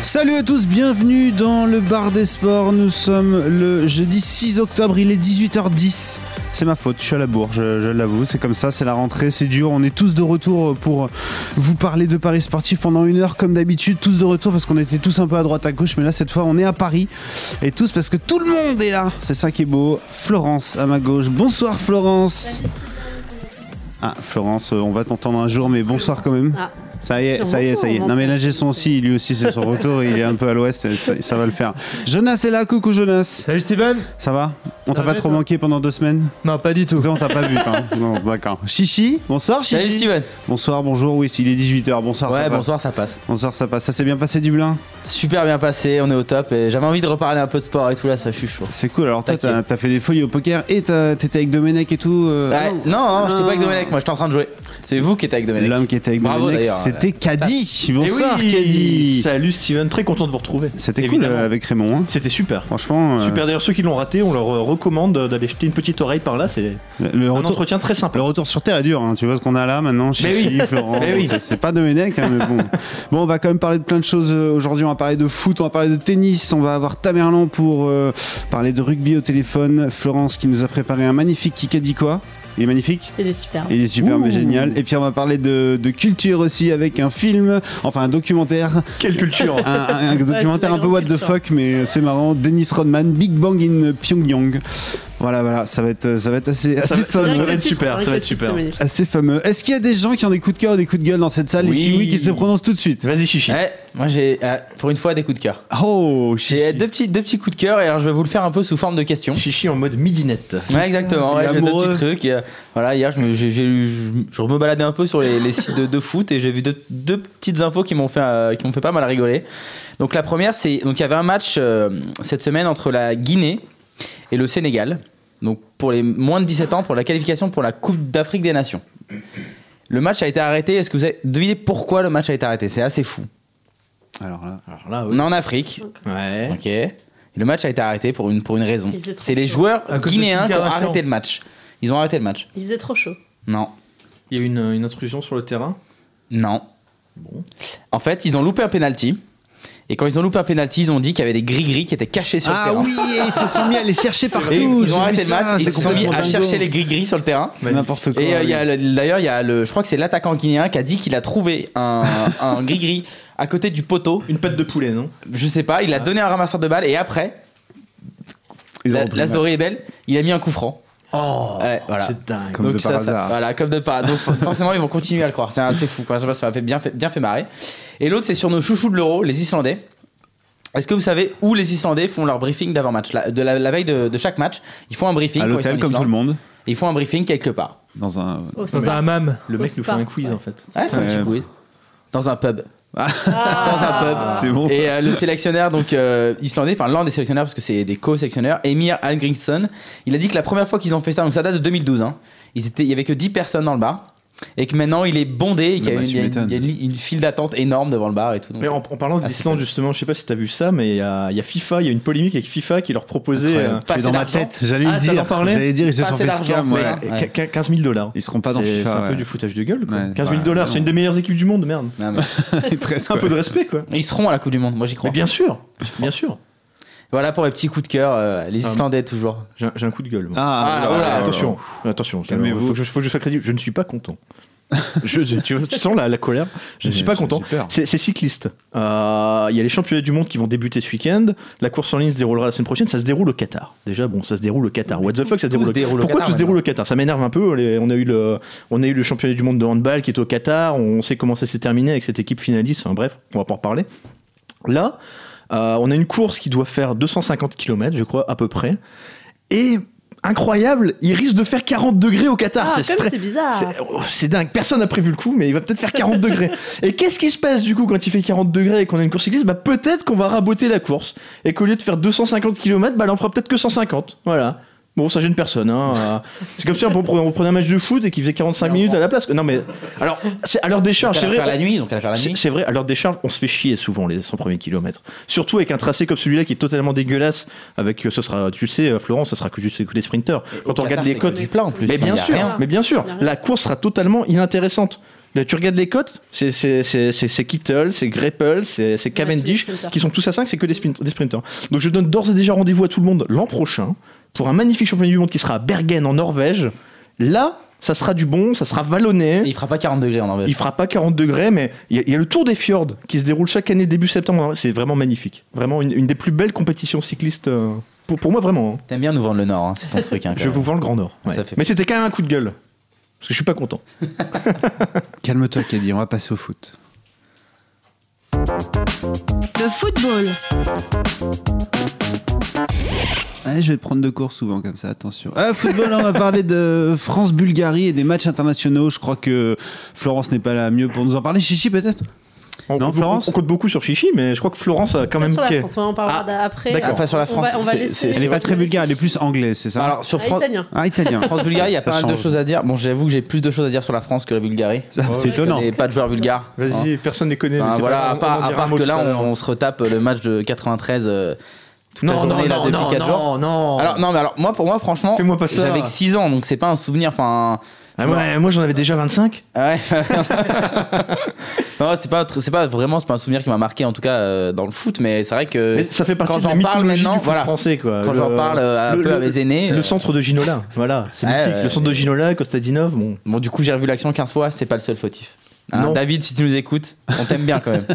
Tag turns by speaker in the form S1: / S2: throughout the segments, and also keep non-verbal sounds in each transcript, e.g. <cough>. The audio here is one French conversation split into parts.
S1: Salut à tous, bienvenue dans le bar des sports. Nous sommes le jeudi 6 octobre, il est 18h10. C'est ma faute, je suis à la bourre, je, je l'avoue. C'est comme ça, c'est la rentrée, c'est dur. On est tous de retour pour vous parler de Paris sportif pendant une heure, comme d'habitude. Tous de retour parce qu'on était tous un peu à droite à gauche, mais là, cette fois, on est à Paris. Et tous parce que tout le monde est là. C'est ça qui est beau. Florence à ma gauche. Bonsoir, Florence. Ah, Florence, euh, on va t'entendre un jour, mais bonsoir quand même.
S2: Ah.
S1: Ça y est,
S2: Sur
S1: ça y est, ça y est.
S2: retour,
S1: Non mais là j'ai son si, lui aussi c'est son retour, il est un peu à l'ouest, ça, ça va le faire. Jonas est là, coucou Jonas.
S3: Salut Steven
S1: Ça va On t'a
S3: Ça
S1: pas
S3: va,
S1: trop
S3: toi
S1: manqué pendant deux semaines
S3: Non, pas du tout.
S1: Toi on t'a pas vu,
S3: <laughs>
S1: hein. Non, d'accord. Chichi, bonsoir Chichi.
S4: Salut Steven
S1: Bonsoir, bonjour, oui, il est 18h, bonsoir. Ah, ça
S4: Ouais,
S1: passe.
S4: bonsoir, ça passe.
S1: Bonsoir, ça passe. Ça s'est bien passé Dublin
S4: Super bien passé, on est au top et j'avais envie de reparler un peu de sport et tout là, ça je suis chaud.
S1: C'est cool, alors toi
S4: T'inquiète.
S1: t'as t'as fait des folies au poker et t'as- t'étais avec Domenech et tout euh,
S4: Ouais, non, non, j'étais pas avec Domenech, moi j'étais en train de jouer. C'est vous qui êtes avec Domenech.
S1: L'homme qui était avec
S4: Bravo,
S1: Domenech,
S4: d'ailleurs.
S1: c'était Caddy.
S3: Eh
S1: Bonsoir
S3: oui,
S1: Caddy.
S3: Salut Steven, très content de vous retrouver.
S1: C'était cool
S3: Évidemment.
S1: euh, avec Raymond. hein.
S3: C'était super.
S1: Franchement, euh,
S3: Super, d'ailleurs ceux qui l'ont raté, on leur euh, recommande euh, d'aller jeter une petite oreille par là, c'est
S1: le- le
S3: un
S1: retour.
S3: entretien
S1: <laughs>
S3: très simple.
S1: Le retour sur Terre est dur, hein. tu vois ce qu'on a là maintenant, Chichi, Florent,
S3: Mais oui.
S1: c'est- c'est pas Domenech, hein,
S3: <laughs>
S1: mais bon. Bon, on va quand même parler de plein de choses euh, aujourd'hui, on va parler de foot, on va parler de tennis, on va avoir Tamerlan pour euh, parler de rugby au téléphone, Florence qui nous a préparé un magnifique Kikadi quoi Il est magnifique
S5: Il est super.
S1: Il est super mais génial. Et puis on va parler de, de culture aussi avec un film, enfin un documentaire,
S3: Quelle culture
S1: un,
S5: <laughs>
S1: un- un documentaire
S5: la
S1: un peu
S5: grande
S1: what the
S5: culture.
S1: fuck, mais c'est marrant. Dennis Rodman, Big Bang in Pyongyang. Voilà, voilà, ça va être, ça va être assez, assez
S3: va-
S1: fun.
S3: va
S5: Rien que
S3: être
S5: le titre,
S3: super,
S5: rien
S3: ça
S5: que
S3: va
S5: le
S3: être
S5: titre,
S3: super.
S5: c'est magnifique.
S1: assez fameux. Est-ce qu'il y a des gens qui ont des coups de cœur, des coups de gueule dans cette salle Et
S4: Oui.
S1: si oui, qu'ils se prononcent tout de suite.
S3: Vas-y Chichi.
S4: Ouais, moi j'ai euh, pour une fois des coups de cœur.
S1: Oh,
S4: J'ai deux petits, deux petits coups de cœur et alors je vais vous le faire un peu sous forme de questions.
S3: Chichi en mode midinette.
S4: Ouais, exactement,
S1: il est
S4: ouais, j'ai deux
S1: amoureux.
S4: petits trucs. et, euh, voilà, hier je me, j'ai- j'ai eu- je- je me baladais un peu sur les, les sites de, de foot et j'ai vu deux, deux petites infos qui m'ont fait, euh, qui m'ont fait pas mal rigoler. Donc la première, c'est donc il y avait un match euh, cette semaine entre la Guinée et le Sénégal. Donc pour les moins de 17 ans, pour la qualification pour la Coupe d'Afrique des Nations. Le match a été arrêté. Est-ce que vous avez deviné pourquoi le match a été arrêté C'est assez fou.
S1: Alors là,
S3: Alors là,
S4: On est en Afrique,
S3: ouais.
S4: ok. Le match a été arrêté pour une, pour une raison.
S5: Il faisait trop
S4: C'est les
S5: chaud.
S4: joueurs
S3: À cause de
S4: guinéens qui ont
S3: Libération.
S4: arrêté le match. Ils ont arrêté le match.
S5: Il faisait trop chaud.
S4: Non.
S3: Il y a eu une, une intrusion sur le terrain.
S4: Non.
S3: Bon.
S4: En fait, ils ont loupé un penalty. Et quand ils ont loupé un penalty, ils ont dit qu'il y avait des gris-gris qui étaient cachés sur le
S1: Ah
S4: terrain.
S1: oui, et ils se sont mis à les
S4: <laughs>
S1: chercher partout.
S4: Et
S1: j'ai
S4: ils ont
S1: vu
S4: arrêté le
S1: ça,
S4: match, et
S1: c'est
S4: ils se sont mis
S1: complètement
S4: à
S1: dingo.
S4: chercher les gris-gris sur le terrain.
S1: C'est n'importe quoi.
S4: Et euh, il
S1: oui.
S4: y a le- d'ailleurs, il y a le, je crois que c'est l'attaquant guinéen qui a dit qu'il a trouvé
S1: <laughs>
S4: un un gris-gris à côté du poteau.
S3: Une patte de poulet, non
S4: Je sais pas, il a donné un ramasseur de balles et après,
S1: Ah. Ils ont
S4: la,
S1: repris
S4: la
S1: le match.
S4: story est belle, il a mis un coup franc.
S3: Oh
S4: Ouais, voilà.
S3: C'est dingue.
S1: Comme de par hasard.
S4: voilà, comme de
S1: <laughs>
S4: par Donc for- forcément, ils vont continuer à le croire. C'est un- c'est fou. Quoi. Ça m'a fait bien, fait bien fait marrer. Et l'autre, c'est sur nos chouchous de l'euro, les Islandais. Est-ce que vous savez où les Islandais font leur briefing d'avant-match la, de la, la veille de, de chaque match, ils font un briefing.
S1: À
S4: quand ils sont
S1: l'hôtel,
S4: en
S1: comme
S4: Islande.
S1: tout le monde.
S4: Et Ils font un briefing quelque part.
S1: Dans un.
S5: Au
S3: Dans un
S5: spa.
S3: hammam. Le mec
S5: Au
S3: nous fait
S5: spa.
S3: un quiz en fait.
S4: Ah, c'est un
S1: Ouais.
S4: petit quiz. Dans un pub. Dans un pub.
S1: Ah. C'est bon ça.
S4: Et euh, le sélectionneur donc euh, islandais, enfin l'un des sélectionneurs parce que c'est des co-sélectionneurs, Emir Algrinsson, il a dit que la première fois qu'ils ont fait ça, donc ça date de 2012, hein, ils étaient, il y avait que 10 personnes dans le bar et que maintenant il est bondé et qu'il y
S1: Bah,
S4: a, une,
S1: tu
S4: il y a une-
S1: m'étonnes.
S4: il y a une li- une file d'attente énorme devant le bar et tout. donc,
S3: Mais en, en parlant
S4: Ah,
S3: d'Islande
S4: c'est-
S3: justement, je sais pas si t'as vu ça, mais il y, a il y a FIFA, il y a une polémique avec FIFA qui leur proposait euh,
S1: Tu es
S4: passer
S1: dans ma
S4: d'argent.
S1: tête, j'allais
S3: Ah,
S1: le
S3: t'allais en
S1: dire.
S3: parler
S1: J'allais dire, ils se
S4: Passer
S1: sont fait
S4: d'argent,
S1: scam.
S4: ouais.
S1: ouais.
S3: qu-
S4: Ouais.
S3: qu- 15 000 dollars.
S1: Ils seront pas dans
S3: C'est c'est
S1: FIFA.
S3: un peu
S1: ouais.
S3: du foutage de gueule. quoi.
S1: Ouais,
S3: 15 000
S1: bah,
S3: dollars,
S1: non.
S3: c'est une des meilleures équipes du monde, merde.
S4: Non, mais-
S1: <laughs> Presque.
S3: Un peu
S1: ouais.
S3: de respect, quoi.
S4: Ils seront à la Coupe du Monde, moi j'y crois.
S3: Mais bien sûr, bien sûr.
S4: Voilà pour les petits coups de cœur, euh, les
S3: Ah.
S4: Islandais toujours.
S3: J'ai un- j'ai un coup de gueule. moi.
S1: Ah,
S4: Ah,
S1: oh là là,
S4: voilà,
S3: attention, attention.
S1: Calmez-vous.
S3: Faut, que je- faut que je sois crédible. Je ne suis
S1: <laughs>
S3: pas content. Je- je- tu, vois, tu sens la, la colère. Je ne suis pas
S1: J'ai-
S3: content.
S1: j'ai peur.
S3: C'est c'est cycliste. Euh, Il y a les championnats du monde qui vont débuter ce week-end. La course en ligne se déroulera la semaine prochaine. Ça se déroule au Qatar. Déjà, bon, ça se déroule au Qatar. What the fuck, ça se
S4: Tout
S3: déroule
S4: se
S3: au Qatar.
S4: déroule au
S3: Pourquoi
S4: Qatar,
S3: tout se déroule au Qatar Ça m'énerve un peu. Les- on, a eu le, on a eu le championnat du monde de handball qui est au Qatar. On sait comment ça s'est terminé avec cette équipe finaliste. Enfin, bref, on va pas en reparler. Là, euh, on a une course qui doit faire 250 km, je crois, à peu près. Et incroyable. Il risque de faire 40 degrés au Qatar.
S6: Ah,
S3: c'est
S6: comme
S3: stra-
S6: c'est bizarre.
S3: c'est- oh, C'est dingue, personne n'a prévu le coup, mais il va peut-être faire 40 degrés. Et qu'est-ce qui se passe du coup quand il fait 40 degrés et qu'on a une course cycliste Bah peut-être qu'on va raboter la course et qu'au lieu de faire 250 km, bah elle en fera peut-être que 150. Voilà. Bon, ça gêne personne. Hein. Euh, C'est comme si on prenait on prenait un match de foot et qu'il faisait 45 minutes à la place. Non mais alors, c'est à l'heure des charges, c'est
S4: Elle va faire la
S3: vrai.
S4: nuit, donc elle va faire la
S3: C'est
S4: nuit.
S3: c'est vrai, à l'heure des charges, on se fait chier souvent les 100 premiers kilomètres. Surtout avec un tracé comme celui-là qui est totalement dégueulasse. Avec, euh, ce sera, tu le sais, euh, Florent, ça sera que juste les coups des sprinters.
S4: Et au
S3: Quand on
S4: Qatar,
S3: regarde les
S4: c'est
S3: cotes,
S4: que du plat en plus.
S3: mais
S4: Enfin,
S3: bien
S4: y a
S3: sûr,
S4: rien.
S3: mais bien sûr,
S6: Y a rien.
S3: la course sera totalement inintéressante. Là, tu regardes les cotes, c'est- c'est c'est- c'est- c'est Kittle, c'est Greppel, c'est c'est Cavendish,
S6: tous les sprinters.
S3: qui sont tous à 5, c'est que des, sprint- des sprinters. Donc je donne d'ores et déjà rendez-vous à tout le monde l'an prochain pour un magnifique championnat du monde qui sera à Bergen en Norvège. Là, ça sera du bon, ça sera
S4: Et
S3: vallonné.
S4: il fera pas 40 degrés en Norvège.
S3: Il fera pas 40 degrés, mais il y, a- il y a le Tour des Fjords qui se déroule chaque année début septembre. C'est vraiment magnifique. Vraiment une, une des plus belles compétitions cyclistes euh, pour, pour moi, vraiment. hein.
S4: T'aimes bien nous vendre le Nord, hein, <laughs> c'est ton truc. Hein, quand
S3: Je
S4: même.
S3: vous vends le Grand Nord. ouais.
S4: Ça fait-
S3: Mais c'était quand même un coup de gueule. Parce que je suis pas content.
S7: Calme-toi, Caddy, on va passer au foot.
S2: Le football.
S7: Ouais, je vais te prendre de cours souvent comme ça, attention. Ah, football, on va parler de France-Bulgarie et des matchs internationaux. Je crois que Florence n'est pas la mieux pour nous en parler. Chichi, peut-être
S3: On,
S7: Non,
S3: compte
S7: Florence
S3: beaucoup- on compte beaucoup sur Chichi, mais je crois que Florence a quand
S6: Pas
S3: même.
S6: sur la
S3: qu'est-
S6: France, on en parlera
S3: Ah,
S6: après.
S3: d'accord.
S4: Ah, pas sur la
S6: On va-
S4: France.
S6: on va
S4: c'est-
S6: laisser-
S4: c'est-
S6: Elle
S7: Elle n'est
S4: c'est-
S7: pas très bulgare, elle est plus anglaise, c'est ça
S4: Alors sur
S6: Ah,
S4: France.
S6: italien.
S7: Ah, italien.
S4: France Bulgarie, il y a
S7: Hein Ça
S4: pas mal de
S7: change.
S4: choses à dire. Bon, j'avoue que j'ai plus de choses à dire sur la France que la Bulgarie.
S7: Ça, C'est
S4: Je
S7: étonnant.
S4: connais pas de joueurs bulgares. Hein.
S3: Vas-y, personne ne les connaît.
S4: Enfin,
S3: mais c'est
S4: voilà,
S3: pas
S4: à
S3: grave, on en
S4: part, à
S3: dira un
S4: part
S3: mot
S4: que
S3: tout
S4: là,
S3: à l'heure.
S4: on, on se retape le match de 93 euh, toute la
S3: Non,
S4: journée
S3: non,
S4: là,
S3: non,
S4: depuis
S3: non,
S4: 4 jours.
S3: non, non.
S4: Alors non mais alors moi pour moi franchement
S3: Fais-moi pas ça.
S4: j'avais que 6 ans donc c'est pas un souvenir enfin ah
S3: Ah, moi, moi, j'en avais déjà 25.
S4: ouais.
S3: <laughs>
S4: <laughs> non c'est pas c'est pas vraiment c'est pas un souvenir qui m'a marqué en tout cas euh, dans le foot mais c'est vrai que
S3: Mais ça fait partie
S4: quand
S3: de la
S4: j'en parle
S3: mythologie
S4: maintenant,
S3: du foot
S4: voilà.
S3: français, quoi.
S4: quand
S3: Le-
S4: j'en parle euh, un
S3: le-
S4: peu à
S3: le-
S4: mes aînés
S3: Le
S4: euh,
S3: centre de Ginola, voilà, c'est
S4: Ouais,
S3: mythique.
S4: ouais,
S3: le centre de
S4: ouais.
S3: Ginola, Kostadinov,
S4: <laughs>
S3: bon.
S4: Bon, du coup, j'ai revu l'action 15 fois, c'est pas le seul fautif. Hein,
S3: Non.
S4: David, si tu nous écoutes, on t'aime bien quand même.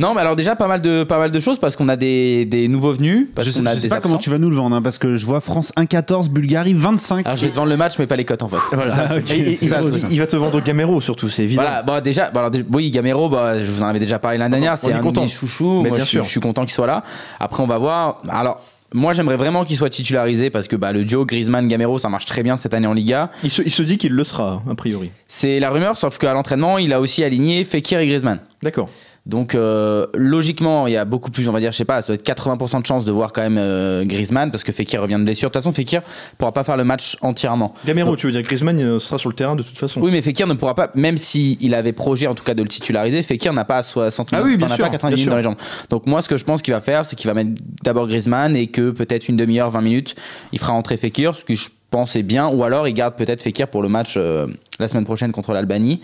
S4: non, mais alors déjà, pas mal de, pas mal de choses parce qu'on a des, des nouveaux venus. Parce
S7: Je sais,
S4: qu'on a
S7: je sais
S4: des
S7: pas comment
S4: absents.
S7: tu vas nous le vendre, hein, parce que je vois France 1-14, Bulgarie 25.
S4: Alors, je vais te vendre le match, mais pas les cotes en fait.
S3: Voilà.
S7: ok,
S3: Et- et-
S4: c'est
S3: il, va,
S4: ça, c'est ça.
S3: il va te vendre Gamero, surtout, c'est évident.
S4: Voilà, bon, déjà, bon, alors, dé- oui, Gamero, bah, je vous en avais déjà parlé l'année dernière, c'est
S3: est
S4: un de
S3: content.
S4: mes chouchous.
S3: Mais
S4: moi,
S3: bien
S4: je, suis-
S3: sûr.
S4: je suis content qu'il soit là. Après, on va voir. Alors, moi, j'aimerais vraiment qu'il soit titularisé parce que bah, le duo Griezmann-Gamero, ça marche très bien cette année en Liga.
S3: Il, se, il se dit qu'il le sera, a priori.
S4: C'est la rumeur, sauf qu'à l'entraînement, il a aussi aligné Fekir et Griezmann.
S3: D'accord.
S4: Donc euh, logiquement, il y a beaucoup plus, on va dire, je sais pas, ça doit être 80% de chance de voir quand même euh, Griezmann parce que Fekir revient de blessure. De toute façon, Fekir pourra pas faire le match entièrement.
S3: Gamero, tu veux dire, Griezmann euh, sera sur le terrain de toute façon.
S4: Oui, mais Fekir ne pourra pas, même s'il avait projet en tout cas de le titulariser, Fekir n'a pas 60
S3: Ah
S4: minutes,
S3: oui, bien
S4: enfin, n'a
S3: sûr,
S4: pas 90
S3: bien
S4: minutes
S3: sûr.
S4: dans les jambes. Donc moi, ce que je pense qu'il va faire, c'est qu'il va mettre d'abord Griezmann et que peut-être une demi-heure, 20 minutes, il fera entrer Fekir, ce que je pense est bien, ou alors il garde peut-être Fekir pour le match euh, la semaine prochaine contre l'Albanie.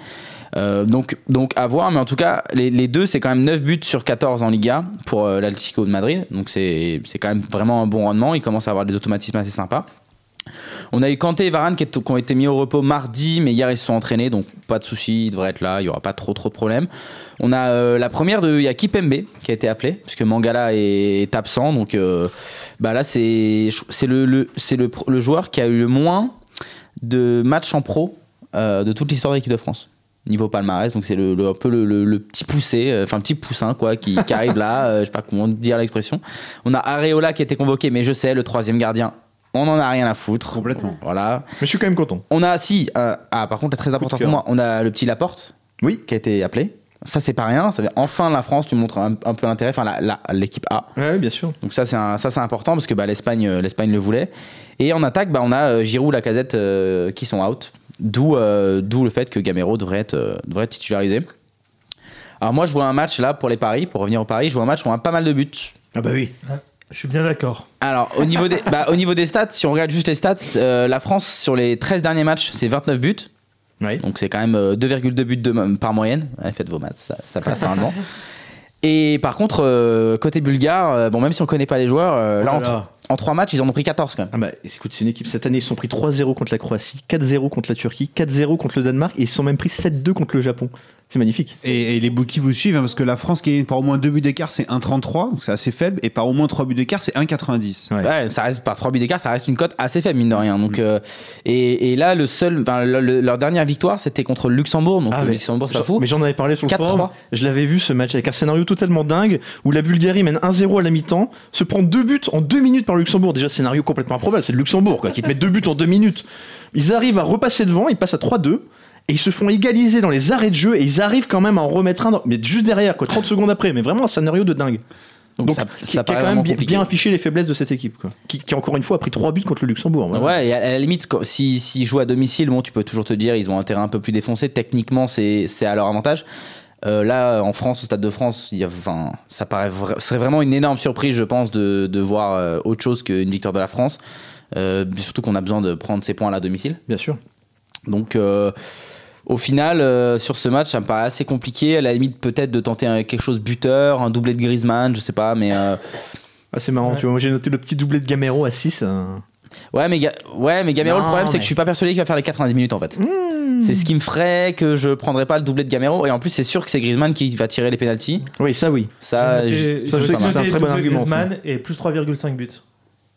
S4: Euh, donc, donc à voir, mais en tout cas, les, les deux, c'est quand même 9 buts sur 14 en Liga pour euh, l'Atlético de Madrid. Donc c'est c'est quand même vraiment un bon rendement. Il commence à avoir des automatismes assez sympas. On a eu Kanté et Varane qui, est- qui ont été mis au repos mardi, mais hier ils se sont entraînés, donc pas de souci, ils devraient être là, il n'y aura pas trop trop de problèmes. On a euh, la première de, il y a Kipembe qui a été appelé, puisque Mangala est, est absent, donc euh, bah là c'est c'est le, le, c'est le, pro- le joueur qui a eu le moins de matchs en pro euh, de toute l'histoire de l'équipe de France. Niveau palmarès, donc c'est le, le- un peu le, le- le petit poussé, euh, enfin petit poussin quoi, qui, qui arrive là, euh, je sais pas comment dire l'expression. On a Areola qui a été convoqué, mais je sais, le troisième gardien, on en a rien à foutre.
S7: Complètement.
S4: Voilà.
S3: Mais je suis quand même content.
S4: On a, si, euh, ah, par contre, très important pour
S3: cœur.
S4: moi, on a le petit Laporte.
S3: Oui.
S4: Qui a été appelé. Ça, c'est pas rien. Ça veut- enfin, la France, tu montres un, un peu l'intérêt, enfin, la- la- l'équipe A.
S3: Ouais, bien sûr.
S4: Donc, ça, c'est un- ça, c'est important parce que bah, l'Espagne euh, l'Espagne le voulait. Et en attaque, bah, on a euh, Giroud, Lacazette euh, qui sont out. D'où euh, d'où le fait que Gamero devrait être, euh, devrait être titularisé. Alors, moi, je vois un match là pour les paris, pour revenir au Paris, je vois un match où on a pas mal de buts.
S3: Ah bah oui.
S8: Je suis bien d'accord.
S4: Alors, au niveau, des, bah, au niveau des stats, si on regarde juste les stats, euh, la France, sur les 13 derniers matchs, c'est 29 buts.
S3: Ouais.
S4: Donc c'est quand même euh, 2,2 buts de, par moyenne. Ouais, faites vos maths, ça, ça passe
S3: <laughs>
S4: normalement. Et par contre, euh, côté bulgare, euh, bon, même si on connaît pas les joueurs, euh, là,
S3: Oh
S4: en,
S3: là là.
S4: tro- en 3 matchs, ils en ont pris 14 quand même.
S3: Ah bah écoute, c'est une équipe cette année, ils se sont pris 3-0 contre la Croatie, 4-0 contre la Turquie, 4-0 contre le Danemark et ils se sont même pris 7-2 contre le Japon. C'est magnifique.
S7: Et, et les bookies vous suivent, hein, parce que la France qui gagne par au moins 2 buts d'écart, c'est 1,33, donc c'est assez faible, et par au moins 3 buts d'écart, c'est 1,90.
S3: Ouais.
S4: Ouais, ça reste par 3 buts d'écart, ça reste une cote assez faible mine de rien.
S3: Mm.
S4: Donc euh, et, et là le seul, enfin, le- le- leur dernière victoire c'était contre le Luxembourg, donc
S3: Ah,
S4: le
S3: mais-
S4: Luxembourg c'est pas
S3: J'en-
S4: fou.
S3: Mais j'en avais parlé sur le
S4: 4-3.
S3: forum. Je l'avais vu ce match avec un scénario totalement dingue où la Bulgarie mène 1-0 à la mi-temps, se prend deux buts en deux minutes par le Luxembourg. Déjà, scénario complètement improbable. C'est le Luxembourg quoi, qui te met deux buts en deux minutes. Ils arrivent à repasser devant, ils passent à 3-2. Et ils se font égaliser dans les arrêts de jeu et ils arrivent quand même à en remettre un, dans- mais juste derrière, quoi, 30 secondes après. Mais vraiment un scénario de dingue.
S4: Donc,
S3: Donc,
S4: ça,
S3: qui,
S4: ça
S3: qui a
S4: paraît
S3: quand même
S4: vraiment
S3: bi-
S4: compliqué.
S3: bien affiché les faiblesses de cette équipe, quoi. Qui, qui, encore une fois a pris trois buts contre le Luxembourg. voilà.
S4: Ouais, et à à la limite, quand- si- s'ils jouent à domicile, bon, tu peux toujours te dire, ils ont un terrain un peu plus défoncé. Techniquement, c'est c'est à leur avantage. Euh, là, en France, au Stade de France, il y a, enfin, ça paraît vra- ce serait vraiment une énorme surprise, je pense, de, de voir euh, autre chose qu'une victoire de la France. Euh, surtout qu'on a besoin de prendre ces points à la domicile.
S3: Bien sûr.
S4: Donc, euh, au final, euh, sur ce match, ça me paraît assez compliqué. À la limite, peut-être de tenter un- quelque chose buteur, un doublé de Griezmann, je sais pas, mais. euh,
S3: Ah, c'est marrant. Tu vois, moi j'ai noté le petit doublé de Gamero à euh. 6.
S4: Ouais, mais, Ga- ouais, mais Gamero,
S3: Non,
S4: le problème, c'est
S3: mais- Hmm.
S4: que je suis pas persuadé qu'il va faire les 90 minutes en fait. C'est ce qui me ferait que je prendrais pas le doublé de Gamero. Et en plus, c'est sûr que c'est Griezmann qui va tirer les pénalties.
S3: Oui, ça oui.
S7: Ah,
S4: Ça,
S6: Ah, J'ai noté-
S4: je- ça,
S3: je
S6: j'ai
S4: ça
S3: sais
S4: marche.
S3: c'est un
S6: noté
S3: très bon
S6: double
S3: argument,
S6: Griezmann et plus 3,5 buts.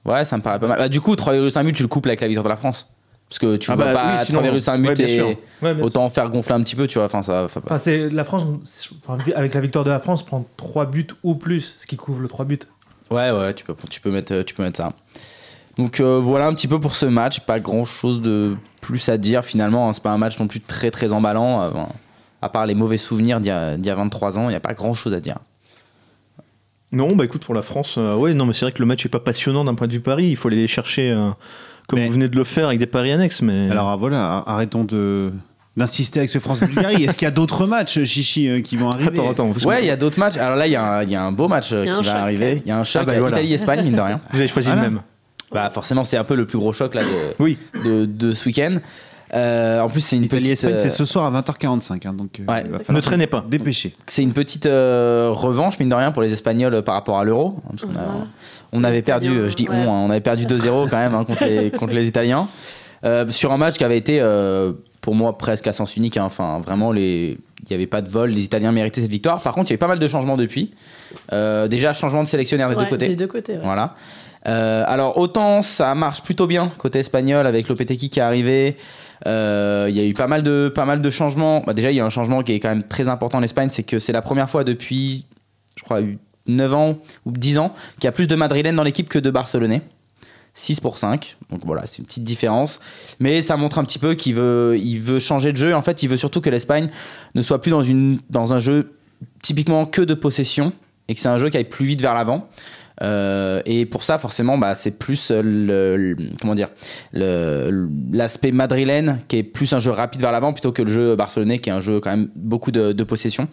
S4: ouais, ça me paraît pas mal. Bah, du coup, 3,5 buts, tu le couples avec la victoire de la France. Parce que tu
S3: Ah
S4: vois
S3: bah
S4: pas
S3: oui, sinon-
S4: 3,5 buts
S3: ouais, bien sûr.
S4: et
S6: Ouais, mais
S4: autant faire gonfler un petit peu, tu vois. Enfin, ça. enfin,
S6: Enfin, c'est la France, enfin, avec la victoire de la France, prend 3 buts ou plus, ce qui couvre le 3 buts.
S4: Ouais, ouais, tu peux, tu peux, mettre, euh, tu peux mettre ça. Donc euh, voilà un petit peu pour ce match. Pas grand chose de plus à dire finalement. hein. C'est pas un match non plus très très emballant. euh, ben, à part les mauvais souvenirs d'il y, a- d'il y a 23 ans, il n'y a pas grand chose à dire.
S3: Non, bah écoute, pour la France, euh, ouais, non, mais c'est vrai que le match est pas passionnant d'un point de vue pari. Il faut aller les chercher, euh, comme
S7: Mais-
S3: vous venez de le faire, avec des paris annexes. Mais
S7: Alors ah, voilà, ar- arrêtons de d'insister avec ce France-Bulgarie. Est-ce qu'il y a d'autres matchs, Chichi, euh, qui vont arriver
S3: <laughs> attends, attends. parce que
S4: Ouais, il y a d'autres matchs. Alors là, il y, a un- il y a un beau match euh,
S2: Il y a
S4: qui
S2: un
S4: va
S2: choc.
S4: arriver. Il y a un choc
S3: Ah bah
S4: avec
S3: voilà.
S4: Italie-Espagne, mine
S2: <laughs>
S4: de rien.
S3: Vous avez choisi
S7: Voilà.
S3: le même.
S4: Bah forcément, c'est un peu le plus gros choc là, de,
S3: Oui.
S4: de, de ce week-end. Euh, en plus, c'est une petite,
S7: Italie-Espagne,
S4: euh,
S7: c'est ce soir à 20h45, hein, donc euh,
S4: Ouais.
S7: il va falloir
S3: Ne traînez pas.
S7: se dépêcher.
S4: C'est une petite euh, revanche, mine de rien, pour les Espagnols euh, par rapport à l'euro. hein, parce qu'on a-
S2: Voilà.
S4: on avait
S2: Les
S4: perdu,
S2: Italiens,
S4: euh, je dis
S2: ouais.
S4: on, hein, on avait perdu 2-0 quand même hein, contre,
S8: <laughs>
S4: les, contre les Italiens. Euh, sur un match qui avait été, euh, pour moi, presque à sens unique. hein. Enfin, vraiment, les... il n'y avait pas de vol. Les Italiens méritaient cette victoire. Par contre, il y a eu pas mal de changements depuis. Euh, déjà, changement de sélectionnaire des
S8: Ouais,
S4: deux côtés.
S8: Des deux côtés, ouais.
S4: Voilà. Euh, alors autant ça marche plutôt bien côté espagnol avec Lopetegui qui est arrivé. Euh, Il y a eu pas mal de, pas mal de changements. Bah, déjà il y a un changement qui est quand même très important en Espagne, c'est que c'est la première fois depuis, je crois, 9 ans ou 10 ans qu'il y a plus de Madrilènes dans l'équipe que de Barcelonais. 6 pour 5, donc voilà, c'est une petite différence. Mais ça montre un petit peu qu'il veut, il veut changer de jeu. En fait, il veut surtout que l'Espagne ne soit plus dans, une, dans un jeu typiquement que de possession et que c'est un jeu qui aille plus vite vers l'avant. Euh, et pour ça, forcément, bah, c'est plus euh, le, le- comment dire le- l'aspect madrilène qui est plus un jeu rapide vers l'avant plutôt que le jeu barcelonais qui est un jeu quand même beaucoup de, de possession.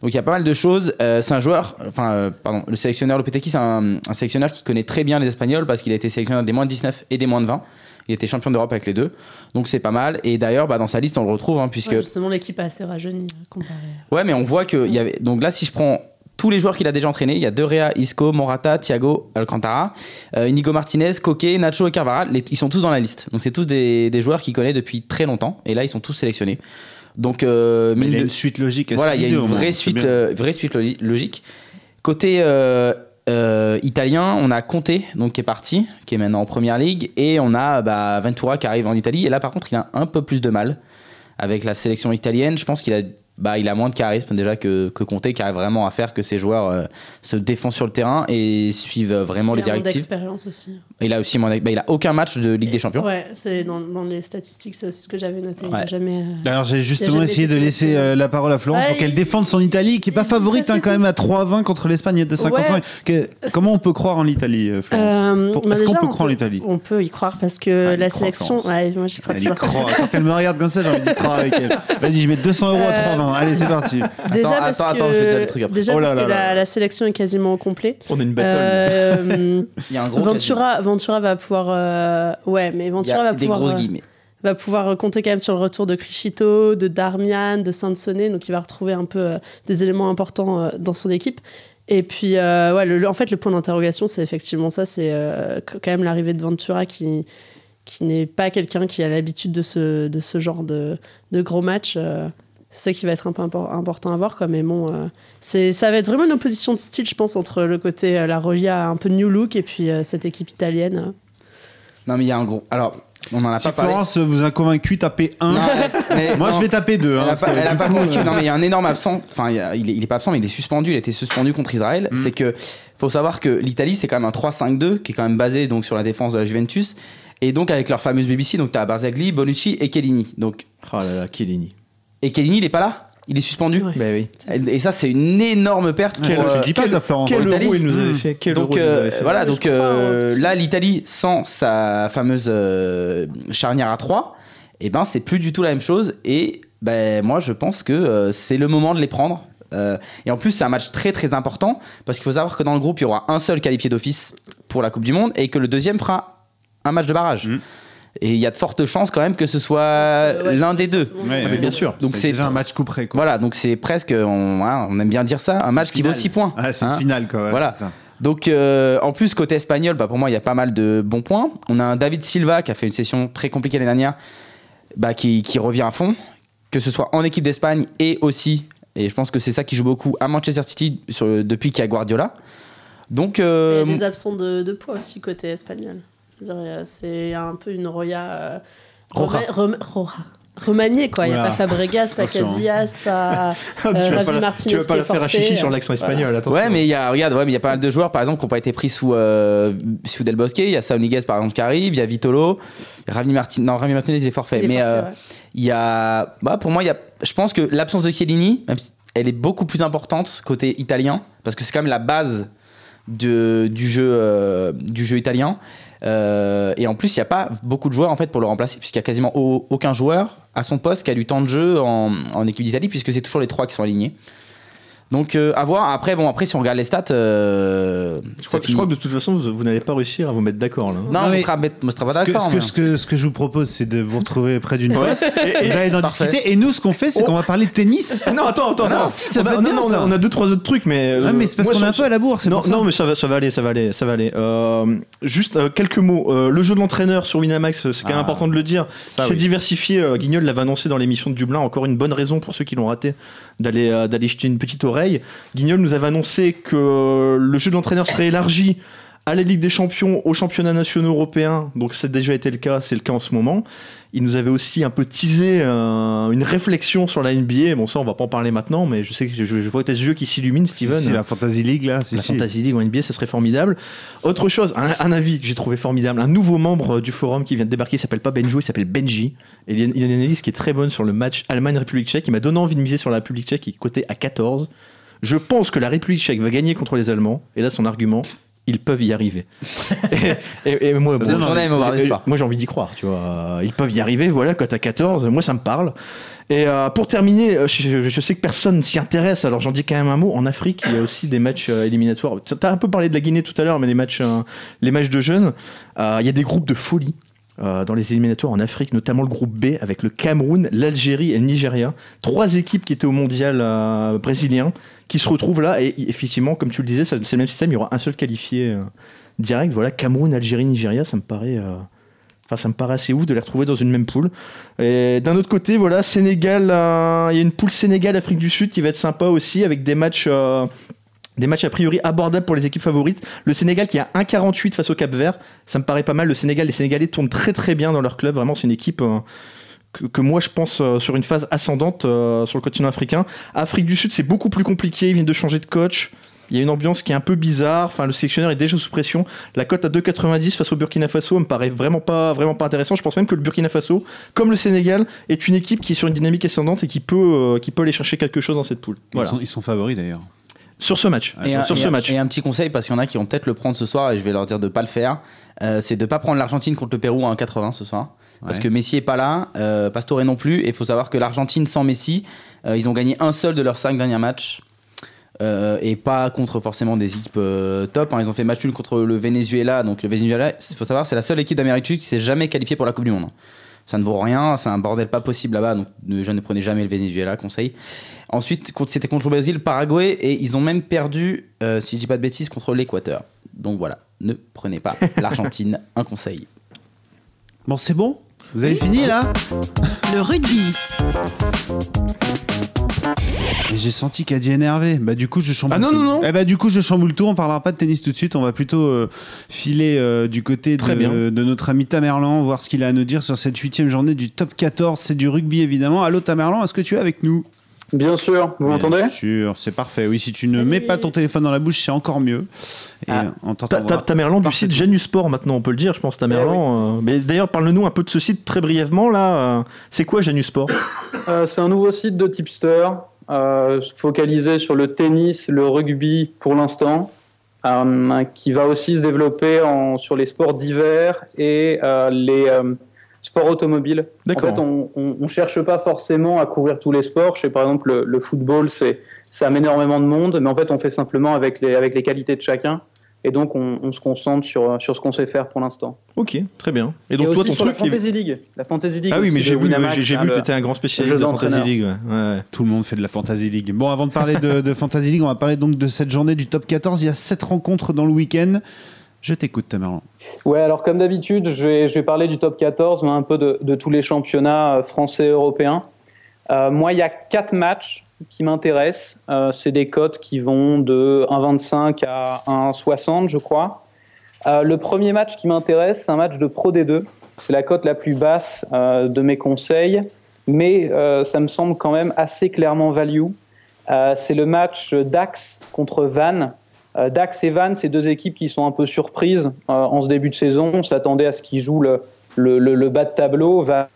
S4: Donc il y a pas mal de choses. Euh, c'est un joueur, enfin euh, pardon, le sélectionneur Lopetegui, c'est un, un sélectionneur qui connaît très bien les Espagnols parce qu'il a été sélectionneur des moins de 19 et des moins de 20. Il était champion d'Europe avec les deux, donc c'est pas mal. Et d'ailleurs, bah, dans sa liste, on le retrouve hein, puisque
S8: Ouais, justement, l'équipe a assez rajeunie euh, comparé.
S4: Ouais, mais on voit que. il Y avait... Donc là, si je prends tous les joueurs qu'il a déjà entraînés, il y a De Rea, Isco, Morata, Thiago, Alcantara, euh, Inigo Martinez, Coquet, Nacho et Carvara. les- Ils sont tous dans la liste. Donc c'est tous des, des joueurs qu'il connaît depuis très longtemps. Et là, ils sont tous sélectionnés. Donc, euh,
S7: Mais
S4: mine
S7: il y a
S4: de-
S7: une suite logique à
S4: voilà,
S7: cette
S4: il y a
S7: idée,
S4: une
S7: au moins,
S4: vraie
S7: c'est
S4: suite,
S7: bien.
S4: euh, vraie suite lo- logique. Côté euh, euh, italien, on a Conte, donc qui est parti, qui est maintenant en première ligue, et on a bah, Ventura qui arrive en Italie. Et là, par contre, il a un peu plus de mal avec la sélection italienne. Je pense qu'il a, bah, il a moins de charisme déjà que, que Conte, qui arrive vraiment à faire que ses joueurs euh, se défendent sur le terrain et suivent euh, vraiment les
S8: Il a un manque
S4: directives.
S8: d'expérience aussi.
S4: Il a aussi moins d'ex- bah, il a aucun match de Ligue des Champions.
S8: Ouais, c'est dans, dans les statistiques, c'est aussi ce que j'avais noté. Il
S4: Ouais.
S8: a Jamais. euh,
S7: Alors j'ai justement
S8: jamais
S7: essayé de
S8: été
S7: laisser
S8: sélectionné.
S7: euh, la parole à Florence
S8: Ouais,
S7: pour qu'elle
S8: il-
S7: défende son Italie qui est pas
S8: il-
S7: favorite hein,
S8: parce que
S7: quand même à 3-20 contre l'Espagne et 2-55. Que- Comment on peut croire en l'Italie, euh, Florence
S8: Euh,
S7: Pour-
S8: bah
S7: Est-ce qu'on
S8: déjà,
S7: peut
S8: on
S7: croire en l'Italie
S8: On peut y croire parce
S4: Ah,
S8: que
S4: elle y
S8: la
S4: croit,
S8: sélection.
S4: Florence.
S8: Ouais, moi j'y crois
S7: Elle y
S8: toujours. <laughs>
S7: croit. Quand elle me regarde comme ça, j'ai envie d'y croire avec elle. Vas-y, je mets 200 euros à
S8: Euh,
S7: 3,20. Allez, c'est parti.
S4: Attends,
S8: Déjà parce
S4: attends,
S8: que,
S4: attends, je vais dire des trucs après.
S8: déjà
S7: Oh là
S8: parce
S7: là
S8: que
S7: là.
S8: La, la sélection est quasiment au complet.
S3: On a une battle.
S8: Euh,
S4: Il y a un <laughs> gros casino.
S8: Ventura, Ventura va pouvoir. euh, ouais, mais
S4: Il y a
S8: Ventura va
S4: des
S8: pouvoir.
S4: grosses
S8: euh,
S4: guillemets.
S8: va pouvoir compter quand même sur le retour de Criscito, de Darmian, de Sansonnet, donc il va retrouver un peu euh, des éléments importants euh, dans son équipe. Et puis, euh, ouais, le- le- en fait, le point d'interrogation, c'est effectivement ça, c'est euh, qu- quand même l'arrivée de Ventura qui, qui n'est pas quelqu'un qui a l'habitude de ce, de ce genre de, de gros match. euh, C'est ça qui va être un peu impor- important à voir, quoi. Mais bon, euh, c'est, ça va être vraiment une opposition de style, je pense, entre le côté euh, la Rogia un peu new look et puis euh, cette équipe italienne.
S4: Non, mais il y a un gros. Alors, on en a
S7: Si
S4: pas parlé.
S7: Florence vous a convaincu, tapez 1.
S4: Non,
S7: <laughs>
S4: mais-
S7: hein. Moi,
S4: non.
S7: je vais taper hein, 2.
S4: Elle a pas, elle a pas convaincu. euh, Non, mais il y a un énorme absent. Enfin, il, y a- il est, il est pas absent, mais il est suspendu. Il a été suspendu contre Israël.
S7: Mm.
S4: C'est que faut savoir que l'Italie, c'est quand même un 3-5-2 qui est quand même basé donc sur la défense de la Juventus. Et donc avec leur fameuse BBC, donc t'as Barzagli, Bonucci et Chiellini. Donc
S3: Oh là là, Kellini.
S4: et Chiellini, il est pas là. Il est suspendu.
S8: Ouais.
S3: Bah oui.
S4: Et, et ça, c'est une énorme perte.
S7: Je
S4: pour, euh,
S7: dis pas ça, Florence.
S3: Quel
S4: Italie.
S3: euro il nous avait
S7: Mmh.
S3: fait Quel
S4: donc
S3: euro il nous
S4: euh,
S3: avait fait
S4: voilà,
S8: Je
S4: donc
S8: crois, hein,
S4: euh,
S8: ouais.
S4: là l'Italie sans sa fameuse euh, charnière à 3, et ben c'est plus du tout la même chose et ben moi je pense que euh, c'est le moment de les prendre. Euh, et en plus c'est un match très très important parce qu'il faut savoir que dans le groupe il y aura un seul qualifié d'office pour la Coupe du monde et que le deuxième fera un match de barrage.
S7: Mhm.
S4: Et il y a de fortes chances quand même que ce soit
S8: Euh, ouais,
S4: l'un des deux.
S7: Ouais,
S3: Mais bien sûr.
S4: Donc c'est
S7: déjà un match couperé. Quoi.
S4: voilà, donc c'est presque on, hein, on aime bien dire ça, un match qui vaut
S7: final.
S4: 6 points.
S7: Ah, c'est
S4: hein.
S7: une finale, quoi.
S4: Voilà.
S7: c'est ça.
S4: Donc, euh, en plus, côté espagnol, bah, pour moi, il y a pas mal de bons points. On a un David Silva qui a fait une session très compliquée l'année dernière, bah, qui, qui revient à fond, que ce soit en équipe d'Espagne et aussi, et je pense que c'est ça qui joue beaucoup à Manchester City sur le- depuis qu'il y a Guardiola. Donc, euh,
S8: Il y a des absents de, de poids aussi côté espagnol. Je veux dire, euh, C'est un peu une Roya. euh,
S4: Roja.
S8: rema- rem- Roja. Remaniée, quoi. Il n'y a
S7: Oula.
S8: pas Fabregas, pas
S7: Attention, hein.
S8: Casillas,
S3: <laughs>
S8: pas.
S3: Ah, Tu vas
S8: Javi
S3: pas la-
S8: Martinez
S3: Tu vas pas
S8: qui
S3: la
S8: est
S3: faire à
S8: forfait,
S3: chichi
S8: euh,
S3: sur l'accent espagnol, attention.
S4: ouais, mais il y a, regarde, ouais, mais il y a pas mal de joueurs, par exemple, qui n'ont pas été pris sous, euh, sous Del Bosque. Il y a Sao Niguez, par exemple, qui arrive. Il y a Vitolo. Rami Martinez, non, Rami Martinez, il est forfait.
S8: il est
S4: mais
S8: forfait,
S4: euh,
S8: ouais.
S4: Il y a, bah pour moi, il y a, je pense que l'absence de Chiellini, même si elle est beaucoup plus importante côté italien, parce que c'est quand même la base de, du, jeu, euh, du jeu italien. Euh, et en plus, il n'y a pas beaucoup de joueurs en fait pour le remplacer, puisqu'il n'y a quasiment au- aucun joueur à son poste qui a du temps de jeu en, en équipe d'Italie, puisque c'est toujours les trois qui sont alignés. Donc euh, à voir. Après, bon, après si on regarde les stats, euh,
S3: Je
S4: c'est
S3: crois, que- je
S4: fini.
S3: crois que de toute façon, vous, vous n'allez pas réussir à vous mettre d'accord là. hein.
S4: non,
S7: Non,
S4: on
S7: mais-
S4: sera- on sera pas
S7: Ce que,
S4: d'accord.
S7: ce, que,
S4: mais-
S7: ce, que, ce que je vous propose, c'est de vous retrouver près d'une
S3: Ouais.
S7: poste. Vous allez en
S4: Parfait.
S7: discuter. Et nous, ce qu'on fait, c'est
S3: Oh.
S7: qu'on va parler de tennis.
S3: <laughs> Ah non, attends, attends,
S7: Ah non,
S3: attends.
S7: si, ça
S3: on,
S7: peut
S3: a,
S7: être
S3: non,
S7: bien,
S3: non, on a-
S7: ça.
S3: on a deux, trois autres trucs, mais. euh,
S7: Ah, mais c'est parce
S3: moi,
S7: qu'on est
S3: sur-
S7: un peu à la bourre. c'est
S3: Non,
S7: pour ça.
S3: non, mais ça va, ça va aller, ça va aller, ça va aller. Euh, juste euh, quelques mots. Euh, le jeu de l'entraîneur sur Winamax, euh, c'est quand même
S7: Ah.
S3: important de le dire.
S7: Ça,
S3: c'est
S7: oui.
S3: diversifié. euh, Guignol l'avait annoncé dans l'émission de Dublin. Encore une bonne raison pour ceux qui l'ont raté d'aller euh, d'aller jeter une petite oreille. Guignol nous avait annoncé que le jeu de l'entraîneur serait élargi à la Ligue des Champions, aux championnats nationaux européens. Donc ça a déjà été le cas, c'est le cas en ce moment. Il nous avait aussi un peu teasé euh, une réflexion sur la NBA. Bon, ça, on va pas en parler maintenant, mais je sais que je, je vois tes yeux qui s'illuminent,
S7: Si,
S3: Steven
S7: si, la Fantasy League, là. Si,
S3: la
S7: si.
S3: Fantasy League en NBA, ça serait formidable. Autre chose, un, un avis que j'ai trouvé formidable, un nouveau membre euh, du forum qui vient de débarquer, il s'appelle pas Benjo, il s'appelle Benji. Et il y a il y a une analyse qui est très bonne sur le match Allemagne-République tchèque. Il m'a donné envie de miser sur la République tchèque qui est cotée à 14. Je pense que la République tchèque va gagner contre les Allemands. Et là, son argument, ils peuvent y arriver. et, et- et moi,
S4: C'est ce qu'on aime au bar
S3: euh,
S4: des sports.
S3: moi j'ai envie d'y croire, tu vois. Euh, Ils peuvent y arriver, voilà, quand à 14, moi ça me parle. Et euh, pour terminer, euh, je, je sais que personne s'y intéresse, alors j'en dis quand même un mot. En Afrique, il y a aussi des matchs euh, éliminatoires. Tu as un peu parlé de la Guinée tout à l'heure, mais les matchs, euh, les matchs de jeunes, euh, il y a des groupes de folie. euh, dans les éliminatoires en Afrique, notamment le groupe B avec le Cameroun, l'Algérie et le Nigeria, trois équipes qui étaient au mondial euh, brésilien, qui se retrouvent là et y- effectivement, comme tu le disais, ça- c'est le même système, il y aura un seul qualifié euh, direct. Voilà, Cameroun, Algérie, Nigeria, ça me paraît, euh, enfin ça me paraît assez ouf de les retrouver dans une même poule. Et d'un autre côté, voilà, Sénégal, euh, il y a une poule Sénégal Afrique du Sud qui va être sympa aussi avec des matchs. euh, des matchs a priori abordables pour les équipes favorites. Le Sénégal qui a 1,48 face au Cap Vert, ça me paraît pas mal. Le Sénégal, les Sénégalais tournent très très bien dans leur club. Vraiment, c'est une équipe euh, que, que moi je pense euh, sur une phase ascendante euh, sur le continent africain. Afrique du Sud, c'est beaucoup plus compliqué. Ils viennent de changer de coach. Il y a une ambiance qui est un peu bizarre. Enfin, le sélectionneur est déjà sous pression. La cote à 2,90 face au Burkina Faso me paraît vraiment pas, vraiment pas intéressant. Je pense même que le Burkina Faso, comme le Sénégal, est une équipe qui est sur une dynamique ascendante et qui peut, euh, qui peut aller chercher quelque chose dans cette poule. Voilà.
S7: Ils, sont, ils sont favoris, d'ailleurs.
S3: Sur ce match.
S4: Et
S3: Ah, sur
S4: un,
S3: sur
S4: et
S3: ce
S4: un-
S3: match.
S4: et un petit conseil, parce qu'il y en a qui vont peut-être le prendre ce soir, et je vais leur dire de pas le faire, euh, c'est de pas prendre l'Argentine contre le Pérou à 1,80 ce soir. Parce
S7: Ouais.
S4: que Messi est pas là, euh, Pastore non plus, et il faut savoir que l'Argentine sans Messi, euh, ils ont gagné un seul de leurs cinq derniers matchs. euh, et pas contre forcément des équipes euh, top. hein. Ils ont fait match nul contre le Venezuela. Donc le Venezuela, il faut savoir, c'est la seule équipe d'Amérique du Sud qui s'est jamais qualifiée pour la Coupe du Monde. Ça ne vaut rien, c'est un bordel pas possible là-bas. Donc ne, je ne prenez jamais le Venezuela, conseil. Ensuite, contre- c'était contre le Brésil, le Paraguay, et ils ont même perdu, euh, si je dis pas de bêtises, contre l'Équateur.
S7: <laughs>
S4: Donc voilà, ne prenez pas l'Argentine, un conseil.
S7: Bon, c'est bon Vous avez fini là
S2: Le rugby.
S7: Et J'ai senti Caddy énervé. Bah du coup je chamboule.
S3: Ah non,
S7: tout.
S3: non, non.
S7: Eh bah du coup je chamboule tout. On parlera pas de tennis tout de suite. On va plutôt euh, filer euh, du côté de,
S3: Très bien.
S7: de notre ami Tamerlan, voir ce qu'il a à nous dire sur cette huitième journée du Top 14. C'est du rugby évidemment. Allô Tamerlan, est-ce que tu es avec nous
S9: Bien sûr, vous
S7: Bien
S9: m'entendez
S7: Sûr, c'est parfait. Oui, si tu ne mets pas ton téléphone dans la bouche, c'est encore mieux. Et
S3: Ah.
S7: on
S3: Ta- ta-
S7: t'entendra.
S3: Tamerlan du
S7: Parfait.
S3: site Janus Sport maintenant on peut le dire je pense
S9: Eh
S3: Tamerlan euh, mais d'ailleurs parle-nous un peu de ce site très brièvement là euh, c'est quoi Janus Sport
S9: Euh, C'est un nouveau site de tipster euh, focalisé sur le tennis, le rugby pour l'instant, euh, qui va aussi se développer en- sur les sports d'hiver et euh, les euh, sports automobiles.
S3: D'accord.
S9: En fait, on- on ne cherche pas forcément à couvrir tous les sports. Chez par exemple le, le football, c'est ça amène énormément de monde, mais en fait, on fait simplement avec les, avec les qualités de chacun. Et donc, on, on se concentre sur, sur ce qu'on sait faire pour l'instant.
S3: ok très bien et
S9: Et
S3: donc toi
S9: aussi
S3: ton
S9: sur
S3: truc
S9: la
S3: il-
S9: Fantasy League. La Fantasy League.
S3: ah oui
S9: aussi
S3: mais
S9: de
S3: j'ai vu
S9: Winamax,
S3: j'ai- j'ai
S9: hein,
S3: vu
S9: le-
S3: que t'étais un grand spécialiste
S9: jeu
S3: de Fantasy
S9: d'entraîneur.
S3: League ouais. Ouais, ouais.
S7: Tout le monde fait de la Fantasy League. Bon, avant de parler de, de Fantasy League, on va parler donc de cette journée du top 14. Il y a sept rencontres dans le week-end. Je t'écoute, Tamerlan.
S9: Ouais, alors comme d'habitude, je vais, je vais parler du top 14, mais un peu de, de tous les championnats euh, français et européens. Euh, moi, il y a quatre matchs qui m'intéressent. Euh, c'est des cotes qui vont de 1,25 à 1,60, je crois. Euh, le premier match qui m'intéresse, c'est un match de Pro D2. C'est la cote la plus basse euh, de mes conseils, mais euh, ça me semble quand même assez clairement value. Euh, c'est le match Dax contre Vannes. Euh, Dax et Vannes, c'est deux équipes qui sont un peu surprises euh, en ce début de saison. On s'attendait à ce qu'ils jouent le, le- le- le bas de tableau. Vannes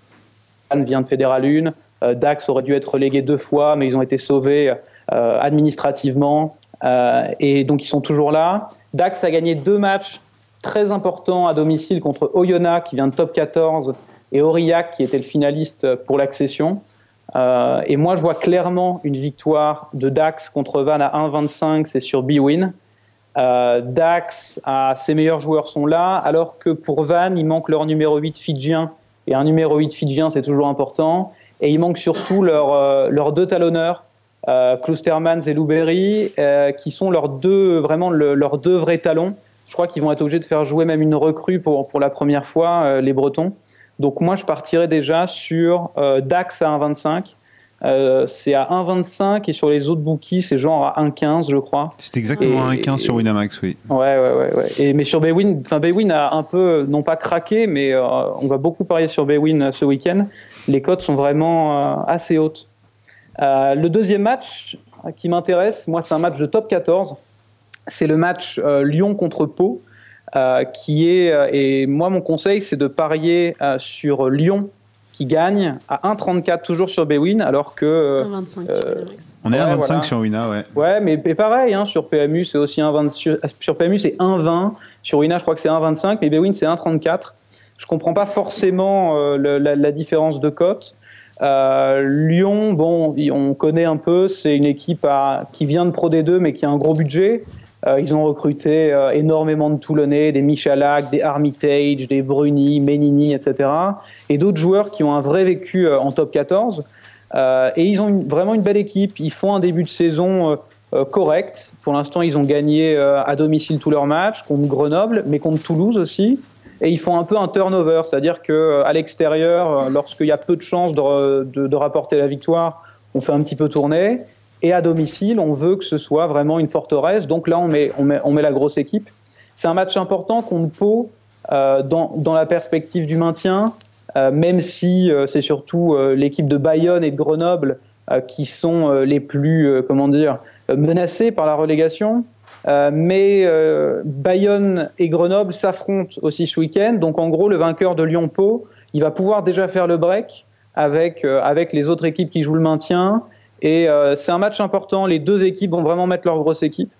S9: vient de Fédéral 1. Euh, Dax aurait dû être relégué deux fois, mais ils ont été sauvés euh, administrativement. Euh, et donc, ils sont toujours là. Dax a gagné deux matchs très importants à domicile contre Oyonnax, qui vient de top 14, et Aurillac, qui était le finaliste pour l'accession. Euh, et moi, je vois clairement une victoire de Dax contre Vannes à 1,25, c'est sur Bwin. Euh, Dax, ah, ses meilleurs joueurs sont là, alors que pour Vannes, il manque leur numéro 8 fidjien. Et un numéro 8 fidjien, c'est toujours important. Et il manque surtout leur, euh, leurs deux talonneurs, euh, Klostermans et Louberry, euh, qui sont leurs deux, vraiment le- leurs deux vrais talons. Je crois qu'ils vont être obligés de faire jouer même une recrue pour, pour la première fois, euh, les Bretons. Donc moi, je partirais déjà sur euh, Dax à 1,25. Euh, c'est à 1,25 et sur les autres bookies, c'est genre à 1,15, je crois.
S7: C'est exactement
S9: Et-
S7: un 15 sur Winamax, oui.
S9: Ouais, ouais, ouais. ouais. Et, mais sur Baywin, enfin, Baywin a un peu, non pas craqué, mais euh, on va beaucoup parier sur Baywin euh, ce week-end. Les cotes sont vraiment euh, assez hautes. Euh, le deuxième match euh, qui m'intéresse, moi, c'est un match de top 14. C'est le match euh, Lyon contre Pau, euh, qui est, euh, et moi, mon conseil, c'est de parier euh, sur Lyon qui gagne à 1,34 toujours sur Baywin, alors que. euh,
S8: 25.
S9: euh,
S7: On est à
S9: Ouais,
S7: 25
S9: voilà.
S7: sur Wina, ouais.
S9: Ouais, mais mais pareil, hein, sur PMU, c'est aussi 1,20. Sur, euh, sur PMU, c'est 1,20. Sur Wina, je crois que c'est 1,25. Mais Bewin, c'est 1,34. Je comprends pas forcément euh, le- la, la différence de cote. Euh, Lyon, bon, y- on connaît un peu. C'est une équipe à- qui vient de Pro D2, mais qui a un gros budget. Euh, ils ont recruté euh, énormément de Toulonnais, des Michalak, des Armitage, des Bruni, Menini, etc. Et d'autres joueurs qui ont un vrai vécu euh, en top 14. Euh, et ils ont une- vraiment une belle équipe. Ils font un début de saison euh, euh, correct. Pour l'instant, ils ont gagné euh, à domicile tous leurs matchs, contre Grenoble, mais contre Toulouse aussi. Et ils font un peu un turnover, c'est-à-dire que euh, à l'extérieur, euh, lorsqu'il y a peu de chances de, re- de- de rapporter la victoire, on fait un petit peu tourner. Et à domicile, on veut que ce soit vraiment une forteresse. Donc là, on met, on met, on met la grosse équipe. C'est un match important contre Pau euh, dans, dans la perspective du maintien, euh, même si euh, c'est surtout euh, l'équipe de Bayonne et de Grenoble euh, qui sont euh, les plus, euh, comment dire, menacés par la relégation. Euh, mais euh, Bayonne et Grenoble s'affrontent aussi ce week-end. Donc en gros, le vainqueur de Lyon-Pau, il va pouvoir déjà faire le break avec, euh, avec les autres équipes qui jouent le maintien. Et euh, c'est un match important. Les deux équipes vont vraiment mettre leur grosse équipe.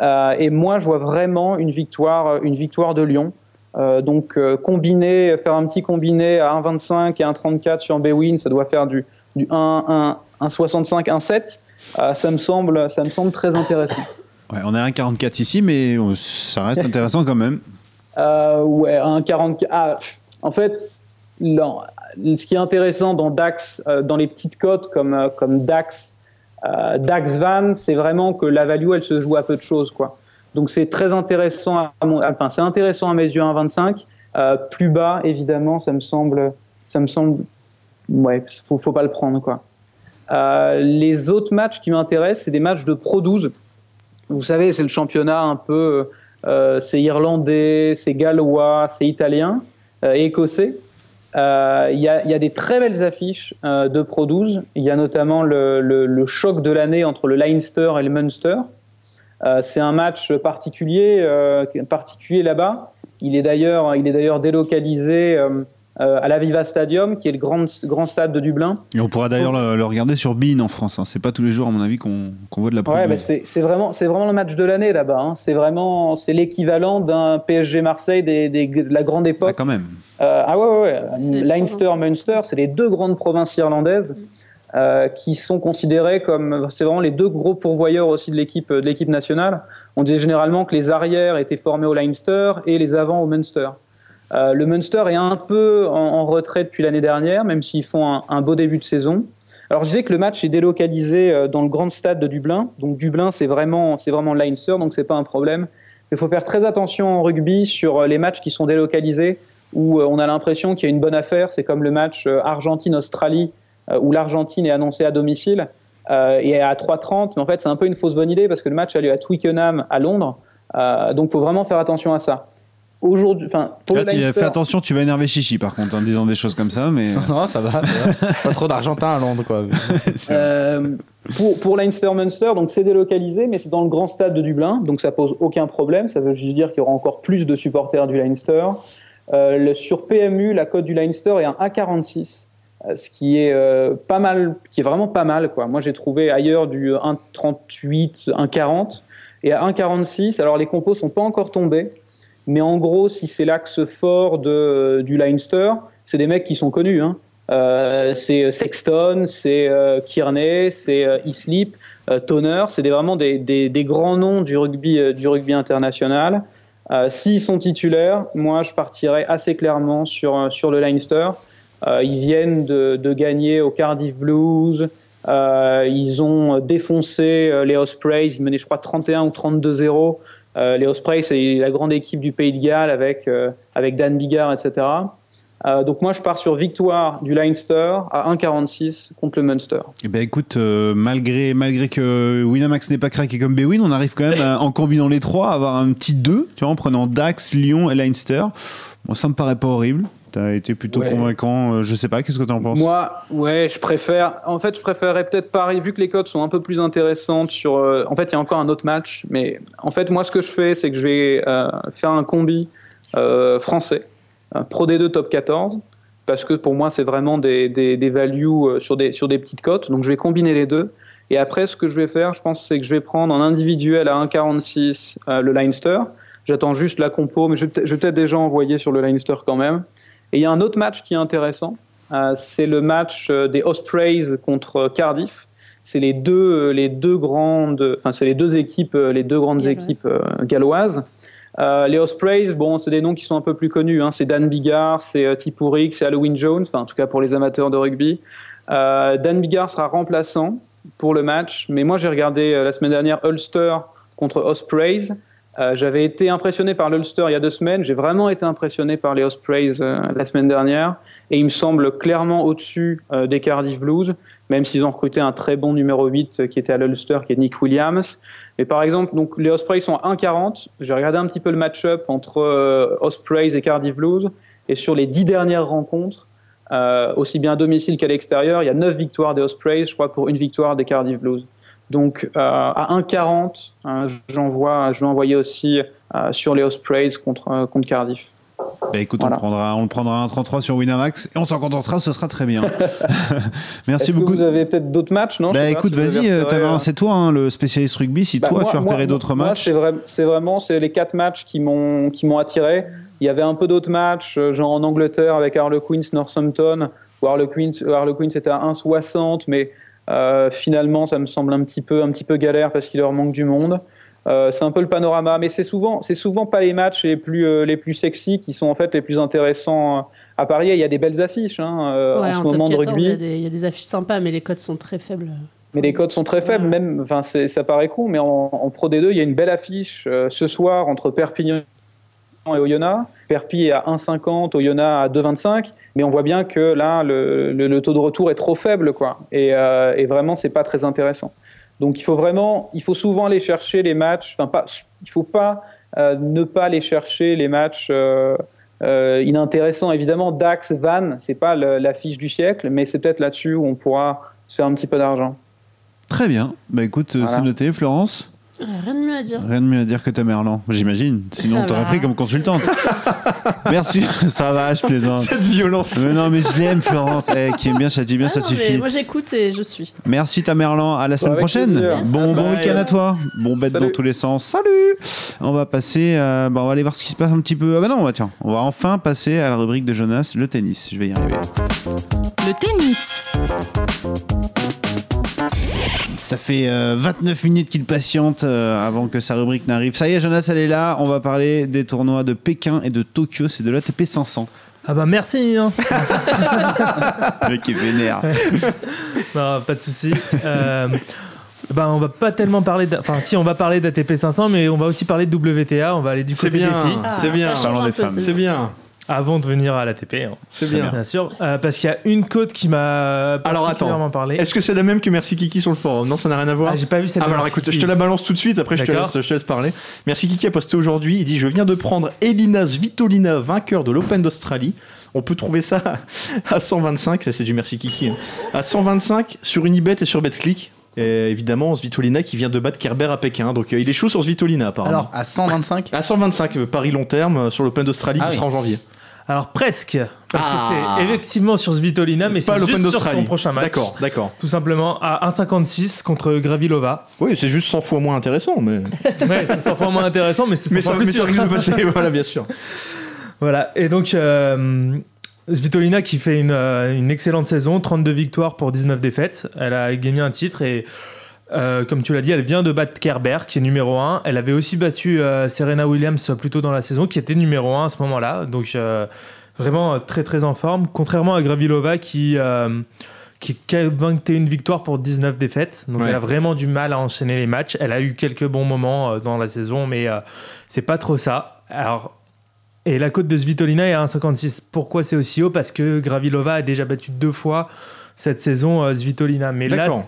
S9: Euh, et moi, je vois vraiment une victoire, une victoire de Lyon. Euh, donc euh, combiner, faire un petit combiné à 1,25 et 1,34 sur Bwin, ça doit faire du, du 1, 1, 1,65, 1,7. Euh, ça, me semble, ça me semble très intéressant.
S7: Ouais, on est à 1,44 ici, mais on- ça
S9: <laughs>
S7: reste intéressant quand même.
S9: Euh, ouais, un 40. Ah, pff, en fait, non. ce qui est intéressant dans DAX, euh, dans les petites cotes comme, euh, comme DAX, euh, DAX Van, c'est vraiment que la value, elle se joue à peu de choses. Quoi. Donc c'est très intéressant, ah, à mon- enfin, c'est intéressant à mes yeux 1,25. Euh, plus bas, évidemment, ça me semble, ça me semble. Ouais, faut, faut pas le prendre, quoi. Euh, les autres matchs qui m'intéressent, c'est des matchs de Pro 12. Vous savez, c'est le championnat un peu. euh, c'est irlandais, c'est gallois, c'est italien euh, et écossais. Euh, Il y, a, il y a des très belles affiches euh, de Pro 12. Il y a notamment le, le- le choc de l'année entre le Leinster et le Munster. Euh, c'est un match particulier, euh, particulier là-bas. Il est d'ailleurs, il est d'ailleurs délocalisé euh, euh, à l'Aviva Stadium, qui est le grand, grand stade de Dublin.
S7: Et on pourra d'ailleurs le, le regarder sur Bean en France. hein. C'est pas tous les jours, à mon avis, qu'on qu'on voit de la Pro
S9: Ouais,
S7: 12.
S9: bah, c'est c'est vraiment, c'est vraiment le match de l'année là-bas. hein. C'est vraiment, c'est l'équivalent d'un PSG Marseille des- des- de la grande
S7: Ah,
S9: époque.
S7: quand même.
S9: Euh, ah ouais, ouais,
S8: C'est
S9: ouais. Leinster, Munster, c'est les deux grandes provinces irlandaises euh, qui sont considérées comme c'est vraiment les deux gros pourvoyeurs aussi de l'équipe de l'équipe nationale. On disait généralement que les arrières étaient formés au Leinster et les avants au Munster. Euh, le Munster est un peu en, en retrait depuis l'année dernière, même s'ils font un, un beau début de saison. Alors je disais que le match est délocalisé euh, dans le grand stade de Dublin. Donc Dublin, c'est vraiment c'est vraiment le Leinster, donc c'est pas un problème. Il faut faire très attention en rugby sur euh, les matchs qui sont délocalisés où euh, on a l'impression qu'il y a une bonne affaire. C'est comme le match euh, Argentine-Australie, euh, où l'Argentine est annoncée à domicile euh, et est à 3,30. Mais en fait, c'est un peu une fausse bonne idée parce que le match a lieu à Twickenham, à Londres. Euh, donc, il faut vraiment faire attention à ça. Aujourd'hui, enfin, pour
S7: Là,
S9: le
S7: tu-
S9: Leinster-
S7: fais attention, tu vas énerver Chichi par contre en disant des choses comme ça,
S9: <laughs>
S7: mais
S4: <laughs> Non, ça va. ça
S7: <laughs>
S4: va. Pas trop d'Argentin à Londres, quoi.
S9: Euh, pour, pour Leinster Munster, donc c'est délocalisé, mais c'est dans le grand stade de Dublin, donc ça pose aucun problème. Ça veut juste dire qu'il y aura encore plus de supporters du Leinster. Euh, le- sur PMU, la cote du Leinster est un A46, euh, ce qui est euh, pas mal, qui est vraiment pas mal. Quoi. Moi, j'ai trouvé ailleurs du 1,38, 1,40 et à 1,46. Alors les compos sont pas encore tombés, mais en gros, si c'est l'axe fort de, du Leinster, c'est des mecs qui sont connus. Hein. Euh, c'est Sexton, c'est euh, Kearney, c'est euh, Islip, euh, Toner, c'est des- vraiment des, des- des grands noms du rugby, euh, du rugby international. Euh, S'ils sont titulaires, moi je partirais assez clairement sur, euh, sur le Leinster. Euh, ils viennent de, de gagner au Cardiff Blues, euh, ils ont défoncé euh, les Ospreys, ils menaient je crois 31 ou 32-0. Euh, les Ospreys, c'est la grande équipe du Pays de Galles avec, euh, avec Dan Bigard, etc. Euh, donc moi je pars sur victoire du Leinster à 1,46 contre le Munster.
S7: Eh ben, écoute, euh, malgré, malgré que Winamax n'est pas craqué comme Bewin, on arrive quand même à- en combinant les trois à avoir un petit 2, tu vois, en prenant Dax, Lyon et Leinster. Bon, ça me paraît pas horrible. T'as été plutôt
S9: Ouais.
S7: convaincant. euh, je sais pas, qu'est-ce que t'en penses
S9: Moi, ouais, je préfère. En fait, je préférerais peut-être Paris, vu que les codes sont un peu plus intéressantes. Sur, euh, en fait, il y a encore un autre match, mais en fait, moi, ce que je fais, c'est que je vais euh, faire un combi euh, français, un Pro D2 Top 14, parce que pour moi, c'est vraiment des, des, des values euh, sur des, sur des petites cotes. Donc, je vais combiner les deux. Et après, ce que je vais faire, je pense, c'est que je vais prendre en individuel à 1,46 euh, le Leinster. J'attends juste la compo, mais je vais peut-être je vais peut-être déjà envoyer sur le Leinster quand même. Et il y a un autre match qui est intéressant. Euh, c'est le match euh, des Ospreys contre euh, Cardiff. C'est les deux, euh, les deux grandes, enfin c'est les deux équipes, euh, les deux grandes
S8: Galloises.
S9: équipes euh, galloises. Euh, les Ospreys, bon, c'est des noms qui sont un peu plus connus. hein. C'est Dan Bigard, c'est euh, Tipuric, c'est Halloween Jones. Enfin, en tout cas pour les amateurs de rugby. Euh, Dan Bigard sera remplaçant pour le match, mais moi j'ai regardé euh, la semaine dernière Ulster contre Ospreys. Euh, J'avais été impressionné par l'Ulster il y a deux semaines. J'ai vraiment été impressionné par les Ospreys euh, la semaine dernière et il me semble clairement au-dessus euh, des Cardiff Blues, même s'ils ont recruté un très bon numéro 8 euh, qui était à l'Ulster, qui est Nick Williams. Mais par exemple, donc, les Ospreys sont à 1,40. J'ai regardé un petit peu le match-up entre euh, Ospreys et Cardiff Blues, et sur les 10 dernières rencontres, euh, aussi bien à domicile qu'à l'extérieur, il y a 9 victoires des Ospreys, je crois, pour une victoire des Cardiff Blues. Donc euh, à 1,40, hein, j'envoie- je vais envoyer aussi euh, sur les Ospreys contre, euh, contre Cardiff.
S7: Bah écoute,
S9: Voilà.
S7: on, prendra, on le prendra à 1,33 sur Winamax et on s'en contentera, ce sera très
S9: <laughs>
S7: bien. <laughs>
S9: Est-ce
S7: Merci
S9: que
S7: beaucoup.
S9: vous avez peut-être d'autres matchs, non Je
S7: Bah
S9: sais pas
S7: écoute,
S9: si vous avez
S7: vas-y, euh,
S9: repéré,
S7: Taverne,
S9: euh,
S7: c'est toi hein, le spécialiste rugby. Si
S9: Bah,
S7: toi
S9: moi-
S7: tu as
S9: moi-
S7: repéré d'autres
S9: moi,
S7: matchs,
S9: c'est, vrai- c'est vraiment c'est les quatre matchs qui m'ont, qui m'ont attiré. Il y avait un peu d'autres matchs, euh, genre en Angleterre avec Harlequins, Northampton, où Harlequins, où Harlequins était à 1,60, mais euh, finalement ça me semble un petit peu, un petit peu galère parce qu'il leur manque du monde. Euh, c'est un peu le panorama, mais c'est souvent, c'est souvent pas les matchs les plus, euh, les plus sexy qui sont en fait les plus intéressants euh, à parier. Il y a des belles affiches hein, euh,
S8: Ouais,
S9: en ce
S8: en top
S9: moment
S8: 14,
S9: de rugby.
S8: il y a des- il y, a des affiches sympas, mais les codes sont très faibles.
S9: Mais les codes sont très faibles,
S8: Ouais.
S9: même, enfin, c'est- ça paraît con, mais en, en Pro D2, il y a une belle affiche euh, ce soir entre Perpignan et Oyonnax. Perpi est à 1,50, Oyonnax à 2,25. Mais on voit bien que là, le, le- le taux de retour est trop faible, quoi. Et, euh, et vraiment, c'est pas très intéressant. Donc il faut vraiment, il faut souvent aller chercher les matchs. Enfin, pas, il faut pas euh, ne pas aller chercher les matchs euh, euh, inintéressants. Évidemment, Dax, Van, c'est pas le- l'affiche du siècle, mais c'est peut-être là-dessus où on pourra se faire un petit peu d'argent.
S1: Très bien.
S7: Ben,
S1: Bah écoute, euh,
S9: Voilà.
S1: c'est noté, Florence.
S8: Ah, Rien de mieux à dire.
S1: Rien de mieux à dire que ta Merlan, j'imagine. Sinon,
S8: Ah
S1: t'aurais
S8: bah.
S1: pris comme
S8: <laughs>
S1: consultante. Merci. Ça va, je plaisante.
S3: Cette violence.
S1: Mais non, mais je l'aime, Florence. Eh, qui aime bien, châtie bien,
S8: Ah
S1: ça
S8: non, mais
S1: suffit.
S8: Moi j'écoute et je suis.
S1: Merci ta Merlan, à la semaine
S9: Avec
S1: prochaine.
S9: plaisir.
S1: Bon, bon
S9: Bye.
S1: week-end à toi. Bon bête
S9: Salut.
S1: dans tous les sens. Salut. On va passer, euh, bah, on va aller voir ce qui se passe un petit peu. Ah bah non, bah, tiens, on va enfin passer à la rubrique de Jonas, le tennis. Je vais y arriver.
S2: Le tennis.
S1: Ça fait euh, 29 minutes qu'il patiente euh, avant que sa rubrique n'arrive. Ça y est, Jonas, elle est là. On va parler des tournois de Pékin et de Tokyo. C'est de l'ATP 500.
S6: Ah bah merci hein.
S1: Le mec est vénère.
S6: Non, pas de souci. Euh, ben, on va pas tellement parler. d'a- Enfin, si, on va parler d'ATP 500, mais on va aussi parler de WTA. On va aller du
S3: C'est
S6: côté
S3: bien.
S6: des filles.
S8: Ah,
S3: C'est bien.
S8: ça change
S1: Parlons
S8: un
S1: des
S8: peu,
S1: femmes.
S8: c'est
S3: C'est bien.
S6: Avant de venir à l'ATP, hein,
S3: C'est bien.
S6: bien sûr. Euh, parce qu'il y a une côte qui m'a
S3: Alors,
S6: particulièrement parlé.
S3: Est-ce que c'est la même que Merci Kiki sur le forum Non, ça n'a rien à voir.
S6: Ah, j'ai pas vu cette
S3: Ah bah alors écoute, je te la balance tout de suite, après je te,
S6: D'accord.
S3: laisse, je te laisse parler. Merci Kiki a posté aujourd'hui, il dit je viens de prendre Elina Svitolina, vainqueur de l'Open d'Australie. On peut trouver ça <laughs> à 125, ça c'est du merci Kiki. hein. À 125 sur Unibet et sur Betclic. Et évidemment, Svitolina qui vient de battre Kerber à Pékin. Donc euh, il est chaud sur Svitolina apparemment.
S6: Alors,
S4: À 125
S3: à 125, euh, Paris long terme euh, sur l'Open d'Australie
S4: Ah
S3: qui
S4: oui.
S3: sera en janvier.
S6: Alors presque. Parce
S3: Ah.
S6: que c'est effectivement sur Svitolina, Ah, mais
S3: Pas
S6: c'est
S3: l'Open
S6: juste sur son
S3: d'Australie.
S6: prochain match.
S3: D'accord, d'accord.
S6: Tout simplement à 1,56 contre Gravilova.
S3: Oui, c'est juste 100 fois moins intéressant,
S6: <laughs>
S3: mais,
S6: Ouais, c'est 100 fois moins intéressant, mais c'est 100
S3: mais
S6: fois
S3: ça, mais
S6: plus
S3: ça
S6: sûr.
S3: risque de
S6: <laughs>
S3: passer. voilà, bien sûr.
S6: Voilà, et donc euh, Svitolina qui fait une, euh, une excellente saison, 32 victoires pour 19 défaites, elle a gagné un titre et euh, comme tu l'as dit, elle vient de battre Kerber qui est numéro 1, elle avait aussi battu euh, Serena Williams plus tôt dans la saison qui était numéro 1 à ce moment-là, donc euh, vraiment euh, très très en forme, contrairement à Gravilova qui... euh, qui a 21 victoires pour 19 défaites. Donc
S3: Ouais.
S6: elle a vraiment du mal à enchaîner les matchs. Elle a eu quelques bons moments euh, dans la saison, mais euh, c'est pas trop ça. Alors, et la cote de Svitolina est à 1,56. Pourquoi c'est aussi haut Parce que Gravilova a déjà battu deux fois cette saison euh, Svitolina. Mais là,
S3: D'accord.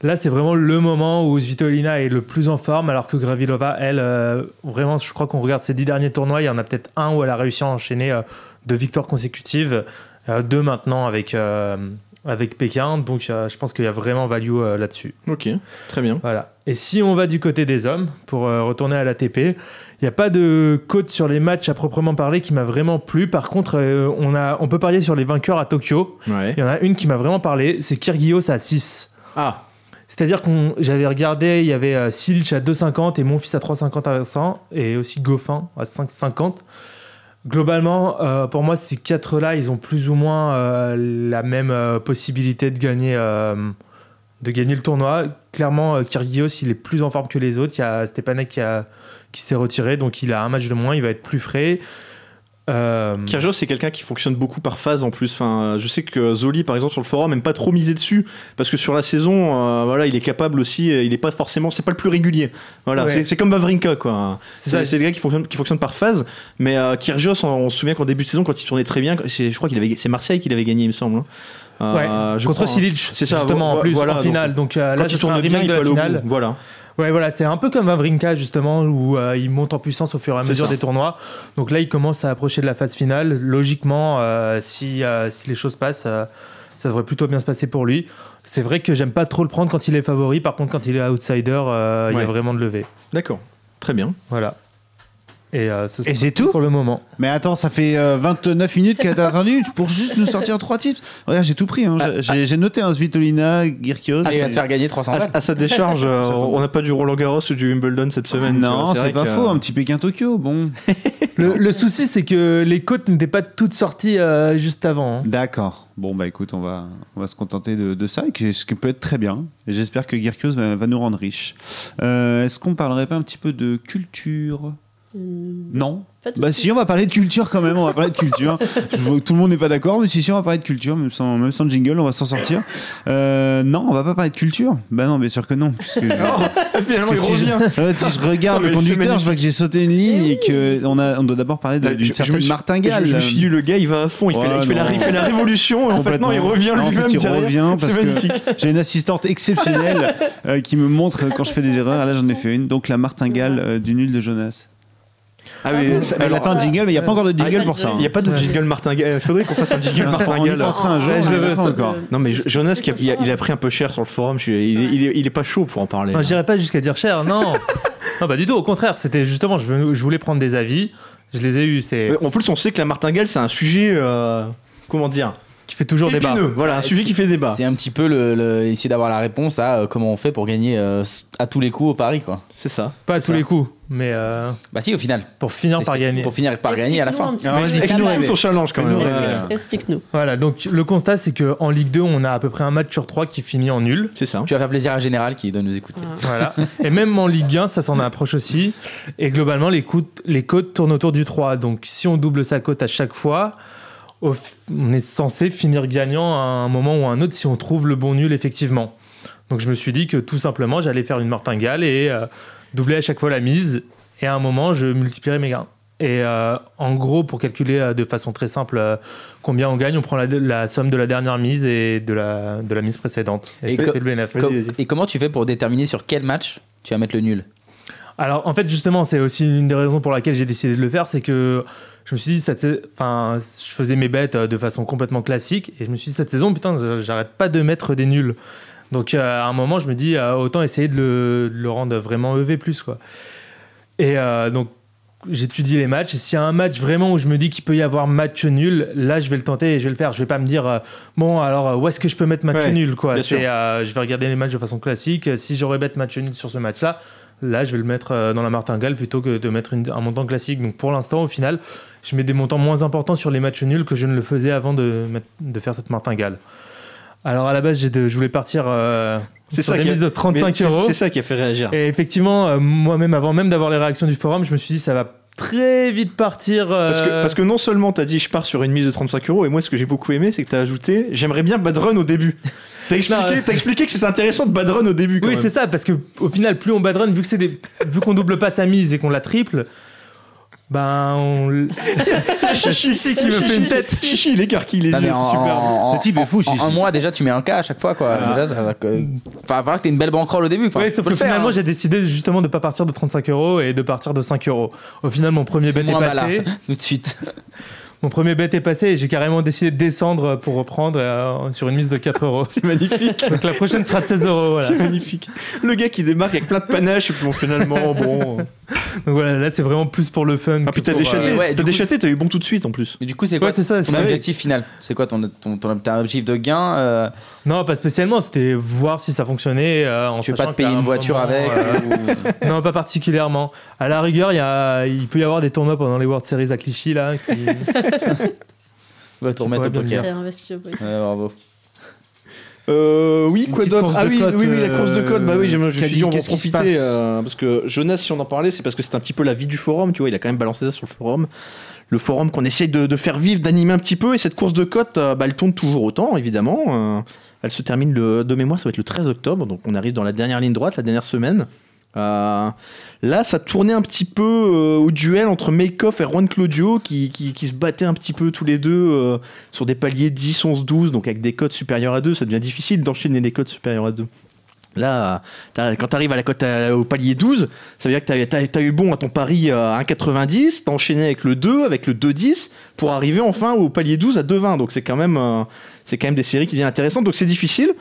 S6: c'est- là c'est vraiment le moment où Svitolina est le plus en forme, alors que Gravilova, elle, euh, vraiment, je crois qu'on regarde ses dix derniers tournois, il y en a peut-être un où elle a réussi à enchaîner euh, deux victoires consécutives, euh, deux maintenant avec, euh, avec Pékin. Donc euh, je pense qu'il y a vraiment value euh, là-dessus.
S3: Ok, très bien.
S6: Voilà. Et si on va du côté des hommes, pour euh, retourner à l'ATP, il n'y a pas de cote sur les matchs à proprement parler qui m'a vraiment plu. Par contre, euh, on, a, on peut parier sur les vainqueurs à Tokyo.
S3: Ouais.
S6: Il y en a une qui m'a vraiment parlé, c'est Kyrgios à 6.
S3: Ah,
S6: C'est-à-dire qu'on j'avais regardé, il y avait euh, Silch à 2,50 et Monfils à 3,50 à 100 et aussi Goffin à 5,50. Globalement, euh, pour moi, ces quatre-là, ils ont plus ou moins euh, la même euh, possibilité de gagner, euh, de gagner le tournoi. Clairement, euh, Kyrgios, il est plus en forme que les autres. Il y a Stepanek qui, a- qui s'est retiré, donc il a un match de moins, il va être plus frais. Euh,
S3: Kyrgios, c'est quelqu'un qui fonctionne beaucoup par phase en plus. Enfin, euh, je sais que Zoli, par exemple, sur le forum, aime pas trop miser dessus parce que sur la saison, euh, voilà, il est capable aussi. euh, Il est pas forcément, c'est pas le plus régulier. Voilà,
S6: Ouais.
S3: c'est- c'est comme Vavrinka, quoi.
S6: c'est ça,
S3: C'est c'est le gars qui fonctionne, qui fonctionne par phase. Mais euh, Kyrgios, on, on se souvient qu'en début de saison, quand il tournait très bien, c'est- je crois qu'il avait, c'est Marseille qu'il avait gagné, il me semble. hein. Euh,
S6: ouais,
S3: je
S6: contre
S3: crois, hein.
S6: Silic,
S3: C'est ça,
S6: justement,
S3: vo-
S6: en plus,
S3: voilà,
S6: en
S3: donc,
S6: finale. Donc, euh,
S3: Quand
S6: là,
S3: il
S6: je serai un
S3: tourne bien,
S6: remake
S3: il
S6: de la
S3: peut aller au bout.
S6: finale.
S3: Voilà.
S6: Ouais, voilà, c'est un peu comme Vavrinka, justement, où euh, il monte en puissance au fur et à
S3: C'est
S6: mesure
S3: ça.
S6: des tournois. Donc là, il commence à approcher de la phase finale. Logiquement, euh, si, euh, si les choses passent, euh, ça devrait plutôt bien se passer pour lui. C'est vrai que j'aime pas trop le prendre quand il est favori. Par contre, quand il est outsider, euh, il y
S3: Ouais.
S6: a vraiment de lever.
S3: D'accord. Très bien.
S6: Voilà. Et, euh, ce
S1: Et
S6: sera
S1: c'est tout
S6: pour le
S3: <laughs>
S6: moment.
S1: Mais attends, ça fait euh, 29 minutes qu'elle t'a attendu pour juste nous sortir trois tips. Regarde, j'ai tout pris. hein. J'ai j'ai noté un Svitolina, Girkios.
S4: Ah, il va te faire gagner 300
S3: À,
S4: balles.
S3: à sa décharge,
S1: <laughs>
S3: euh,
S1: J'attends.
S3: on n'a pas du Roland Garros ou du Wimbledon cette semaine. tu
S1: Non,
S3: vois,
S1: c'est
S3: vrai
S1: pas
S3: que- euh,
S1: <laughs> faux. Un petit Pékin Tokyo, bon.
S6: Le, le souci, c'est que les côtes n'étaient pas toutes sorties euh, juste avant. hein.
S1: D'accord. Bon, bah écoute, on va, on va se contenter de, de ça, et que- ce qui peut être très bien. Et j'espère que Girkios va, va nous rendre riches. Euh, Est-ce qu'on parlerait pas un petit peu de culture
S8: Hum,
S1: Non
S8: Pas tout de
S7: Bah
S8: suite.
S7: si, on va parler de culture quand même, on va parler de
S8: <laughs>
S7: culture. Je vois que tout le monde n'est pas d'accord, mais si, si, on va parler de culture, même sans, même sans jingle, on va s'en sortir. Euh, non, on va pas parler de culture. Bah non, bien sûr que non. puisque-
S3: <laughs>
S1: Oh,
S3: Finalement,
S7: parce que si, je, euh, si je regarde
S3: Ah,
S7: le
S3: Non, mais c'est
S7: conducteur, je vois que j'ai sauté une ligne
S8: Eh
S7: et que on, a, on doit d'abord parler de-
S3: Bah, Je-
S7: d'une
S3: je me
S7: certaine
S3: suis-
S7: martingale.
S3: Je, je me suis dit, le gars, il va à fond, il, fait, la- il
S7: Ouais,
S3: fait la,
S7: non.
S3: il fait la révolution, et en fait, non, il revient
S7: Non, en fait,
S3: lui-même.
S7: il
S3: derrière.
S7: revient parce
S3: C'est
S7: que-
S3: magnifique.
S7: J'ai une assistante
S3: <laughs>
S7: exceptionnelle euh, qui me montre quand je fais des erreurs. Et là, j'en ai fait une. Donc la martingale euh, du nul de Jonas.
S3: Ah, mais
S8: bon,
S3: ça-
S7: Elle
S3: alors, euh,
S7: attend un jingle, mais il n'y a pas encore de jingle
S8: Ah,
S7: pour ça. hein.
S3: il n'y a pas de jingle martingale. Il faudrait qu'on fasse un
S7: <laughs>
S3: jingle
S7: Ah, enfin, on y
S3: martingale.
S7: pensera un jour,
S3: Ouais,
S7: on
S3: je
S7: y
S3: le veux,
S7: pensera
S3: ça.
S7: encore.
S3: Non, mais
S8: C'est-
S3: Jonas,
S8: c'est
S3: qui a-
S8: sur
S3: il, a,
S8: forum.
S3: il a pris un peu cher sur le forum. je suis- il, est- il est- il est pas chaud pour en parler.
S6: Non, j'irais pas jusqu'à dire cher, non. <laughs> non, bah du tout, au contraire, c'était justement, je, veux- je voulais prendre des avis, je les ai eus, c'est
S3: Ouais, En plus, on sait que la martingale, c'est un sujet. euh, Comment dire
S6: qui fait toujours débat.
S3: Épineux, Voilà, un sujet qui fait
S7: Ah,
S3: débat.
S4: C'est un petit peu le, le- essayer d'avoir la réponse à euh, comment on fait pour gagner euh, à tous les coups au pari quoi.
S3: C'est ça.
S6: Pas à
S3: C'est
S6: tous
S3: ça.
S6: les coups, mais euh,
S4: Bah si au final.
S6: pour finir
S4: Et
S6: par
S4: c'est-
S6: gagner.
S4: Pour finir par gagner à la
S8: Explique-nous
S4: fin.
S8: un petit
S7: Alors,
S8: peu
S7: vas-y,
S8: la
S7: explique-nous,
S8: base.
S7: Rémi.
S3: Ton challenge, quand même.
S7: Fais-nous
S3: Ouais.
S7: rêver.
S8: Explique- Explique-nous.
S6: Voilà, donc le constat, c'est qu'en Ligue 2, on a à peu près un match sur trois qui finit en nul.
S3: C'est ça.
S4: Tu vas faire plaisir à Général qui doit nous écouter.
S8: Ah.
S6: Voilà. Et même en Ligue 1, ça s'en approche aussi. Et globalement, les, coûts- les cotes tournent autour du 3. Donc si on double sa cote à chaque fois, au fi- on est censé finir gagnant à un moment ou à un autre si on trouve le bon nul effectivement. Donc je me suis dit que tout simplement, j'allais faire une martingale et euh, doubler à chaque fois la mise. Et à un moment, je multiplierai mes gains. Et euh, en gros, pour calculer euh, de façon très simple euh, combien on gagne, on prend la, la somme de la dernière mise et de la, de la mise précédente. Et,
S4: Et
S6: ça
S4: que-
S6: fait le bénéfice.
S3: Vas-y,
S4: Com-
S3: vas-y.
S4: Et comment tu fais pour déterminer sur quel match tu vas mettre le nul
S6: Alors en fait justement c'est aussi une des raisons pour laquelle j'ai décidé de le faire, c'est que je me suis dit cette, sais- enfin je faisais mes bêtes euh, de façon complètement classique et je me suis dit cette saison putain je- j'arrête pas de mettre des nuls. Donc euh, à un moment je me dis euh, autant essayer de le, de le rendre vraiment EV plus quoi. Et euh, donc j'étudie les matchs et s'il y a un match vraiment où je me dis qu'il peut y avoir match nul, là je vais le tenter et je vais le faire. Je vais pas me dire euh, bon alors euh, où est-ce que je peux mettre match
S3: Ouais,
S6: nul quoi.
S3: bien sûr.
S6: C'est euh, je vais regarder les matchs de façon classique. euh, Si j'aurais bête match nul sur ce match là, là je vais le mettre euh, dans la martingale plutôt que de mettre une- un montant classique. Donc pour l'instant au final je mets des montants moins importants sur les matchs nuls que je ne le faisais avant de, mettre- de faire cette martingale. Alors à la base j'ai de- je voulais partir euh,
S3: C'est
S6: sur
S3: ça
S6: des
S3: qui a-
S6: mises de
S3: Mais
S6: 35
S3: c'est-
S6: euros.
S3: C'est ça qui a fait réagir.
S6: Et effectivement, euh, moi-même, avant même d'avoir les réactions du forum, je me suis dit ça va très vite partir. euh,
S3: Parce que, parce que non seulement t'as dit je pars sur une mise de 35 euros, et moi ce que j'ai beaucoup aimé c'est que t'as ajouté j'aimerais bien Bad Run au début. T'as expliqué,
S6: euh,
S3: t'as expliqué que c'était intéressant de Bad Run au début. Quand
S6: Oui,
S3: même.
S6: c'est ça, parce que au final, plus on badrun, vu que c'est des, vu qu'on double pas sa mise et qu'on la triple, ben
S3: <laughs>
S6: on. l- Chichi qui me fait une tête.
S3: Chichi, il écarquille les
S4: Non,
S3: yeux,
S4: mais
S3: c'est
S4: en-
S3: super.
S4: en-
S7: Ce type est
S4: en-
S7: fou, si,
S4: en-
S7: si.
S4: En un mois déjà tu mets un cas à chaque fois quoi.
S7: Ah.
S4: Déjà, ça va que- Enfin, va falloir que t'aies une belle banquerolle au début. Enfin,
S6: Ouais,
S4: faut
S6: sauf
S4: le
S6: que
S4: faire,
S6: finalement,
S4: hein.
S6: j'ai décidé justement de pas partir de 35 euros et de partir de 5 euros. Au final, mon premier bet est
S4: Moins
S6: passé.
S4: malin, tout de suite.
S6: Mon premier bet est passé et j'ai carrément décidé de descendre pour reprendre euh, sur une mise de 4 euros.
S3: C'est magnifique,
S6: Donc la prochaine sera de 16 euros. Voilà.
S3: c'est magnifique. Le gars qui démarque avec plein de panache, et puis bon, finalement, bon.
S6: Donc voilà, là c'est vraiment plus pour le fun.
S3: Ah,
S6: que
S3: puis t'as
S6: pour,
S3: déchaté,
S4: euh, ouais,
S3: t'as
S4: du coup,
S3: déchaté, t'as eu bon tout de suite en plus.
S4: Mais du coup, c'est
S6: Ouais,
S4: quoi
S6: c'est ça.
S4: ton
S6: c'est-
S4: objectif final C'est quoi ton, ton, ton, t'as un objectif de gain euh,
S6: Non, pas spécialement. C'était voir si ça fonctionnait. euh, en
S4: Tu veux pas
S6: sachant
S4: te payer
S6: qu'à un
S4: une voiture
S6: moment,
S4: avec
S6: euh,
S4: ou-
S6: <laughs> Non, pas particulièrement. À la rigueur, il y a- il peut y avoir des tournois pendant les World Series à Clichy là. qui-
S4: Va te remettre
S6: pourrais
S4: au poker.
S6: bien me
S4: Ouais,
S8: J'ai investi au poker.
S4: bravo.
S3: Euh, oui,
S7: Une
S3: quoi
S7: petite
S3: d'autre
S7: course
S3: Ah
S7: de
S3: oui,
S7: côte,
S3: oui, oui, la course de code. Bah oui, j'aime- je me suis
S7: Caddy,
S3: dit, on va en
S7: qu'est-ce qui se
S3: profiter.
S7: passe
S3: euh, parce que Jonas, si on en parlait, c'est parce que c'est un petit peu la vie du forum. Tu vois, il a quand même balancé ça sur le forum. Le forum qu'on essaye de, de faire vivre, d'animer un petit peu. Et cette course de côte, euh, bah, elle tourne toujours autant, évidemment. Euh, elle se termine le, de mémoire, ça va être le 13 octobre. Donc on arrive dans la dernière ligne droite, la dernière semaine. Euh, là, ça tournait un petit peu euh, au duel entre Makeoff et Juan Claudio qui, qui, qui se battaient un petit peu tous les deux euh, sur des paliers 10, 11, 12. Donc avec des cotes supérieures à 2, ça devient difficile d'enchaîner les cotes supérieures à 2. Là, t'as- quand tu arrives à la cote à- au palier 12, ça veut dire que tu as, eu bon à ton pari euh, à 1,90, t'as enchaîné avec le 2, avec le 2,10, pour arriver enfin au palier 12 à 2,20. Donc c'est quand même... euh, c'est quand même des séries qui deviennent intéressantes, donc c'est difficile.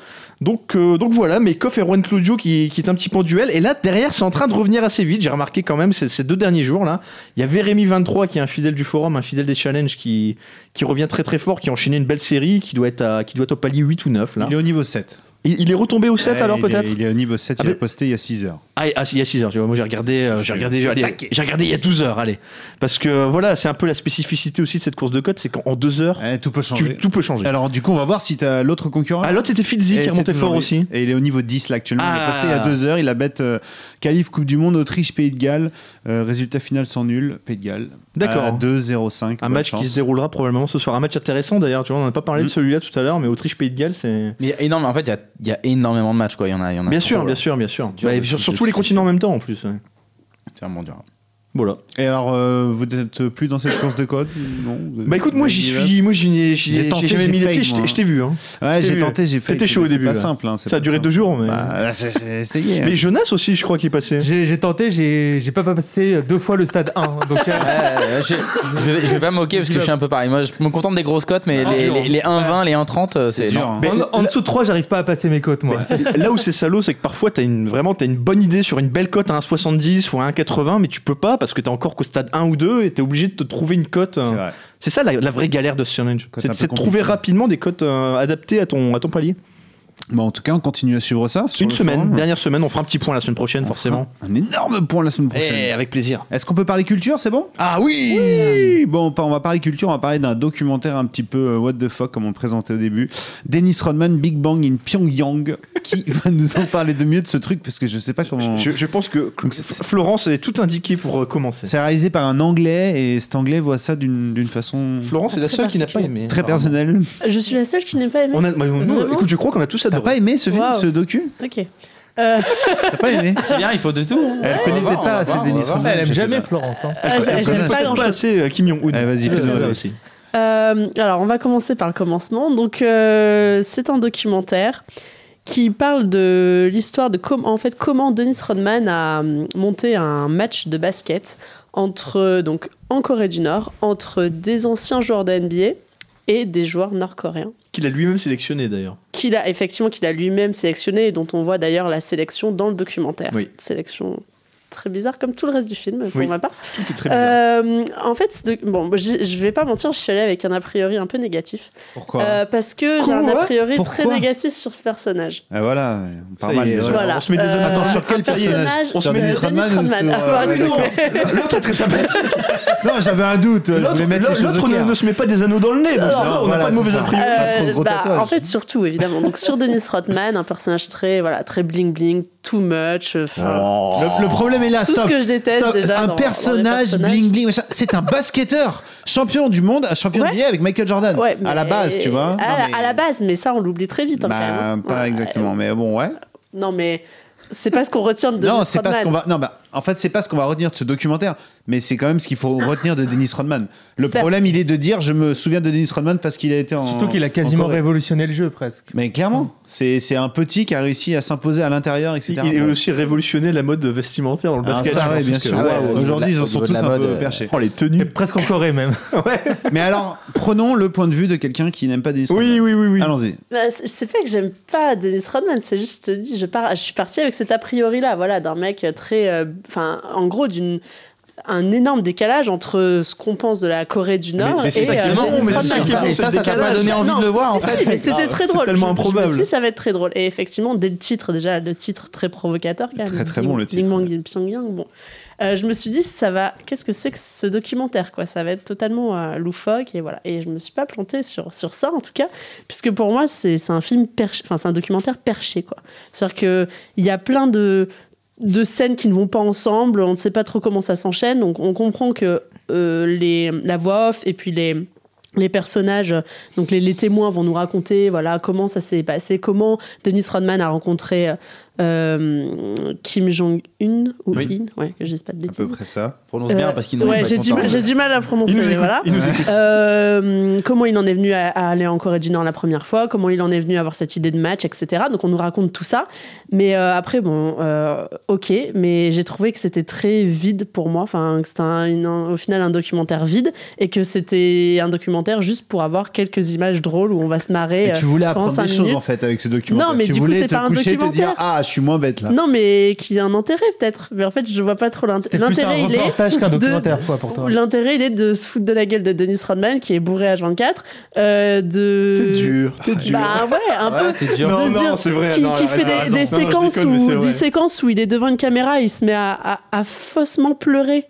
S3: Donc, euh, donc voilà, mais Koff et Juan Claudio qui, qui est un petit peu en duel. Et là, derrière, c'est en train de revenir assez vite. J'ai remarqué quand même ces, ces deux derniers jours là. Il y avait Rémi23 qui est un fidèle du forum, un fidèle des challenges qui, qui revient très très fort, qui a enchaîné une belle série, qui doit être, à- qui doit être au palier 8 ou 9. Là.
S7: Il est au niveau 7.
S3: Il, il est retombé au 7
S1: Ouais,
S3: alors
S1: il est-
S3: peut-être
S1: Il est au niveau 7,
S3: Ah,
S1: il a
S3: mais-
S1: posté il y a 6 heures.
S3: Ah, ah, il y a 6 heures, tu vois. Moi, j'ai regardé, euh, j'ai regardé, j'ai- allez, j'ai regardé il y a 12 heures, allez. Parce que euh, voilà, c'est un peu la spécificité aussi de cette course de côte, c'est qu'en 2 heures,
S1: Eh, tout peut
S3: tu-
S1: changer.
S3: tout peut changer.
S1: Alors, du coup, on va voir si t'as l'autre concurrent.
S3: Ah, l'autre, c'était Fizzy
S1: Et
S3: qui
S1: c'est
S3: remontait
S1: toujours
S3: fort
S1: lui.
S3: aussi.
S1: Et il est au niveau 10 là actuellement. Il est
S3: Ah.
S1: posté il y a 2 heures. Il a bête euh, qualif Coupe du Monde, Autriche, Pays de Galles. Euh, résultat final sans nul, Pays de Galles.
S3: D'accord.
S1: À 2-0-5.
S3: Un
S1: bonne
S3: match
S1: chance.
S3: qui se déroulera probablement ce soir. Un match intéressant d'ailleurs, tu vois, on n'a pas parlé
S1: Mm.
S3: de celui-là tout à l'heure, mais Autriche-Pays de Galles, c'est.
S4: Mais il y a énorme, en fait, il y a- il y, a énormément de matchs, quoi. Il y en a, il y en a
S3: Bien sûr,
S4: voilà.
S3: bien sûr, bien sûr.
S4: Dur
S3: Bah, et
S4: de-
S3: sur, sur
S4: de-
S3: tous les continents en même temps en plus. ouais.
S4: C'est vraiment dur.
S3: Voilà.
S1: Et alors, euh, vous n'êtes plus dans cette course de code Non vous avez-
S3: Bah écoute, moi j'y
S1: vous avez-
S3: suis, moi j'y ai, j'y
S1: J'ai
S3: ai-
S1: tenté,
S3: j'ai jamais
S1: j'ai
S3: mis les
S1: fake,
S3: pieds, je
S1: moi.
S3: t'ai- je t'ai vu. hein.
S1: Ouais,
S3: T'es
S1: j'ai
S3: vu.
S1: tenté, j'ai fait.
S3: T'étais chaud au
S1: c'est
S3: début,
S1: pas
S3: ouais.
S1: simple. hein, c'est
S3: Ça a
S1: pas
S3: duré
S1: simple.
S3: deux jours, mais.
S1: Bah, <laughs> j'ai- j'ai essayé. hein.
S3: Mais Jonas aussi, je crois qu'il est passé.
S6: J'ai j'ai tenté, j'ai j'ai pas passé deux fois le stade 1. Donc, euh,
S4: je, je vais, je vais pas me moquer parce que je suis un peu pareil. Moi, je me contente des grosses cotes, mais
S6: Ah,
S4: les,
S6: dur.
S4: les, les 1,20, les 1,30, euh,
S1: C'est
S4: c'est
S1: dur.
S4: non.
S1: hein.
S3: Mais-
S6: en, en dessous de 3, j'arrive pas à passer mes cotes, moi.
S3: Là où c'est salaud, c'est que parfois t'as une, vraiment t'as une bonne idée sur une belle cote à 1,70 ou à 1,80, mais tu peux pas parce que t'es encore qu'au stade 1 ou 2 et t'es obligé de te trouver une cote. euh,
S1: C'est vrai.
S3: C'est ça la, la vraie galère de ce challenge.
S1: Cote un
S3: C'est
S1: peu
S3: c'est de trouver
S1: compliquée.
S3: rapidement des cotes euh, adaptées à ton, à ton palier.
S1: Bon, en tout cas, on continue à suivre ça. sur
S3: Une
S1: le
S3: semaine,
S1: forum. hein.
S3: dernière semaine, on fera un petit point la semaine prochaine,
S1: On
S3: forcément.
S1: fera Un énorme point la semaine prochaine.
S8: Eh,
S3: Et avec plaisir.
S4: Eh.
S1: Est-ce qu'on peut parler culture, c'est bon
S3: Ah oui,
S1: Oui Bon, on par- on va parler culture, on va parler d'un documentaire un petit peu euh, what the fuck, comme on le présentait au début. Dennis Rodman, Big Bang in
S4: <laughs>
S1: Pyongyang, qui va nous en parler de mieux de ce truc, parce que je sais pas comment...
S3: je, je pense que
S1: Donc, c'est-
S3: Florence est tout indiquée pour euh, commencer.
S1: C'est réalisé par un Anglais, et cet Anglais voit ça d'une d'une façon
S3: Florence est la
S8: Très
S3: seule qui n'a pas
S8: particulier.
S3: aimé.
S1: très
S3: apparemment.
S1: personnelle.
S8: Je suis la seule qui n'ai pas aimé.
S3: On a, bah, nous,
S8: Vraiment
S3: écoute, je crois qu'on a tous
S1: T'as
S3: adoré.
S1: pas aimé ce film,
S8: Wow.
S1: ce docu
S8: Ok. Euh,
S1: T'as pas aimé
S4: C'est bien, il faut de tout.
S1: Elle
S4: Ouais,
S1: connaît
S4: on va
S1: peut-être
S4: voir, on
S1: pas,
S4: va
S1: c'est
S4: voir,
S1: Dennis
S4: on va
S1: Rodman.
S6: Elle aime
S1: je sais
S6: jamais
S1: pas.
S6: Florence. hein.
S3: Elle
S8: Ah,
S3: connaît-
S8: j'ai-
S3: elle
S8: j'aime
S3: connaît
S8: pas
S3: peut-être
S8: grand-chose.
S3: assez euh, Kim Jong-un.
S1: bah, Eh, vas-y, fais-nous
S3: Là
S1: rêver.
S3: aussi.
S8: Euh, alors, on va commencer par le commencement. Donc, euh, c'est un documentaire qui parle de l'histoire de com- en fait, comment Dennis Rodman a hum, monté un match de basket entre, donc, en Corée du Nord entre des anciens joueurs de NBA et des joueurs nord-coréens
S3: Qu'il a lui-même sélectionné d'ailleurs.
S8: qu'il a effectivement qu'il a lui-même sélectionné et dont on voit d'ailleurs la sélection dans le documentaire.
S3: Oui.
S8: Sélection très bizarre comme tout le reste du film pour
S3: Oui.
S8: ma part.
S3: Tout est très bizarre.
S8: Euh, en fait, ce doc- bon, j'ai- je vais pas mentir, je suis allée avec un a priori un peu négatif.
S1: Pourquoi
S8: Euh, parce que j'ai un a
S3: Quoi
S8: priori très
S1: Pourquoi
S8: négatif sur ce personnage.
S1: Ah, Voilà, on
S3: Ça
S1: parle
S3: y
S1: mal
S3: est,
S1: déjà.
S8: Voilà.
S3: on se met des
S8: Euh,
S1: Attends, sur quel
S8: un personnage
S1: personnage
S3: On se
S1: Sur
S3: met
S1: Dennis
S8: Euh, Dennis
S1: Rodman ou sur...
S8: Rodman.
S1: ouais,
S8: Ah, bah,
S1: d'accord.
S8: non, mais-
S3: L'autre est très sympa.
S1: Non, j'avais un doute, euh, je voulais mettre les
S3: L'autre
S1: choses au
S3: l'autre ne,
S1: clair.
S3: ne se met pas des anneaux dans le nez, donc
S8: Non,
S3: ça va, on n'a
S1: voilà,
S3: pas de
S1: c'est
S3: mauvais
S1: ça.
S3: a priori.
S1: Pas trop de gros
S8: bah,
S1: tatouages.
S8: en fait, surtout évidemment. Donc sur Dennis Rodman, un personnage très voilà très bling bling, too much, euh, enfin,
S1: Le, le problème est là, Oh,
S8: tout
S1: stop.
S8: ce que je déteste
S1: Stop,
S8: déjà.
S1: un
S8: dans- dans les
S1: personnage
S8: personnages.
S1: bling bling, machin. c'est un basketteur, champion du monde, un champion
S8: Ouais.
S1: de NBA avec Michael Jordan.
S8: Ouais,
S1: à la
S8: mais-
S1: base, tu vois.
S8: À,
S1: Non,
S8: la-
S1: mais-
S8: à la base, mais ça on l'oublie très vite. hein,
S1: Bah,
S8: quand même.
S1: pas
S8: Ouais.
S1: exactement, mais bon, ouais.
S8: Non mais c'est pas ce qu'on retient de Dennis
S1: non, c'est pas ce
S8: Rodman.
S1: qu'on va. Non, bah, en fait, c'est pas ce qu'on va retenir de ce documentaire, mais c'est quand même ce qu'il faut retenir de Dennis Rodman. Le
S8: Certes.
S1: problème, il est de dire, je me souviens de Dennis Rodman parce qu'il a été en.
S6: Surtout qu'il a quasiment
S1: en Corée.
S6: révolutionné le jeu, presque.
S1: Mais clairement, c'est c'est un petit qui a réussi à s'imposer à l'intérieur, etc.
S3: Il, il a
S1: Bon.
S3: aussi révolutionné la mode vestimentaire dans le
S1: Ah,
S3: basket.
S1: ça,
S3: je
S1: ouais,
S3: pense,
S1: bien
S3: parce que-
S1: sûr.
S4: Ah ouais, au niveau de
S1: Aujourd'hui,
S4: la-
S1: ils
S4: au
S1: en sont
S4: niveau de
S1: tous
S4: la
S1: un peu
S4: mode, euh,
S1: perchés.
S3: Oh, les
S6: Et
S3: tenues.
S6: presque en Corée, même.
S1: Mais alors, prenons le point de vue de quelqu'un qui n'aime pas Dennis Rodman.
S3: Oui, oui, oui, oui.
S1: Allons-y.
S8: Bah, c'est c'est pas que j'aime pas Dennis Rodman, c'est juste, je te dis, je, pars, je suis partie avec cet a priori-là, voilà, d'un mec très. euh, Enfin, en gros, d'une un énorme décalage entre ce qu'on pense de la Corée du Nord
S3: mais c'est
S8: et
S3: ça qui est
S8: euh,
S3: marrant,
S8: Dennis
S3: mais c'est ça
S8: Rodman.
S3: qui est marrant,
S4: Et ça,
S3: ce
S4: ça t'a pas
S3: décalage.
S4: donné envie
S8: Non,
S4: de le voir, en
S8: si,
S4: fait.
S8: si, mais
S1: Ah,
S8: c'était
S3: grave,
S8: très
S3: c'est
S8: drôle.
S3: tellement
S8: Je- Je,
S3: improbable.
S8: me suis dit, ça va être très drôle. Et effectivement, dès le titre, déjà, le titre très provocateur, quand même.
S1: Très, très bon, le
S8: Bing
S1: titre,
S8: Bang
S1: ouais.
S8: in Pyongyang, Bon. Euh, je me suis dit, ça va. Qu'est-ce que c'est que ce documentaire, quoi Ça va être totalement euh, loufoque et voilà. Et je me suis pas plantée sur sur ça, en tout cas, puisque pour moi, c'est c'est un film perché, enfin c'est un documentaire perché, quoi. C'est-à-dire que il y a plein de de scènes qui ne vont pas ensemble. On ne sait pas trop comment ça s'enchaîne. Donc on comprend que euh, les la voix off et puis les les personnages, donc les, les témoins vont nous raconter voilà comment ça s'est passé, comment Dennis Rodman a rencontré euh, Kim Jong-un ou
S3: Oui.
S8: In, ouais, que je dise pas de
S1: À
S8: bêtises.
S1: peu près ça.
S4: Prononce bien
S8: Euh,
S4: parce qu'il nous
S8: ouais,
S4: répète
S8: j'ai du,
S4: encore.
S8: mal- j'ai du mal à prononcer.
S3: Il nous écoute,
S8: voilà.
S3: il nous écoute.
S8: Euh, comment il en est venu à, à aller en Corée du Nord la première fois, comment il en est venu à avoir cette idée de match, etc. Donc on nous raconte tout ça. Mais euh, après, bon, euh, ok, mais j'ai trouvé que c'était très vide pour moi, enfin, que c'était un- une- un- au final un documentaire vide et que c'était un documentaire juste pour avoir quelques images drôles où on va se marrer. euh,
S1: Et tu voulais apprendre
S8: cinq
S1: des choses
S8: minutes.
S1: en fait avec ce documentaire.
S8: Non, mais
S1: tu
S8: du coup,
S1: voulais
S8: c'est
S1: te
S8: pas un
S1: coucher et te dire
S8: documentaire.
S1: Ah, je
S7: je suis moins bête là.
S8: Non, mais qu'il y a un intérêt peut-être. Mais en fait, je vois pas trop l'intérêt.
S6: C'était plus un
S8: L'intérêt, il est.
S6: reportage qu'un
S8: de-
S6: documentaire, quoi, pour toi.
S8: L'intérêt, il est de se foutre de la gueule de Dennis Rodman, qui est bourré à 24. euh, de.
S3: T'es dur, t'es dur.
S8: Bah ouais, un peu.
S4: Ouais, t'es dur.
S8: de se dire
S3: c'est vrai.
S8: qui,
S3: non,
S8: qui
S3: elle a
S8: fait des,
S3: raison.
S8: des
S3: Non, non, je
S8: séquences
S3: déconne, mais c'est
S8: où,
S3: vrai.
S8: des séquences où il est devant une caméra, il se met à, à- à faussement pleurer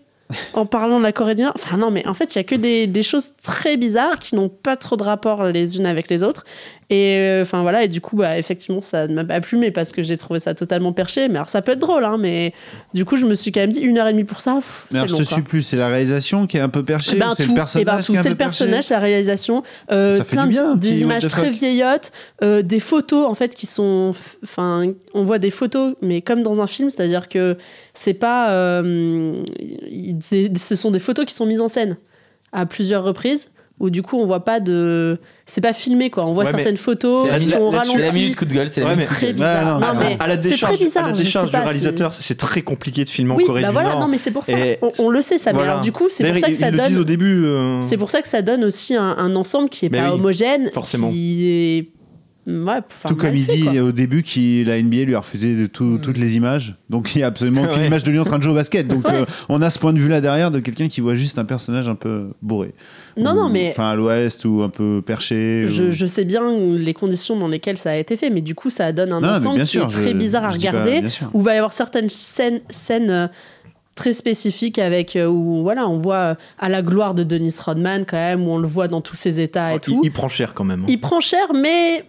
S8: en parlant de la Corée du Nord. Enfin non, mais en fait, il y a que des, des choses très bizarres qui n'ont pas trop de rapport les unes avec les autres. Et euh, enfin voilà, et du coup, bah, effectivement, ça ne m'a pas plu, mais parce que j'ai trouvé ça totalement perché. Mais alors, ça peut être drôle, hein, mais du coup, je me suis quand même dit une heure et demie pour ça. pff,
S7: Mais alors,
S8: c'est
S7: je
S8: long,
S7: te
S8: quoi.
S7: suis plus, c'est la réalisation qui est un peu perchée
S8: Ben,
S7: ou c'est
S8: tout.
S7: le personnage
S8: Eh ben,
S7: qui
S8: tout.
S7: est un peu
S8: C'est le
S7: perché
S8: personnage, c'est la réalisation, euh,
S7: Ça fait
S8: plein
S7: du bien, un
S8: de,
S7: petit
S8: des
S7: what
S8: images
S7: the
S8: très
S7: fuck.
S8: vieillottes, euh, des photos en fait qui sont, enfin, on voit des photos, mais comme dans un film, c'est-à-dire que c'est pas, euh, il- c'est- ce sont des photos qui sont mises en scène à plusieurs reprises. Où du coup on voit pas de, c'est pas filmé quoi. On voit
S3: Ouais, mais
S8: certaines photos
S4: C'est la-
S8: qui
S3: là-dessus,
S8: sont
S4: C'est la minute
S8: ralenties.
S4: coup de gueule, c'est la
S3: Ouais,
S4: minute
S3: mais-
S4: coup de
S8: Très
S4: gueule.
S8: bizarre.
S7: Ouais, non,
S8: Non, mais
S3: à la
S8: c'est
S3: décharge,
S8: très bizarre.
S3: à la
S8: je sais
S3: décharge
S8: pas,
S3: du
S8: c'est-
S3: réalisateur, c'est très compliqué de filmer en
S8: Oui,
S3: Corée
S8: bah
S3: du
S8: voilà.
S3: Nord.
S8: Non, mais c'est pour ça.
S3: Et-
S8: On, on le sait ça.
S3: Voilà.
S8: Mais alors du coup c'est
S3: D'ailleurs,
S8: pour ça que
S3: ils,
S8: ça
S3: ils le
S8: donne.
S3: disent au début. euh,
S7: Mm.
S8: C'est pour ça que ça donne aussi un, un ensemble qui est
S3: Mais
S8: pas
S3: oui,
S8: homogène.
S3: forcément.
S8: Qui est. Ouais, enfin,
S7: Tout comme
S8: mal
S7: il
S8: fait,
S7: dit
S8: quoi.
S7: au début qu'il la NBA lui a refusé de tout-
S6: Mm.
S7: toutes les images, donc il y a absolument aucune
S3: <laughs> Ouais.
S7: image de lui en train de jouer au basket. Donc
S8: Ouais.
S7: euh, on a ce point de vue là derrière de quelqu'un qui voit juste un personnage un peu bourré.
S8: Non,
S7: Ou-
S8: non, mais
S7: Enfin euh, à l'ouest ou un peu perché.
S8: je,
S7: ou-
S8: je sais bien les conditions dans lesquelles ça a été fait, mais du coup, ça donne un
S7: Non, non, mais
S8: ensemble
S7: bien
S8: qui
S7: sûr,
S8: est très
S7: je-
S8: bizarre à
S7: je dis pas-
S8: regarder.
S7: bien sûr.
S8: où va y avoir certaines scènes, scènes euh, très spécifiques avec euh, où voilà, on voit euh, à la gloire de Dennis Rodman quand même, où on le voit dans tous ses états et
S7: Oh,
S3: alors, il,
S8: tout.
S3: il prend cher quand même.
S8: Il, prend cher, mais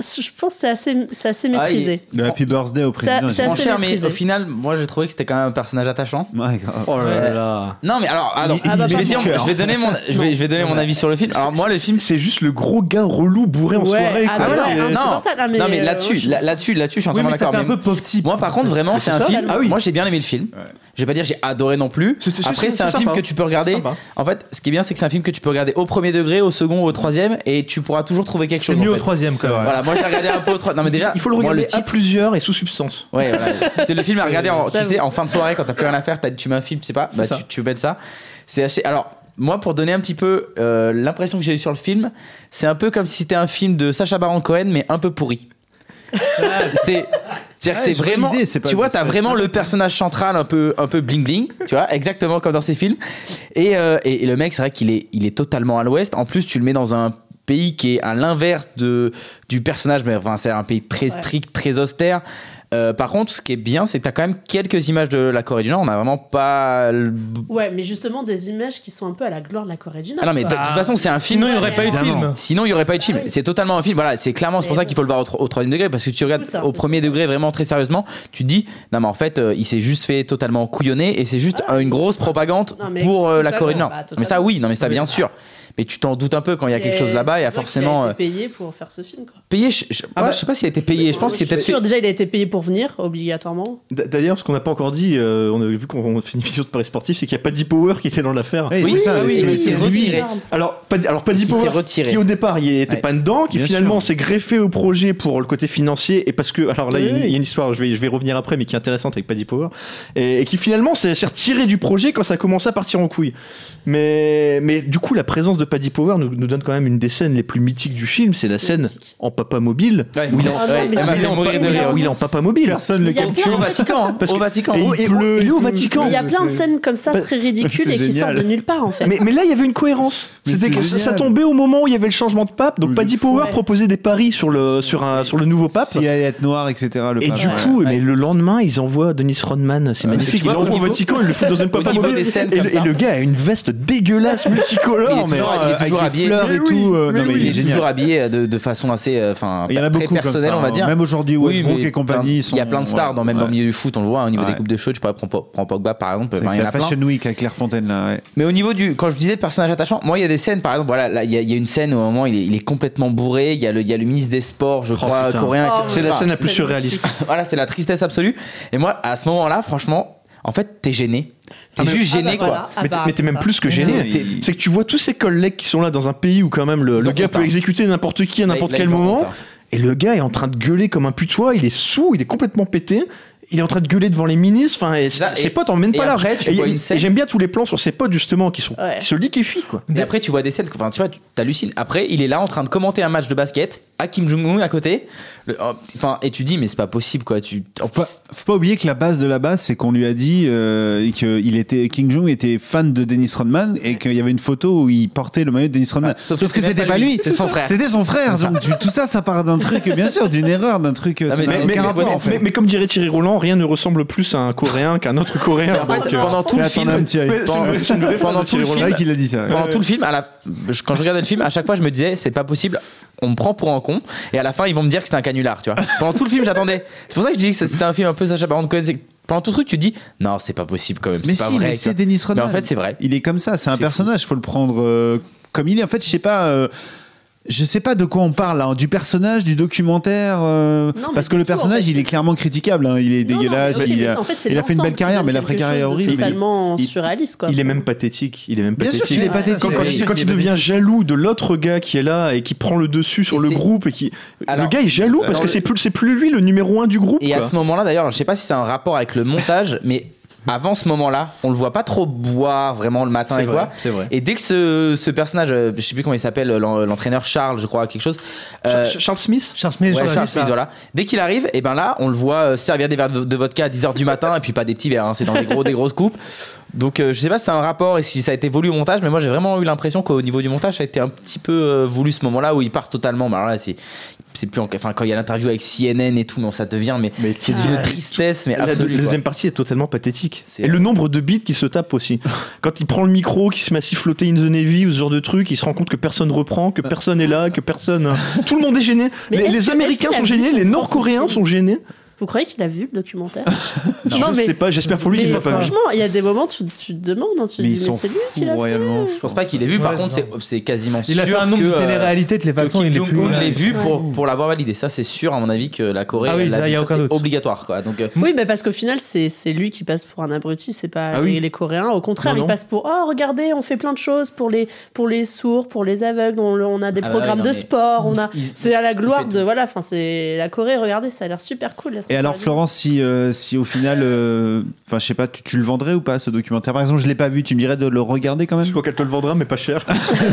S8: je pense que c'est assez, c'est assez
S4: Ah, il-
S8: maîtrisé.
S7: Le happy birthday au président.
S8: ça-
S4: Mon
S8: assez
S4: cher, mais
S8: maîtrisé.
S4: au final, moi j'ai trouvé que c'était quand même un personnage attachant.
S7: Ouais, grave.
S3: Oh
S4: là
S3: là.
S4: Non, mais alors, alors,
S8: Ah bah,
S4: je, vais
S8: pardon.
S4: dire- je vais donner mon, je vais, je vais donner mon avis sur le film. Alors moi, le film,
S3: C'est juste le gros gars relou bourré en soirée.
S8: ah
S3: quoi.
S8: bah ouais,
S3: C'est-
S8: insupportable. Ah,
S4: non mais
S8: euh,
S4: là-dessus,
S8: ouais, je-
S4: là- là-dessus, là-dessus, je suis
S6: Oui,
S4: entièrement
S6: mais ça
S4: d'accord.
S6: fait un
S4: mais
S6: peu pauvre type.
S4: Moi, par contre, vraiment, c'est un film.
S8: Ah
S3: oui.
S4: Moi, j'ai bien aimé le film. Je vais pas dire j'ai adoré non plus.
S3: C'est- c'est-
S4: Après, c'est un film
S3: sympa.
S4: que tu peux regarder.
S3: C'est sympa.
S4: En fait, ce qui est bien, c'est que c'est un film que tu peux regarder au premier degré, au second, au troisième, et tu pourras toujours trouver quelque
S6: C'est
S4: chose.
S6: mieux
S4: en
S6: au
S4: fait.
S6: troisième, quand même.
S4: Voilà, moi j'ai regardé un peu au troisième. Non mais déjà,
S3: il faut le
S4: moi,
S3: regarder à
S4: titre.
S3: plusieurs et sous substance.
S4: Ouais, voilà. <laughs> c'est le film à regarder, en, tu
S8: J'avoue.
S4: sais, en fin de soirée quand t'as plus rien à faire, t'as- tu mets un film, tu sais pas, bah,
S3: ça.
S4: tu, tu bêtes ça. C'est acheté. Alors, moi, pour donner un petit peu euh, l'impression que j'ai eu sur le film, c'est un peu comme si c'était un film de Sacha Baron Cohen, mais un peu
S7: <laughs>
S4: pourri. c'est. C'est-à-dire
S7: Ouais,
S4: que c'est
S7: je vois
S4: vraiment,
S7: l'idée, c'est pas-
S4: tu vois,
S7: c'est
S4: t'as
S7: pas-
S4: vraiment le personnage central un peu, un peu bling bling, tu vois, exactement comme dans ces films. Et, euh, et- et le mec, c'est vrai qu'il est, il est totalement à l'ouest. En plus, tu le mets dans un pays qui est à l'inverse de du personnage, mais enfin, c'est un pays très
S8: Ouais.
S4: strict, très austère. Euh, par contre, ce qui est bien, c'est que t'as quand même quelques images de la Corée du Nord. On a vraiment pas. le-
S8: Ouais, mais justement des images qui sont un peu à la gloire de la Corée du Nord.
S4: Ah non, mais de
S8: quoi.
S4: de toute façon, c'est un film. euh,
S6: Sinon, il n'y aurait pas eu de film.
S4: Sinon, il n'y aurait pas eu de film. C'est totalement un film. Voilà, c'est clairement c'est pour
S8: Ah Mais
S4: ça qu'il faut le voir au, tro- au troisième degré parce que tu regardes
S8: Oui, c'est un
S4: au
S8: peu
S4: premier degré vraiment très sérieusement. Tu te dis non mais en fait, euh, il s'est juste fait totalement couillonner et c'est juste euh, une grosse propagande
S8: Ah Non, mais
S4: pour euh, la
S8: totalement,
S4: Corée du Nord.
S8: bah,
S4: Non, mais ça
S8: totalement.
S4: oui, non mais ça
S8: Oui.
S4: bien sûr. Mais tu t'en doutes un peu quand il y a quelque
S8: Et
S4: chose là-bas, il y a
S8: Ah c'est vrai
S4: forcément
S8: qu'il a
S4: euh,
S8: été payé pour faire ce film. Quoi.
S4: payé. Je, je-
S3: Ah
S4: ouais,
S3: bah-
S4: je sais pas s'il a été payé. Je pense qu'il a
S8: Je
S4: peut-être
S8: suis
S4: fait-
S8: sûr, déjà, il a été payé pour venir, obligatoirement.
S3: D- D'ailleurs, ce qu'on n'a pas encore dit, euh, on a vu qu'on fait une émission de Paris Sportif, c'est qu'il n'y a pas Deep Power qui était dans l'affaire.
S7: Ouais,
S4: Oui,
S7: c'est ça,
S4: ah
S7: mais
S4: oui,
S7: c'est-
S4: oui,
S7: c'est
S4: il
S7: lui.
S4: retiré.
S3: Alors, pas, alors, pas Deep
S4: Qui s'est
S3: Power
S4: retiré.
S3: qui au départ il était
S4: Ouais.
S3: pas dedans, qui
S7: Bien
S3: finalement
S7: sûr.
S3: s'est greffé au projet pour le côté financier et parce que alors là il y a une-
S8: Oui.
S3: il y, a une histoire, je vais je vais y revenir après, mais qui est intéressante avec Paddy Power et, et qui finalement s'est s'est retiré du projet quand ça a commencé à partir en couille. Mais mais du coup la présence de Paddy Power nous, nous donne quand même une des scènes les plus mythiques du film, c'est la scène en papa mobile
S4: Ouais.
S3: où il est en-
S8: Ah non,
S4: Ouais,
S8: mais
S4: elle m'a
S8: c'est-
S4: fait mourir de rire.
S3: où il est en papa mobile.
S7: Personne le
S8: Il y a
S7: calcule.
S4: Au Vatican, hein,
S3: Parce
S4: au
S3: que-
S4: Vatican.
S3: et
S4: Au-
S3: il
S4: et-
S3: pleut,
S7: et
S3: il est au
S7: tout,
S3: Vatican.
S8: Mais il y a plein de
S7: c'est-
S8: scènes comme ça
S3: Bah,
S8: très ridicules
S7: c'est
S8: et qui
S7: génial.
S8: sortent de nulle part en fait.
S3: Mais, mais là, il y avait une cohérence.
S7: Mais
S3: C'était
S7: c'est
S3: que ça,
S7: génial.
S3: ça tombait au moment où il y avait le changement de pape. Donc,
S7: Vous
S3: Paddy
S7: êtes
S3: Power
S8: fous.
S3: proposait des paris sur le, sur un, sur le nouveau pape.
S7: S'il allait être noir, etc. Le
S3: Et
S7: pape,
S3: du
S7: ouais.
S3: coup,
S4: euh, ah, ouais. Ah,
S3: mais le lendemain, ils envoient Denis Rodman, c'est magnifique.
S4: tu vois,
S3: Ils
S4: au
S3: l'envoient au
S4: niveau-
S3: Vatican, ils le
S4: <laughs>
S3: foutent dans une papa
S4: niveau
S3: mobile.
S4: des scènes
S3: et,
S4: comme
S3: le,
S4: ça.
S3: et le gars a une veste dégueulasse
S4: Il
S3: multicolore.
S4: est
S3: mais
S4: toujours-
S7: Ah,
S4: il est
S7: avec
S4: toujours
S7: des
S4: habillé.
S7: fleurs et
S3: Mais
S7: tout. euh,
S3: mais
S7: Non, mais
S3: oui,
S4: Il
S7: il est
S4: est toujours
S7: génial.
S4: habillé de, de façon assez, euh, enfin,
S7: Il y en a
S4: très
S7: beaucoup comme
S4: personnelle,
S7: ça.
S4: on va
S7: hein.
S4: dire.
S7: Même aujourd'hui,
S4: Oui,
S7: Westbrook
S4: mais
S7: et compagnie.
S4: plein- Il y a plein de stars, dans, même dans le milieu du foot, on le voit, hein, au niveau
S7: Ouais.
S4: des coupes de cheveux, je prends, prends Pogba par exemple,
S7: Il
S4: enfin, il y en
S7: la
S4: a plein.
S7: Fashion Week à Clairefontaine, là, ouais.
S4: Mais au niveau du, quand je disais personnage attachant, moi il y a des scènes, par exemple, voilà, là, il y, a- il y a une scène où au moment il est, il est complètement bourré, il y, a le, il y a le ministre des Sports, je crois,
S3: putain.
S4: coréen.
S8: Oh,
S4: etc.
S3: C'est la
S4: Enfin,
S3: scène la plus
S8: C'est
S3: surréaliste.
S4: <laughs> voilà, c'est la tristesse absolue. Et moi, à ce moment-là, franchement, en fait, t'es gêné. T'es juste
S8: Ah bah
S4: gêné, quoi.
S8: voilà. Ah
S3: mais t'es-
S8: bah,
S3: mais t'es
S8: c'est
S3: même
S8: ça.
S3: plus que
S7: Mais
S3: gêné.
S7: t'es-
S3: C'est que tu vois tous ces collègues qui sont là dans un pays où quand même le,
S4: Ils
S3: le
S4: ont
S3: gars
S4: honte,
S3: peut
S4: hein.
S3: exécuter n'importe qui à n'importe
S4: Là,
S3: quel
S4: ils ont honte,
S3: moment.
S4: hein.
S3: Et le gars est en train de gueuler comme un putois, il est sous, il est complètement pété. il est en train de gueuler devant les ministres. Enfin, et
S4: C'est ça,
S3: ses
S4: et-
S3: potes emmènent
S4: et
S3: pas là.
S4: après, tu
S3: et,
S4: vois une
S3: et
S4: scène-
S3: j'aime bien tous les plans sur ses potes justement qui sont
S8: Ouais.
S3: qui se liquéfient quoi.
S4: Et après, tu vois des scènes, que- enfin, tu vois, tu- t'hallucines. Après, il est là en train de commenter un match de basket à Kim Jong-un à côté. Le- oh, Enfin, et tu dis, mais c'est pas possible, quoi. Tu, en
S1: Faut pas,
S4: plus,
S1: faut pas oublier que la base de la base, c'est qu'on lui a dit euh, et que il était King Jong était fan de Dennis Rodman et qu'il y avait une photo où il portait le maillot de Dennis Rodman.
S4: Ah,
S1: sauf, que,
S4: c'est
S1: c'était
S4: même
S1: pas lui,
S4: c'est son frère.
S1: c'était son frère. Donc tu- tout ça, ça part d'un truc, bien sûr, d'une erreur, d'un truc.
S4: Ah,
S1: ça
S4: mais
S1: n'a
S4: c'est-
S1: aucun
S4: mais-
S1: rapport,
S4: mais-
S1: en fait.
S3: Mais, mais comme dirait Thierry Roland, rien ne ressemble plus à un Coréen qu'un autre Coréen.
S4: En fait,
S3: donc, euh,
S4: pendant tout
S1: Mais
S4: le
S1: attends,
S4: film,
S1: un petit œil.
S3: mais c'est une- c'est une vraie
S4: <laughs>
S3: phrase
S4: pendant
S3: de
S4: tout
S1: C'est
S4: le
S3: Thierry
S4: film,
S3: Roland.
S1: vrai qu'il a dit ça.
S4: pendant tout le film, à la, je- quand je regardais le film, à chaque fois, je me disais, c'est pas possible, on me prend pour un con, et à la fin, ils vont me dire que c'était un canular, tu vois. Pendant tout le film, j'attendais. C'est pour ça que je dis que c'était un film un peu Sacha Baron Cohen. c'est que Pendant tout le truc, tu te dis, non, c'est pas possible quand même,
S1: Mais
S4: c'est pas
S1: si,
S4: vrai.
S1: mais c'est
S4: quoi.
S1: Dennis
S4: Mais
S1: Rodman.
S4: en fait, c'est vrai.
S1: Il est comme ça, c'est un
S4: C'est
S1: personnage, faut le prendre euh, comme il est. En fait, je sais pas. euh, je sais pas de quoi on parle, hein, du personnage, du documentaire, euh,
S8: Non, mais
S1: parce que
S8: du
S1: le
S8: tout, en
S1: personnage,
S8: fait,
S1: il est clairement critiquable, hein, il est
S8: Non, non,
S1: dégueulasse,
S8: mais ok,
S1: il,
S8: mais
S1: a,
S8: en c'est
S1: il a fait une
S8: l'ensemble
S1: belle carrière,
S8: qui
S1: mais
S8: donne
S1: l'après-carrière est
S8: quelque chose de
S1: horrible, mais-
S8: Totalement
S1: il-
S8: surréaliste, quoi.
S3: Il est même pathétique. Il est même
S1: Bien sûr
S3: pathétique. Ah,
S1: qu'il est pathétique.
S3: Quand, quand-
S4: Oui,
S3: quand
S1: il est
S3: il devient jaloux de l'autre gars qui est là et qui prend le dessus sur
S4: Et
S3: le
S4: c'est-
S3: groupe et qui
S4: Alors-
S3: le gars est jaloux parce
S4: Alors
S3: que
S4: le-
S3: c'est plus c'est plus lui le numéro un du groupe.
S4: Et à
S3: quoi.
S4: ce moment-là, d'ailleurs, je sais pas si c'est un rapport avec le montage, <laughs> mais avant ce moment-là, on le voit pas trop boire vraiment le matin et quoi.
S3: C'est vrai.
S4: Et dès que ce, ce personnage, euh, je sais plus comment il s'appelle, l'en- l'entraîneur Charles, je crois, quelque chose. euh,
S3: Char- Charles Smith.
S6: Charles Smith,
S4: ouais,
S6: voilà,
S4: Charles
S6: c'est
S4: Smith,
S6: ça.
S4: voilà. Dès qu'il arrive, et ben là, on le voit euh, servir des verres de, de vodka à 10h du matin, et puis pas des petits verres, hein, c'est dans des, gros, des grosses coupes. Donc euh, je sais pas si c'est un rapport et si ça a été voulu au montage, mais moi j'ai vraiment eu l'impression qu'au niveau du montage, ça a été un petit peu euh, voulu ce moment-là où il part totalement. Bah, alors là, c'est c'est plus en- enfin quand il y a l'interview avec CNN et tout, non, ça devient mais
S3: Mais
S4: c'est
S8: Ah
S4: d'une
S8: ouais.
S4: tristesse, mais
S3: La, deux-
S4: absolue.
S3: la
S4: quoi.
S3: deuxième partie est totalement pathétique.
S4: C'est
S3: Et le nombre de beats qui se tape aussi. Quand il prend le micro, qui se met à flotter in the navy ou ce genre de truc, il se rend compte que personne reprend, que personne est là, que personne. hein. Tout le monde est gêné.
S8: Mais
S3: Les,
S8: est-ce
S3: les
S8: que-
S3: Américains
S8: est-ce qu'il
S3: sont
S8: a vu
S3: gênés,
S8: son
S3: les
S8: propre
S3: Nord-Coréens
S8: film
S3: sont gênés.
S8: Vous croyez qu'il a vu le documentaire
S3: je sais pas. J'espère pour lui qu'il
S8: mais
S3: l'a pas vu.
S8: franchement, il y a des moments, tu, tu te demandes, hein, tu te
S1: Mais
S8: dis,
S1: ils
S8: mais
S1: sont
S8: c'est lui
S1: fous
S8: qui l'a fait.
S1: royalement.
S4: Je pense pas qu'il l'ait vu, par
S6: Ouais,
S4: contre,
S6: c'est
S4: c'est- c'est quasiment sûr.
S6: Il a fait un nombre de
S4: que, euh,
S6: télé-réalités, de les
S4: que
S6: façons, il est
S4: Kim
S6: plus.
S4: Jong-un l'ait vu
S8: Ouais.
S4: pour, pour l'avoir validé. Ça, c'est sûr, à mon avis, que la Corée,
S6: Ah oui,
S4: elle l'a
S6: ça,
S4: vu.
S6: y a
S4: Ça,
S6: aucun
S4: c'est
S6: doute.
S4: obligatoire. Quoi.
S6: <laughs>
S4: Donc, euh,
S8: Oui, mais parce qu'au final, c'est c'est lui qui passe pour un abruti, c'est pas
S3: Hmm. Ah oui.
S8: les, les Coréens. Au contraire,
S3: Non, non.
S8: il passe pour Oh, regardez, on fait plein de choses pour les, pour les sourds, pour les aveugles, on, on a des
S4: Ah bah
S8: programmes
S4: ouais, non,
S8: de
S4: mais-
S8: sport, on a.
S4: ils-
S8: C'est à la gloire
S4: fait
S8: de.
S4: tout.
S8: Voilà, enfin, c'est la Corée, regardez, ça a l'air super cool.
S1: Et alors Florence, si, euh, si au final, euh, enfin je sais pas, tu, tu le vendrais ou pas ce documentaire Par exemple, je l'ai pas vu, tu me dirais de le regarder quand
S3: Je
S1: même
S3: crois qu'elle te le vendra, mais pas cher.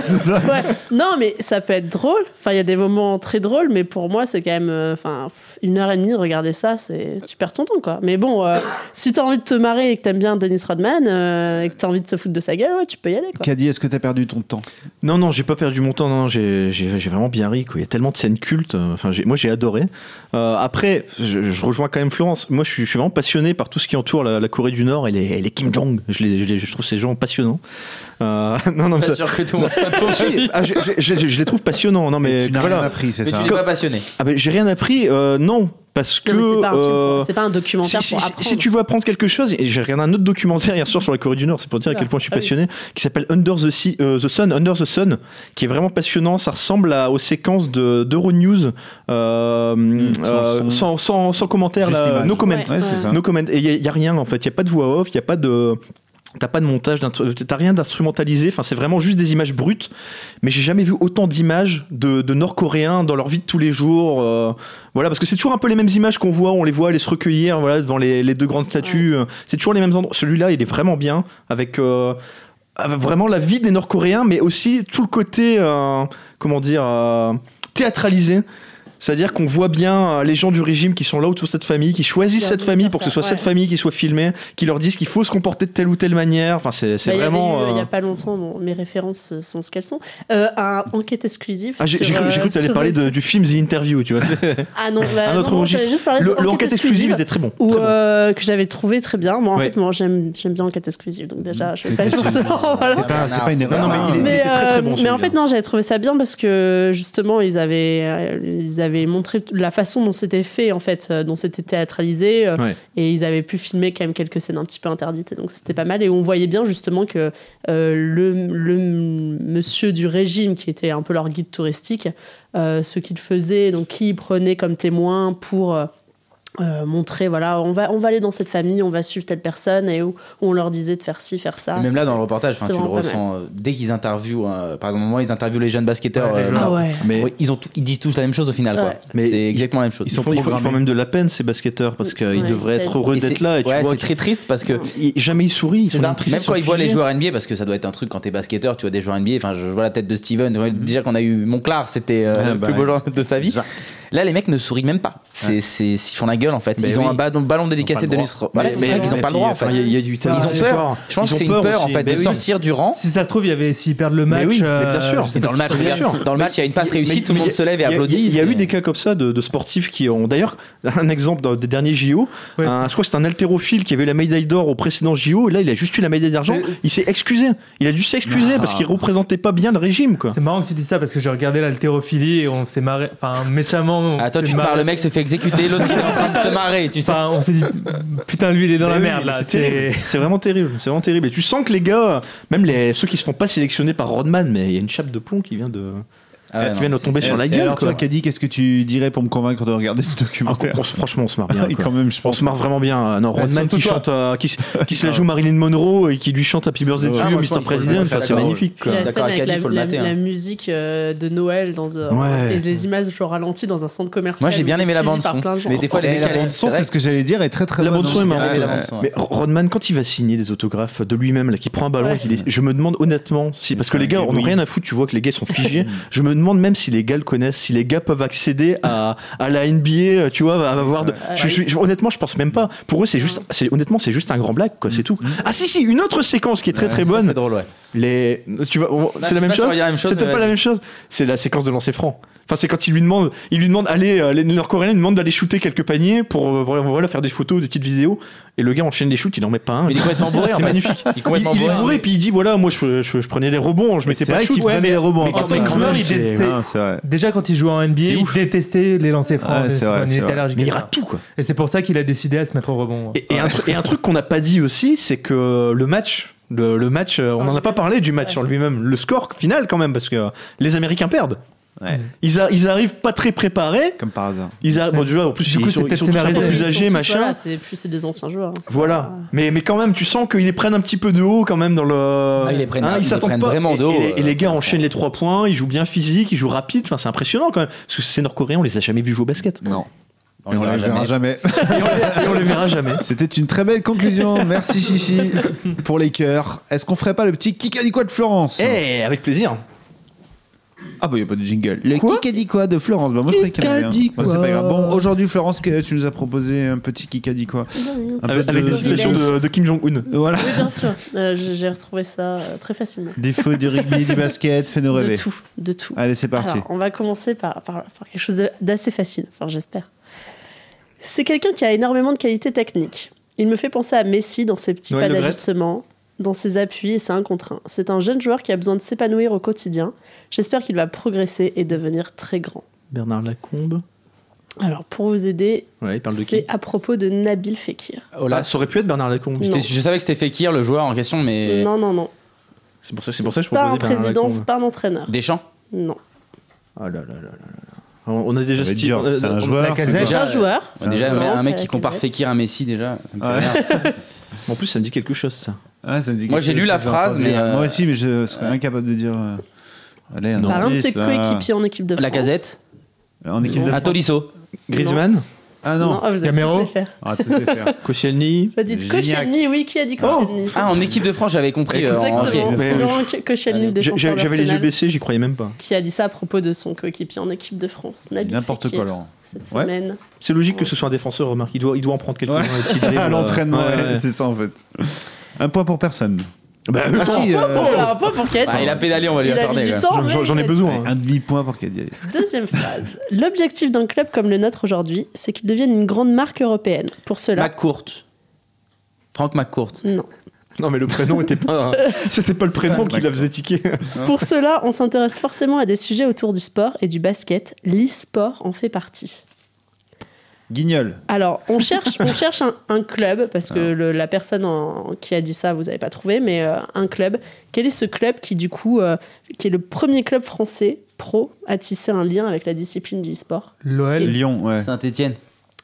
S1: C'est ça.
S8: Ouais. Non, mais ça peut être drôle. Enfin, il y a des moments très drôles, mais pour moi, c'est quand même. euh, Enfin, pff, une heure et demie de regarder ça, c'est. Tu perds ton temps, quoi. Mais bon, euh, si t'as envie de te marrer et que t'aimes bien Dennis Rodman euh, et que t'as envie de te foutre de sa gueule, ouais, tu peux y aller, quoi.
S1: Caddy, est-ce que t'as perdu ton temps
S3: Non, non, j'ai pas perdu mon temps. Non, non, j'ai j'ai- j'ai vraiment bien ri. Quoi. Il y a tellement de scènes cultes. euh, Enfin, j'ai- moi, j'ai adoré. Euh, après, je, je rejoins quand même Florence. Moi, je suis, je suis vraiment passionné par tout ce qui entoure la, la Corée du Nord et les, et les Kim Jong. Je, les- je les- je trouve ces gens passionnants. Euh, <laughs> non, non, mais
S4: Pas
S3: ça-
S4: sûr que tout le monde
S6: <laughs>
S4: soit de ton avis.
S3: Si, ah, je, je- je- je les trouve passionnants. Non, mais
S1: Tu n'as
S3: voilà.
S1: rien appris, c'est
S4: Mais tu
S1: ça
S4: n'es pas passionné.
S3: Ah, ben, j'ai rien appris. euh, non, parce que.
S8: Non, mais c'est pas, un film
S3: euh,
S8: pour- c'est pas un
S3: si,
S8: documentaire
S3: si-
S8: pour
S3: si-
S8: apprendre.
S3: si tu veux apprendre quelque chose, et j'ai regardé un autre documentaire hier soir sur la Corée du Nord, c'est pour dire à
S8: Oula.
S3: quel point je suis
S8: Ah oui.
S3: passionné, qui s'appelle Under the, Sea- euh, the Sun, Under the Sun, qui est vraiment passionnant. Ça ressemble à- aux séquences de d'Euronews euh,
S1: Hmm. sans
S3: euh,
S1: son.
S3: sans, sans- sans commentaire,
S1: Juste
S3: là,
S1: l'image.
S3: no comment.
S8: Ouais.
S1: Ouais, c'est ça.
S3: No comment. Et il n'y a, rien en fait, il n'y a pas de voix off, il n'y a pas de. T'as pas de montage, d'intru- t'as rien d'instrumentalisé, enfin, c'est vraiment juste des images brutes. Mais j'ai jamais vu autant d'images de, de Nord-Coréens dans leur vie de tous les jours. euh, voilà, parce que c'est toujours un peu les mêmes images qu'on voit, on les voit aller se recueillir voilà, devant les, les deux grandes statues. euh, C'est toujours les mêmes endroits. Celui-là, il est vraiment bien, avec, euh, avec vraiment la vie des Nord-Coréens, mais aussi tout le côté, euh, comment dire, euh, théâtralisé. C'est-à-dire qu'on voit bien euh, les gens du régime qui sont là autour de cette famille, qui choisissent
S8: Qui
S3: cette
S8: adorent
S3: famille
S8: faire
S3: pour que
S8: ça,
S3: ce soit cette
S8: ouais.
S3: famille qui soit filmée, qui leur disent qu'il faut se comporter de telle ou telle manière. Enfin, c'est c'est
S8: Bah, il y avait
S3: vraiment.
S8: eu, Il n'y
S3: euh,
S8: a pas longtemps, bon, mes références euh, sont ce qu'elles sont. Euh, un enquête exclusive. euh,
S3: ah, j'ai j'ai cru, j'ai cru que t'allais parler de- du film The Interview, tu vois. c'est-
S8: Ah non, bah,
S3: <laughs> un
S8: non,
S3: autre
S8: non,
S3: registre.
S8: j'allais juste parler de
S3: Le-
S8: Enquête
S3: L'enquête exclusive était très bon.
S8: Ou
S3: très bon.
S8: euh, que j'avais trouvé très bien. Moi, en
S3: Ouais. Mm.
S8: fait, moi, j'aime j'aime bien enquête exclusive, donc déjà, je vais pas
S1: Enquête
S8: forcément. <laughs> voilà.
S1: C'est pas, c'est pas une
S4: Non,
S1: erreur.
S3: non, mais
S1: hein.
S3: il est-
S8: Mais,
S3: était très, très
S8: euh,
S3: bon,
S8: mais
S3: celui-là.
S8: en fait non j'avais trouvé ça bien parce que justement ils avaient euh, ils avaient montré t- la façon dont c'était fait en fait euh, dont c'était théâtralisé euh,
S3: Ouais.
S8: et ils avaient pu filmer quand même quelques scènes un petit peu interdites et donc c'était pas mal et on voyait bien justement que euh, le, le monsieur du régime qui était un peu leur guide touristique euh, ce qu'il faisait donc qui il prenait comme témoin pour euh, euh, montrer, voilà, on va, on va aller dans cette famille, on va suivre telle personne, et où, où on leur disait de faire ci, faire ça.
S4: Même là, dans le reportage, enfin,
S8: Ah, c'est
S4: tu le
S8: vraiment pas
S4: ressens euh, dès qu'ils interviewent. hein, par exemple, moi, ils interviewent les jeunes basketteurs.
S6: Ouais, les
S4: euh,
S6: jeunes.
S4: dans-
S8: Ah ouais.
S4: Mais ouais, ils, ont tout- ils disent tous la même chose au final. quoi.
S8: Ouais.
S3: Mais
S4: c'est exactement la même chose.
S3: Ils, font, ils font- ils font même de la peine ces basketteurs parce qu'ils
S8: Ouais,
S3: devraient
S8: c'est-
S3: être heureux
S4: Et c'est-
S3: d'être là et tu
S4: ouais,
S3: vois
S4: c'est
S3: qu'ils-
S4: très triste parce que
S3: ils- jamais ils sourient, ils
S4: C'est
S3: sont
S4: ça.
S3: dans une tristesse
S4: Même quand ils voient les
S3: obligée.
S4: joueurs NBA, parce que ça doit être un truc quand t'es basketteur, tu vois des joueurs NBA. Enfin, je vois la tête de Steven. Déjà qu'on a eu Monclar, c'était euh,
S3: Ah,
S4: le
S3: bah,
S4: plus beau joueur de sa vie. Là, les mecs ne sourient même pas. C'est, c'est, ils font la gueule en fait.
S3: Mais
S4: ils ont
S3: oui.
S4: un ballon, ballon dédicacé de
S1: droit.
S4: Dennis Rodman. Voilà, c'est ça qu'ils ont
S3: et
S4: pas le droit en
S3: puis,
S4: fait.
S3: enfin, Il y a- il y a du talent.
S4: ont
S3: c'est
S4: peur.
S3: fort.
S4: Je pense
S3: Ils
S4: que
S3: ont
S4: c'est une
S3: peur
S4: peur en
S3: aussi.
S4: fait
S3: Mais
S4: de
S3: oui.
S4: sortir du rang.
S6: Ah, Si ça se trouve, il y avait s'ils perdent le
S3: Mais
S6: match. euh,
S3: oui, mais bien sûr.
S6: je sais
S4: Et
S6: pas
S4: Dans le
S6: si-
S4: match,
S3: Bien
S4: regarde,
S3: sûr.
S4: dans le match, il y a une passe réussie, tout le monde se lève et
S3: Il y a-
S4: applaudit.
S3: Il y a
S4: c'est-
S3: eu des cas comme ça de, de sportifs qui ont. D'ailleurs, un exemple dans- des derniers JO,
S6: Ouais,
S4: Hein.
S3: un- je crois que c'était un haltérophile qui avait eu la médaille d'or au précédent JO, et là il a juste eu la médaille d'argent,
S6: C'est-
S3: il s'est excusé. Il a dû s'excuser parce
S4: Ah.
S3: qu'il représentait pas bien le régime, quoi.
S6: C'est marrant que tu dis ça parce que j'ai regardé l'haltérophilie et on s'est marré. Enfin, méchamment. on
S4: Attends,
S6: s'est
S4: Ah, tu
S6: marré.
S4: parles, le mec se fait exécuter, l'autre il est en train de se marrer, tu sais.
S3: Ah
S6: Enfin, on s'est dit, putain, lui, il est dans la
S3: Mais Eh oui,
S6: merde là.
S3: c'est terrible. C'est vraiment terrible, c'est vraiment terrible. Et tu sens que les gars, même les, ceux qui se font pas sélectionner par Rodman, mais il y a une chape de plomb qui vient de,
S4: Ah ouais,
S3: qui
S4: non,
S3: vient de
S4: c'est-
S3: tomber
S4: c'est-
S3: sur la
S1: Et
S3: gueule.
S1: alors toi,
S3: quoi.
S1: Caddy, qu'est-ce que tu dirais pour me convaincre de regarder ce
S3: Ah,
S1: documentaire
S3: on se- franchement, on se marre
S6: <laughs>
S3: bien.
S1: <laughs> Et
S3: quoi.
S1: quand même, je
S3: On
S1: pense.
S3: se marre vraiment bien. Euh, Non,
S6: Ouais,
S3: Rodman
S6: surtout
S3: qui
S6: toi.
S3: chante, euh, qui, se- qui se la joue Marilyn Monroe et qui lui chante Happy Birthday
S1: drôle.
S3: to
S4: Ah,
S3: you,
S4: moi, je pense
S3: Mr.
S4: qu'il faut le
S3: President.
S4: mettre à
S3: Enfin,
S4: la
S3: c'est
S4: parole.
S3: magnifique.
S8: Puis
S3: quoi.
S4: Je suis
S8: la
S4: d'accord
S8: scène
S4: avec
S8: avec
S4: Caddy,
S8: la,
S4: faut le
S8: la-
S4: mater, hein.
S8: la musique euh, de Noël dans euh,
S3: Ouais.
S8: et les images genre ralenties dans un centre commercial.
S4: Moi, j'ai bien aimé la
S8: suivi
S4: bande
S8: par
S4: son.
S8: plein de gens.
S4: Mais des fois, les
S1: Et la
S4: décalés.
S1: bande son,
S4: c'est vrai
S1: c'est ce que j'allais dire, est très très
S3: La
S1: bonne.
S3: bande son est
S1: aussi.
S3: marrante.
S1: Ouais,
S4: la
S1: ouais.
S4: bande son, ouais.
S3: Mais Ro- Rodman, quand il va signer des autographes de lui-même, là, qui prend un ballon,
S8: Ouais.
S3: qu'il est- je me demande honnêtement, si, parce que les gars,
S4: Ah,
S3: on n'a
S1: Oui.
S3: rien à foutre, tu vois que les gars
S4: <laughs>
S3: sont figés. je me demande même si les gars le connaissent, si les gars peuvent accéder à, à la NBA, tu vois, à avoir de-
S8: vrai.
S3: je, suis- je- honnêtement, je pense même pas. Pour eux, c'est juste, c'est, honnêtement, c'est juste un grand blague, quoi, c'est tout. Ah si, si, une autre séquence qui est très
S4: Mm. Ouais,
S3: très
S4: ça,
S3: bonne.
S4: C'est drôle, ouais.
S3: Les, tu vois, on-
S4: je sais
S3: c'est la
S4: pas
S3: même
S4: si on
S3: chose.
S4: va dire la même chose,
S3: C'est peut-être
S4: mais
S3: pas la
S4: vas-y.
S3: même chose. C'est la séquence de lancer franc. Enfin, c'est quand il lui demande, il lui demande aller, euh, les Nord-Coréens lui demandent d'aller shooter quelques paniers pour euh, voilà, voilà, faire des photos, des petites vidéos. Et le gars enchaîne les shoots, il en met pas un.
S4: Mais il est complètement bourré en
S3: <laughs> C'est
S4: fait.
S3: magnifique.
S4: Il est
S3: Il,
S4: complètement
S3: il est
S4: bourré.
S3: bourré, puis il dit voilà, moi je, je- je prenais les rebonds, je mettais
S1: C'est
S3: pas de
S1: vrai
S3: shoot.
S1: qu'il prenait les rebonds.
S3: mais
S1: par
S3: quand t'es
S1: contre.
S3: joueur, il
S1: C'est-
S6: détestait-
S1: non, c'est vrai.
S6: Déjà, quand il jouait en NBA, il détestait les
S4: Ah,
S6: lancers francs.
S1: Ouais,
S6: Dennis
S1: c'est vrai,
S6: Rodman, il
S1: c'est
S6: était
S1: vrai.
S6: allergique
S3: Mais il
S6: à ça.
S3: rate tout, quoi.
S6: Et c'est pour ça qu'il a décidé à se mettre au rebond.
S3: Et, et un, truc- et un truc qu'on n'a pas dit aussi, c'est que le match, le, le match, euh, on n'en a pas parlé du match en lui-même, le score final quand même, parce que les Américains perdent.
S1: Ouais.
S3: Ils, a- ils arrivent pas très préparés.
S1: Comme par hasard.
S3: Ils arrivent, bon, déjà, en plus,
S6: Du coup,
S3: ils
S6: c'est
S3: sont, ils
S6: peut-être
S3: sont tous un
S6: scénarisé.
S3: peu
S6: Ouais,
S3: plus âgés, machin.
S8: Voilà, c'est plus c'est des anciens joueurs. hein, c'est
S3: Voilà.
S8: pas-
S3: Mais, mais quand même, tu sens qu'ils les prennent un petit peu de haut quand même dans le. hein,
S4: Ah, ils les prennent- ils les
S3: s'attendent
S4: prennent
S3: pas.
S4: vraiment
S3: Et-
S4: de haut,
S3: Et, les- et
S4: euh,
S3: les gars enchaînent les trois points, ils jouent bien physique, ils jouent rapide. Enfin, c'est impressionnant quand même. Parce que ces Nord-Coréens, on les a jamais vus jouer au basket.
S1: Non.
S4: On le
S1: On
S4: verra
S1: les verra
S4: jamais.
S1: jamais.
S3: <laughs> Et on les, et on les verra jamais.
S1: C'était une très belle conclusion. Merci Chichi pour les cœurs. Est-ce qu'on ferait pas le petit Kika dit quoi de Florence
S3: Eh, avec plaisir.
S1: Ah bah y a pas de jingle. Le
S3: Quoi
S1: Kika dit quoi de Florence Bah moi je crois qu'il y en avait un.
S3: Kika dit
S1: Bah, c'est
S3: quoi
S1: pas grave. Bon aujourd'hui Florence, que- tu nous as proposé un petit Kika dit quoi Un
S3: Avec,
S1: peu
S3: avec
S1: de-
S3: des citations de, de Kim Jong-un.
S1: Voilà.
S8: Oui, bien sûr. Euh, j'ai j'ai retrouvé ça euh, très facilement.
S1: Des feux du rugby, du basket, fais-nous
S8: De
S1: rêver.
S8: tout, de tout.
S1: Allez c'est parti.
S8: Alors, on va commencer par, par- par quelque chose de- d'assez facile, enfin j'espère. C'est quelqu'un qui a énormément de qualités techniques. Il me fait penser à Messi dans ses petits
S3: Noël
S8: pas
S3: Le Gret.
S8: d'ajustement, dans ses appuis et ses un contre un. C'est un jeune joueur qui a besoin de s'épanouir au quotidien. J'espère qu'il va progresser et devenir très grand.
S3: Bernard Lacombe.
S8: Alors pour vous aider,
S3: Ouais, il parle de qui
S8: c'est à propos de Nabil Fekir.
S4: Oh là,
S3: Ah, Ça aurait pu être Bernard Lacombe.
S4: j'étais-
S8: non.
S4: Je savais que c'était Fekir, le joueur en question, mais.
S8: Non, non, non.
S3: C'est pour ça, c'est pour ça que je
S8: Pas un
S3: proposais Bernard
S8: président,
S3: Lacombe.
S8: c'est pas un entraîneur.
S4: Deschamps
S8: Non.
S3: Ah là là là là là là. Ah, On on a déjà
S1: Ça va être
S3: cité-
S1: dur,
S3: on a-
S1: c'est un
S3: on-
S1: joueur.
S6: la
S1: c'est
S6: casette.
S8: C'est
S4: Déjà,
S8: un joueur.
S3: Ah
S4: Ouais, déjà,
S8: Non,
S4: un mec
S8: euh,
S4: qui compare
S8: Kevin.
S4: Fekir à Messi, déjà. ça me fait
S1: Ouais.
S4: rire.
S3: <laughs> En plus, ça me dit quelque chose, ça.
S1: Ah, ça me dit
S4: Moi,
S1: quelque
S4: j'ai
S1: chose,
S4: lu la
S1: ça,
S4: phrase,
S1: j'entendais.
S4: mais, euh,
S1: Moi aussi mais je serais incapable de dire. euh, Allez un
S8: Par un de
S1: indice,
S8: ses
S1: là.
S8: coéquipiers en équipe de France.
S4: La Gazette,
S1: En équipe de
S4: un
S1: France.
S4: Tolisso.
S3: Griezmann
S1: Ah
S8: Non,
S1: non.
S8: ah, vous avez
S6: Gamero.
S8: tous les faire.
S1: Ah, tous les
S8: <laughs>
S1: faire.
S3: Koscielny
S8: Vous Bah, dites
S1: Gignac.
S8: Koscielny, oui, qui a dit Koscielny
S4: Ah, en équipe de France, j'avais compris. euh, en-
S8: Exactement,
S4: ok.
S3: Mais-
S8: c'est Laurent Ko- Koscielny,
S4: Allez.
S8: le
S3: J'ai-
S8: défenseur
S3: J'avais les yeux
S8: d'Arsenal,
S3: baissés, j'y croyais même pas.
S8: qui a dit ça à propos de son coéquipier en équipe de France, Nabil
S1: N'importe
S8: Fekir,
S1: quoi Laurent.
S8: Cette
S1: Ouais.
S8: semaine.
S3: C'est logique que ce soit un défenseur, remarque. Il doit, il doit en prendre quelques-uns.
S1: Ouais.
S3: et qu'il
S1: <laughs>
S3: dribble,
S1: À
S3: euh,
S1: l'entraînement,
S3: ouais,
S1: Ah, ouais,
S3: ouais.
S1: c'est ça en fait. Un point pour personne.
S3: Bah,
S1: Ah si, euh,
S8: Oh, un point pour Kate.
S4: Ah, il a pédalé, on va lui
S8: Il a mis
S4: accorder.
S8: du
S4: ouais.
S8: temps.
S3: j'en- J'en
S8: mais
S3: j'en ai
S8: Kate.
S3: besoin. hein.
S1: un demi-point pour Cadillac.
S8: Deuxième phrase. L'objectif d'un club comme le nôtre aujourd'hui, c'est qu'il devienne une grande marque européenne. Pour cela,
S4: McCourt. Franck McCourt.
S8: non.
S3: Non, mais le prénom était
S8: <laughs>
S3: pas. C'était pas le prénom qui la faisait tiquer.
S8: Pour cela, on s'intéresse forcément à des sujets autour du sport et du basket. L'e-sport en fait partie.
S1: Guignol.
S8: Alors, on cherche, on cherche un, un club, parce que le- la personne en- qui a dit ça, vous n'avez pas trouvé, mais euh, un club. Quel est ce club qui, du coup, euh, qui est le premier club français pro à tisser un lien avec la discipline du e-sport
S6: L'OL.
S1: Lyon, ouais.
S4: Saint-Etienne.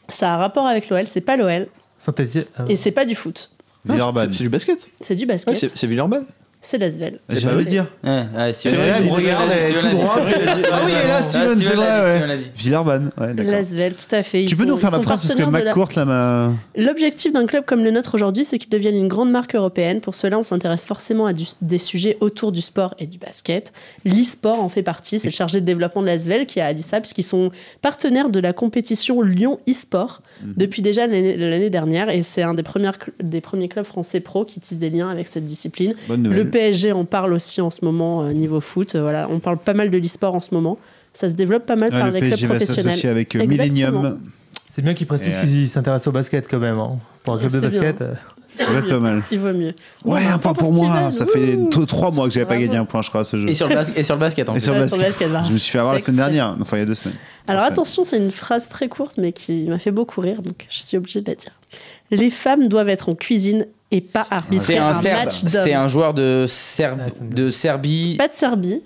S8: Ça a un rapport avec l'OL, c'est pas l'OL
S6: Synthétique. euh,
S8: et c'est pas du foot.
S1: Villeurbanne.
S3: C'est c'est du basket.
S8: C'est du
S3: Ouais,
S8: basket,
S3: c'est c'est Villeurbanne.
S8: c'est l'Asvel.
S1: J'allais dire.
S4: Ouais, Eh, ouais, Steven
S1: C'est vrai,
S4: l'a
S1: il
S4: dit,
S1: me
S4: Steven
S1: regarde,
S4: l'a dit,
S1: elle est
S4: Steven
S1: tout
S4: l'a dit.
S1: droit,
S4: Ah
S1: puis elle dit, ah oui, elle est là,
S4: Ah,
S1: Steven, c'est
S4: l'a
S1: vrai,
S4: dit,
S1: ouais.
S4: Steven l'a dit.
S1: Villeurbanne, ouais, d'accord.
S8: L'Asvel, E tout à fait.
S1: Tu
S8: Ils
S1: peux
S8: sont-
S1: nous faire
S8: ils
S1: la
S8: sont
S1: phrase parce que
S8: partenaires de la-
S1: McCourt là m'a.
S8: L'objectif d'un club comme le nôtre aujourd'hui, c'est qu'il devienne une grande marque européenne. Pour cela, on s'intéresse forcément à du- des sujets autour du sport et du basket. L'e-sport en fait partie. C'est le chargé de développement de l'ASVEL qui a dit ça, puisqu'ils sont partenaires de la compétition Lyon e-sport
S1: Mhm.
S8: depuis déjà l'année l'année dernière. Et c'est un des, premières cl- des premiers clubs français pro qui tisse des liens avec cette discipline.
S1: Bonne
S8: Le
S1: nouvelle.
S8: PSG en parle aussi en ce moment, euh, niveau foot. Euh, Voilà, on parle pas mal de l'e-sport en ce moment. Ça se développe pas mal
S1: Ouais,
S8: par
S1: le
S8: les
S1: PSG
S8: clubs
S1: va
S8: professionnels.
S1: s'associer avec euh,
S8: Exactement.
S1: Millennium.
S6: C'est bien qu'ils précisent
S1: Et, euh,
S6: qu'ils s'intéressent au basket quand même. hein. Pour un club de
S8: C'est bien.
S6: basket. euh,
S1: Ça va être pas mal.
S8: Il vaut mieux.
S1: Ouais,
S8: Bon,
S1: un point pour
S8: Steven,
S1: moi. hein. Ça fait
S8: wouhou.
S1: t- trois mois que j'avais pas
S8: Bravo.
S1: gagné un point, je crois, à ce jeu.
S4: Et sur le bas- et sur le basket, en
S1: Mm. Et
S4: fait.
S1: sur le
S8: Ouais, sur le
S1: basket.
S8: basket, bah.
S1: Je me suis fait avoir la
S8: C'est
S1: semaine
S8: extrait.
S1: dernière, enfin il y a deux semaines.
S8: Alors
S1: Trois semaines.
S8: attention, c'est une phrase très courte, mais qui m'a fait beaucoup rire, donc je suis obligée de la dire. Les femmes doivent être en cuisine et pas arbitrer
S4: C'est
S8: un,
S4: un Serbe.
S8: match
S4: C'est
S8: d'hommes.
S4: un joueur de, Serbe-
S6: Ah, ça me-
S4: de Serbie.
S8: Pas de Serbie,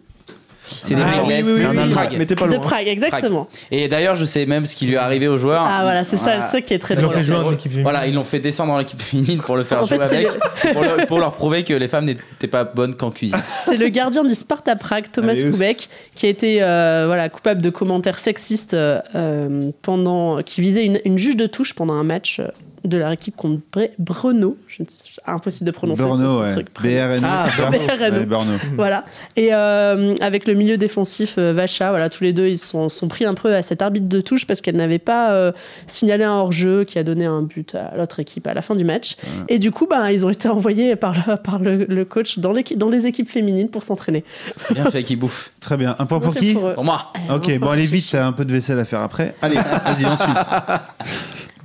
S4: C'est des
S3: Ah,
S4: mecs
S3: oui,
S4: l'Est,
S3: oui, oui,
S4: c'est
S3: oui,
S4: un
S3: oui.
S4: Prague.
S3: Mais t'es pas
S8: de
S3: loin.
S8: Prague, exactement.
S4: Et d'ailleurs, je sais même ce qui lui est arrivé au joueur.
S8: Ah voilà, c'est ça, ça qui est très
S6: Ils l'ont
S8: drôle.
S6: fait jouer en équipe féminine.
S4: Voilà, ils l'ont fait descendre dans l'équipe féminine pour le faire
S8: En
S4: jouer
S8: fait, c'est
S4: avec,
S8: le,
S4: <laughs> pour, leur, pour leur prouver que les femmes n'étaient pas bonnes qu'en
S8: <laughs>
S4: cuisine.
S8: c'est le gardien du Sparta Prague, Thomas
S1: Allez, oust.
S8: Koubek, qui a été euh, voilà, coupable de commentaires sexistes euh, euh, pendant, qui visait une, une juge de touche pendant un match euh, de leur équipe contre Bre- Brno. Je ne sais- impossible de prononcer ce-
S1: Brno,
S8: ce,
S1: ouais.
S8: truc.
S1: BRNO,
S4: Ah,
S1: c'est ça
S8: BRNO.
S1: Ouais, Brno.
S8: Voilà. Et euh, avec le milieu défensif euh, Vacha, voilà, tous les deux, ils se sont, sont pris un peu à cet arbitre de touche parce qu'elle n'avait pas euh, signalé un hors-jeu qui a donné un but à l'autre équipe à la fin du match. Et du coup, bah, ils ont été envoyés par le, <laughs> par le, le coach dans, l'équipe- dans les équipes féminines pour s'entraîner.
S4: Bien fait qu'ils bouffent.
S1: Très bien. Un point pour
S8: Donc, euh,
S1: qui Euh,
S8: eux.
S4: Pour moi.
S1: Ok, bon, allez vite, t'as un peu de vaisselle à faire après.
S8: <laughs>
S1: Allez, vas-y, ensuite.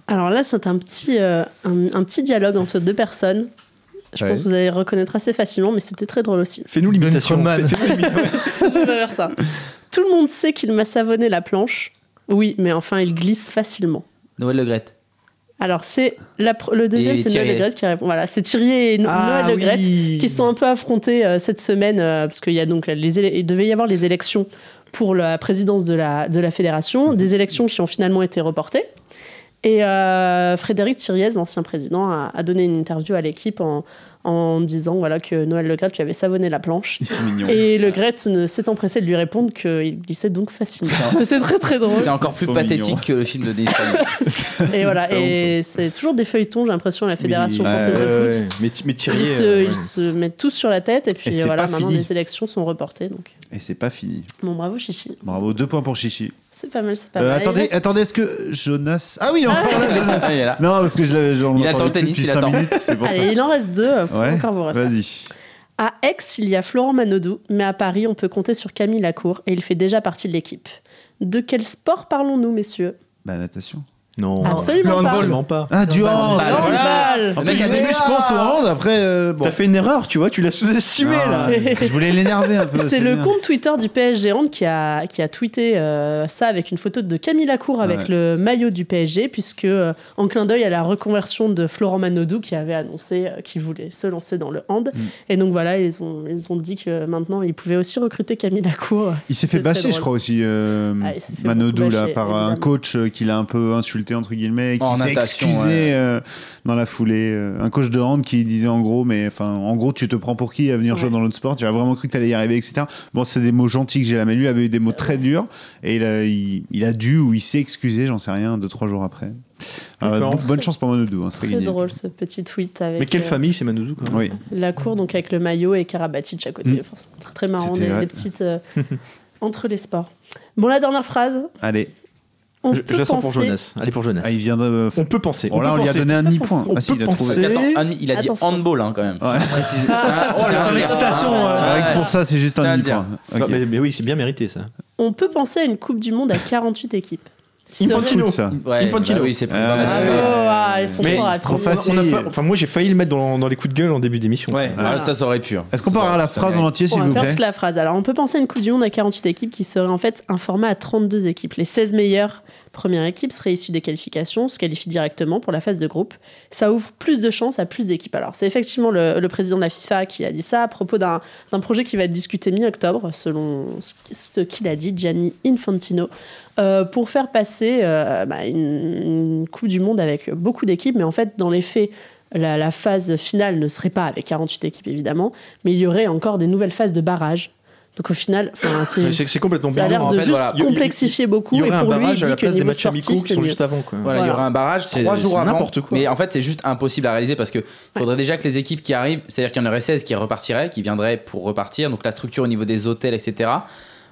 S8: Alors là, c'est un petit, euh, un, un petit dialogue entre deux personnes. Je
S1: Ouais.
S8: pense que vous allez le reconnaître assez facilement, mais c'était très drôle aussi. <laughs>
S3: Fais-nous l'imitation.
S6: Strongman.
S3: Fais- fais-nous l'imitation.
S8: On va faire ça. Tout le monde sait qu'il m'a savonné la planche. Oui, mais enfin, il glisse facilement.
S4: Noël Le Gret.
S8: Alors, c'est la pr- le deuxième,
S4: Et
S8: c'est Noël
S4: Thierry. Ah
S8: Le Gret qui répond. Voilà, c'est Thierry et No- Noël Le Gret
S3: oui.
S8: qui se sont un peu affrontés euh, cette semaine euh, parce qu'il y a donc les éle- il devait y avoir les élections pour la présidence de la, de la
S4: Mhm.
S8: fédération, des élections qui ont finalement été reportées. Et euh, Frédéric Thiriez, l'ancien président, a, a donné une interview à l'équipe en, en disant voilà, que Noël Le Gret lui avait savonné la planche.
S1: Ils sont mignons.
S8: Et Le Gret ne- s'est empressé de lui répondre qu'il glissait donc facilement. C'était très très drôle.
S4: C'est encore plus
S1: sont
S4: pathétique
S1: mignons.
S4: que le film de Denis Rodman.
S8: Et voilà,
S3: C'est pas
S8: et
S1: hein.
S8: c'est toujours des feuilletons, j'ai l'impression, à la Fédération
S3: Oui. Ouais,
S8: française de foot.
S3: ouais, ouais. Mais, mais Thierry,
S8: Ils se,
S3: euh, ouais.
S8: ils se mettent tous sur la tête et puis
S1: Et c'est
S8: voilà,
S1: pas
S8: maintenant
S1: fini.
S8: les élections sont reportées. Donc.
S1: Et c'est pas fini.
S8: Bon, bravo Chichi.
S1: Bravo, deux points pour Chichi.
S8: C'est pas mal, c'est pas
S1: Euh,
S8: mal.
S1: attendez,
S8: Il reste-
S1: attendez, est-ce que Jonas. Ah oui, il est encore là, Jonas.
S4: Ça, il est là.
S1: Non, parce que je l'avais genre, on
S4: Il attend
S1: l'entendait
S4: le tennis,
S1: depuis
S4: il
S1: cinq
S4: attend.
S1: minutes, c'est pour
S8: Allez, il en reste deux. euh, faut
S1: Ouais.
S8: encore vous
S1: ça.
S8: refaire.
S1: Vas-y.
S8: À Aix, il y a Florent Manodou, mais à Paris, on peut compter sur Camille Lacour et il fait déjà partie de l'équipe. De quel sport parlons-nous, messieurs
S1: Bah, natation.
S3: Non.
S6: Le
S8: Absolument pas.
S6: handball.
S3: Absolument pas.
S1: Ah, du hand
S4: Handball.
S1: Voilà.
S8: Handball.
S1: En
S4: Le mec
S1: plus,
S4: a
S1: au
S4: dit,
S1: début, je pense au hand, après, euh, bon.
S3: T'as fait une erreur, tu vois, tu l'as sous-estimé
S1: Non,
S3: là.
S1: Je voulais l'énerver
S3: Ah,
S1: un peu.
S8: C'est le
S1: bien.
S8: compte Twitter du PSG Hand qui a, qui a tweeté euh, ça avec une photo de Camille Lacour avec
S1: Ouais.
S8: le maillot du PSG, puisque euh, en clin d'œil à la reconversion de Florent Manodou qui avait annoncé euh, qu'il voulait se lancer dans le
S3: Mm.
S8: hand. Et donc voilà, ils ont, ils ont dit que maintenant ils pouvaient aussi recruter Camille Lacour.
S1: Il s'est fait
S8: C'est très
S1: bâcher, je
S8: drôle.
S1: crois aussi, euh,
S8: Ah, il s'est fait
S1: Manodou,
S8: beaucoup
S1: là,
S8: bâcher,
S1: par un
S8: évidemment.
S1: coach euh, qui l'a un peu insulté, entre guillemets, et qui
S4: En
S1: s'est
S4: natation,
S1: excusé
S4: ouais.
S1: euh, dans la foulée. euh, Un coach de hand qui disait en gros, mais enfin, en gros, tu te prends pour qui à venir jouer
S8: Ouais.
S1: dans l'autre sport Tu as vraiment cru que tu allais y arriver, etc. Bon, c'est des mots gentils que j'ai là, mais lui avait eu des mots très durs et il a, il, il a dû ou il s'est excusé, j'en sais rien, deux, trois jours après. Euh,
S3: D'accord.
S1: bon- bonne chance pour Manodou, hein, c'est pas
S8: Très
S1: gagné.
S8: drôle ce petit tweet avec
S3: Mais quelle
S8: euh,
S3: famille, c'est Manouzou quand même.
S1: Oui,
S8: Lacour donc avec le maillot et Karabatic à côté.
S1: Mm.
S8: Enfin, c'est très, très marrant,
S1: C'était
S8: des,
S1: vrai.
S8: des
S3: <laughs>
S8: petites euh, entre les sports. Bon, la dernière phrase.
S1: allez,
S8: On
S3: Je, je
S8: peut
S3: la sens
S8: penser...
S3: pour Jonas. Allez pour Jonas.
S1: Ah, il vient de. euh,
S3: On peut penser.
S1: Bon, là,
S3: peut
S1: on lui a
S3: penser.
S1: donné un demi-point.
S3: On
S1: Ah, si,
S3: peut
S1: il a trouvé.
S3: penser.
S4: Attends, un- il a dit
S8: Attention.
S4: handball hein, quand même.
S1: <laughs> Ouais.
S4: Ah,
S6: Oh,
S4: c'est
S6: sur
S4: un-
S6: l'excitation,
S4: ah,
S1: Rien que
S4: ouais.
S1: pour ça, c'est juste un
S4: Ça va le
S1: demi-point.
S3: Non,
S1: Ok.
S3: mais, mais oui, c'est bien mérité ça.
S8: On peut penser à une Coupe du Monde à 48 équipes. Qui
S1: Foot,
S8: serait-
S3: Infantino.
S1: ça.
S4: Ouais,
S3: Infantino.
S4: bah oui, c'est président
S1: Ah,
S4: de la
S8: Bravo,
S4: FIFA.
S8: ah, ils sont
S3: Mais
S8: forts à
S1: trop
S8: trouver.
S1: facile.
S3: On a
S1: Si.
S3: fa- Enfin, moi j'ai failli le mettre dans, dans les coups de gueule en début d'émission.
S4: Ouais,
S8: Voilà.
S4: ah, ça, ça aurait pu. hein.
S1: Est-ce qu'on peut avoir la
S4: Ça
S1: phrase en
S4: aurait-
S1: entier,
S8: On
S1: s'il
S8: va
S1: vous
S8: faire
S1: plaît
S8: toute la phrase. Alors, on peut penser à une Coupe du Monde à 48 équipes qui serait en fait un format à 32 équipes. Les 16 meilleures premières équipes seraient issues des qualifications, se qualifient directement pour la phase de groupe. Ça ouvre plus de chances à plus d'équipes. Alors, c'est effectivement le, le président de la FIFA qui a dit ça à propos d'un d'un projet qui va être discuté mi-octobre, selon ce- ce qu'il a dit, Gianni Infantino, euh, pour faire passer c'est euh, bah, une, une Coupe du Monde avec beaucoup d'équipes, mais en fait, dans les faits, la, la phase finale ne serait pas avec 48 équipes, évidemment, mais il y aurait encore des nouvelles phases de barrage. Donc au final, enfin,
S3: Ah, Mais c'est que c'est complètement
S8: ça a
S3: bizarre.
S8: l'air
S4: En
S8: de
S4: fait,
S8: juste
S4: voilà.
S3: Il y- il-
S8: complexifier beaucoup.
S3: Il y
S8: et
S3: aurait un
S8: pour lui,
S3: barrage
S8: il
S3: à
S8: dit
S3: la
S8: que
S3: place des
S8: niveau
S3: matchs amicaux
S8: sportif,
S3: qui
S8: c'est
S3: sont
S8: mieux.
S3: juste avant. Quoi.
S4: Voilà, il y
S8: Voilà.
S4: aura un barrage,
S3: C'est-
S4: trois
S3: c'est
S4: jours avant.
S3: n'importe quoi.
S4: Mais en fait, c'est juste impossible à réaliser parce que faudrait déjà que les équipes qui arrivent, c'est-à-dire qu'il y en aurait 16 qui repartiraient, qui viendraient pour repartir, donc la structure au niveau des hôtels, etc.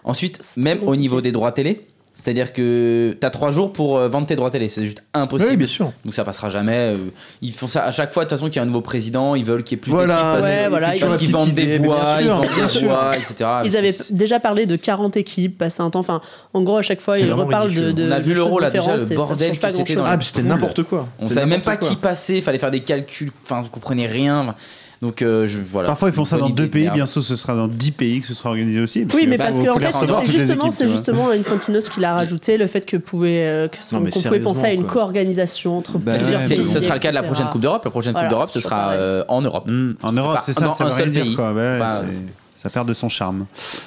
S4: Ensuite, même au
S8: compliqué.
S4: niveau des droits télé, c'est-à-dire que t'as trois jours pour euh, vendre tes droits télé, c'est juste impossible.
S3: Oui, bien sûr.
S4: Donc ça passera jamais. euh, Ils font ça à chaque fois, de toute façon, qu'il y a un nouveau président, ils veulent qu'il y ait plus
S3: Voilà.
S4: d'équipes parce
S8: Ouais,
S4: que-
S8: voilà, ils
S4: parce
S8: ont
S4: qu'ils
S3: une
S4: vendent
S3: petite
S4: des
S3: idée, mais bien
S4: voix, ils
S3: sûr,
S4: vendent
S3: bien
S4: des
S3: sûr.
S4: voix, etc.
S3: Ah,
S8: Ils avaient déjà parlé de 40 équipes, passé un temps. Enfin, en gros, à chaque fois,
S6: C'est
S8: ils
S6: vraiment
S8: reparlent de,
S6: ridicule.
S8: de.
S4: On a
S8: de
S4: vu
S8: choses
S4: l'Euro, là, déjà,
S8: différentes,
S4: le
S8: ça ne change
S4: bordel
S8: pas
S4: que c'était
S8: grand-chose.
S4: dans la-
S3: Ah, mais c'était
S4: Cool.
S3: n'importe quoi.
S4: On
S3: C'est
S4: savait même
S3: n'importe
S4: pas
S3: quoi.
S4: qui passait, fallait faire des calculs, enfin, vous comprenez rien. Donc, euh, je, voilà.
S1: Parfois, ils font ça
S4: Bonne
S1: dans
S4: idée
S1: deux
S4: de
S1: pays,
S4: merde.
S1: bientôt ce sera dans dix pays que ce sera organisé aussi.
S8: Oui,
S1: que-
S8: mais
S1: bah,
S8: parce
S1: faut
S8: que en
S1: faire
S8: fait,
S1: savoir
S8: c'est
S1: toutes les
S8: justement,
S1: équipes,
S8: c'est
S1: tu vois.
S8: justement Infantinos qui l'a rajouté, le fait que pouvait, euh, que
S3: Non, mais
S8: qu'on pouvait penser à une
S3: sérieusement, quoi.
S8: co-organisation entre
S1: Bah
S4: C'est-à-dire,
S8: plusieurs
S1: ouais,
S4: c'est-
S8: pays,
S4: ce sera le cas de la
S8: etc..
S4: prochaine Coupe d'Europe. La prochaine
S8: Voilà,
S4: Coupe d'Europe, ce
S8: c'est
S4: sera
S8: pareil.
S4: euh, en Europe.
S1: Hmm, en
S4: C'est
S1: Europe,
S4: pas-
S1: c'est ça,
S4: dans
S1: ça
S4: un
S1: veut rien
S4: seul
S1: dire,
S4: pays.
S1: quoi. Ouais,
S4: Pas-
S1: c'est- ça perd de son charme.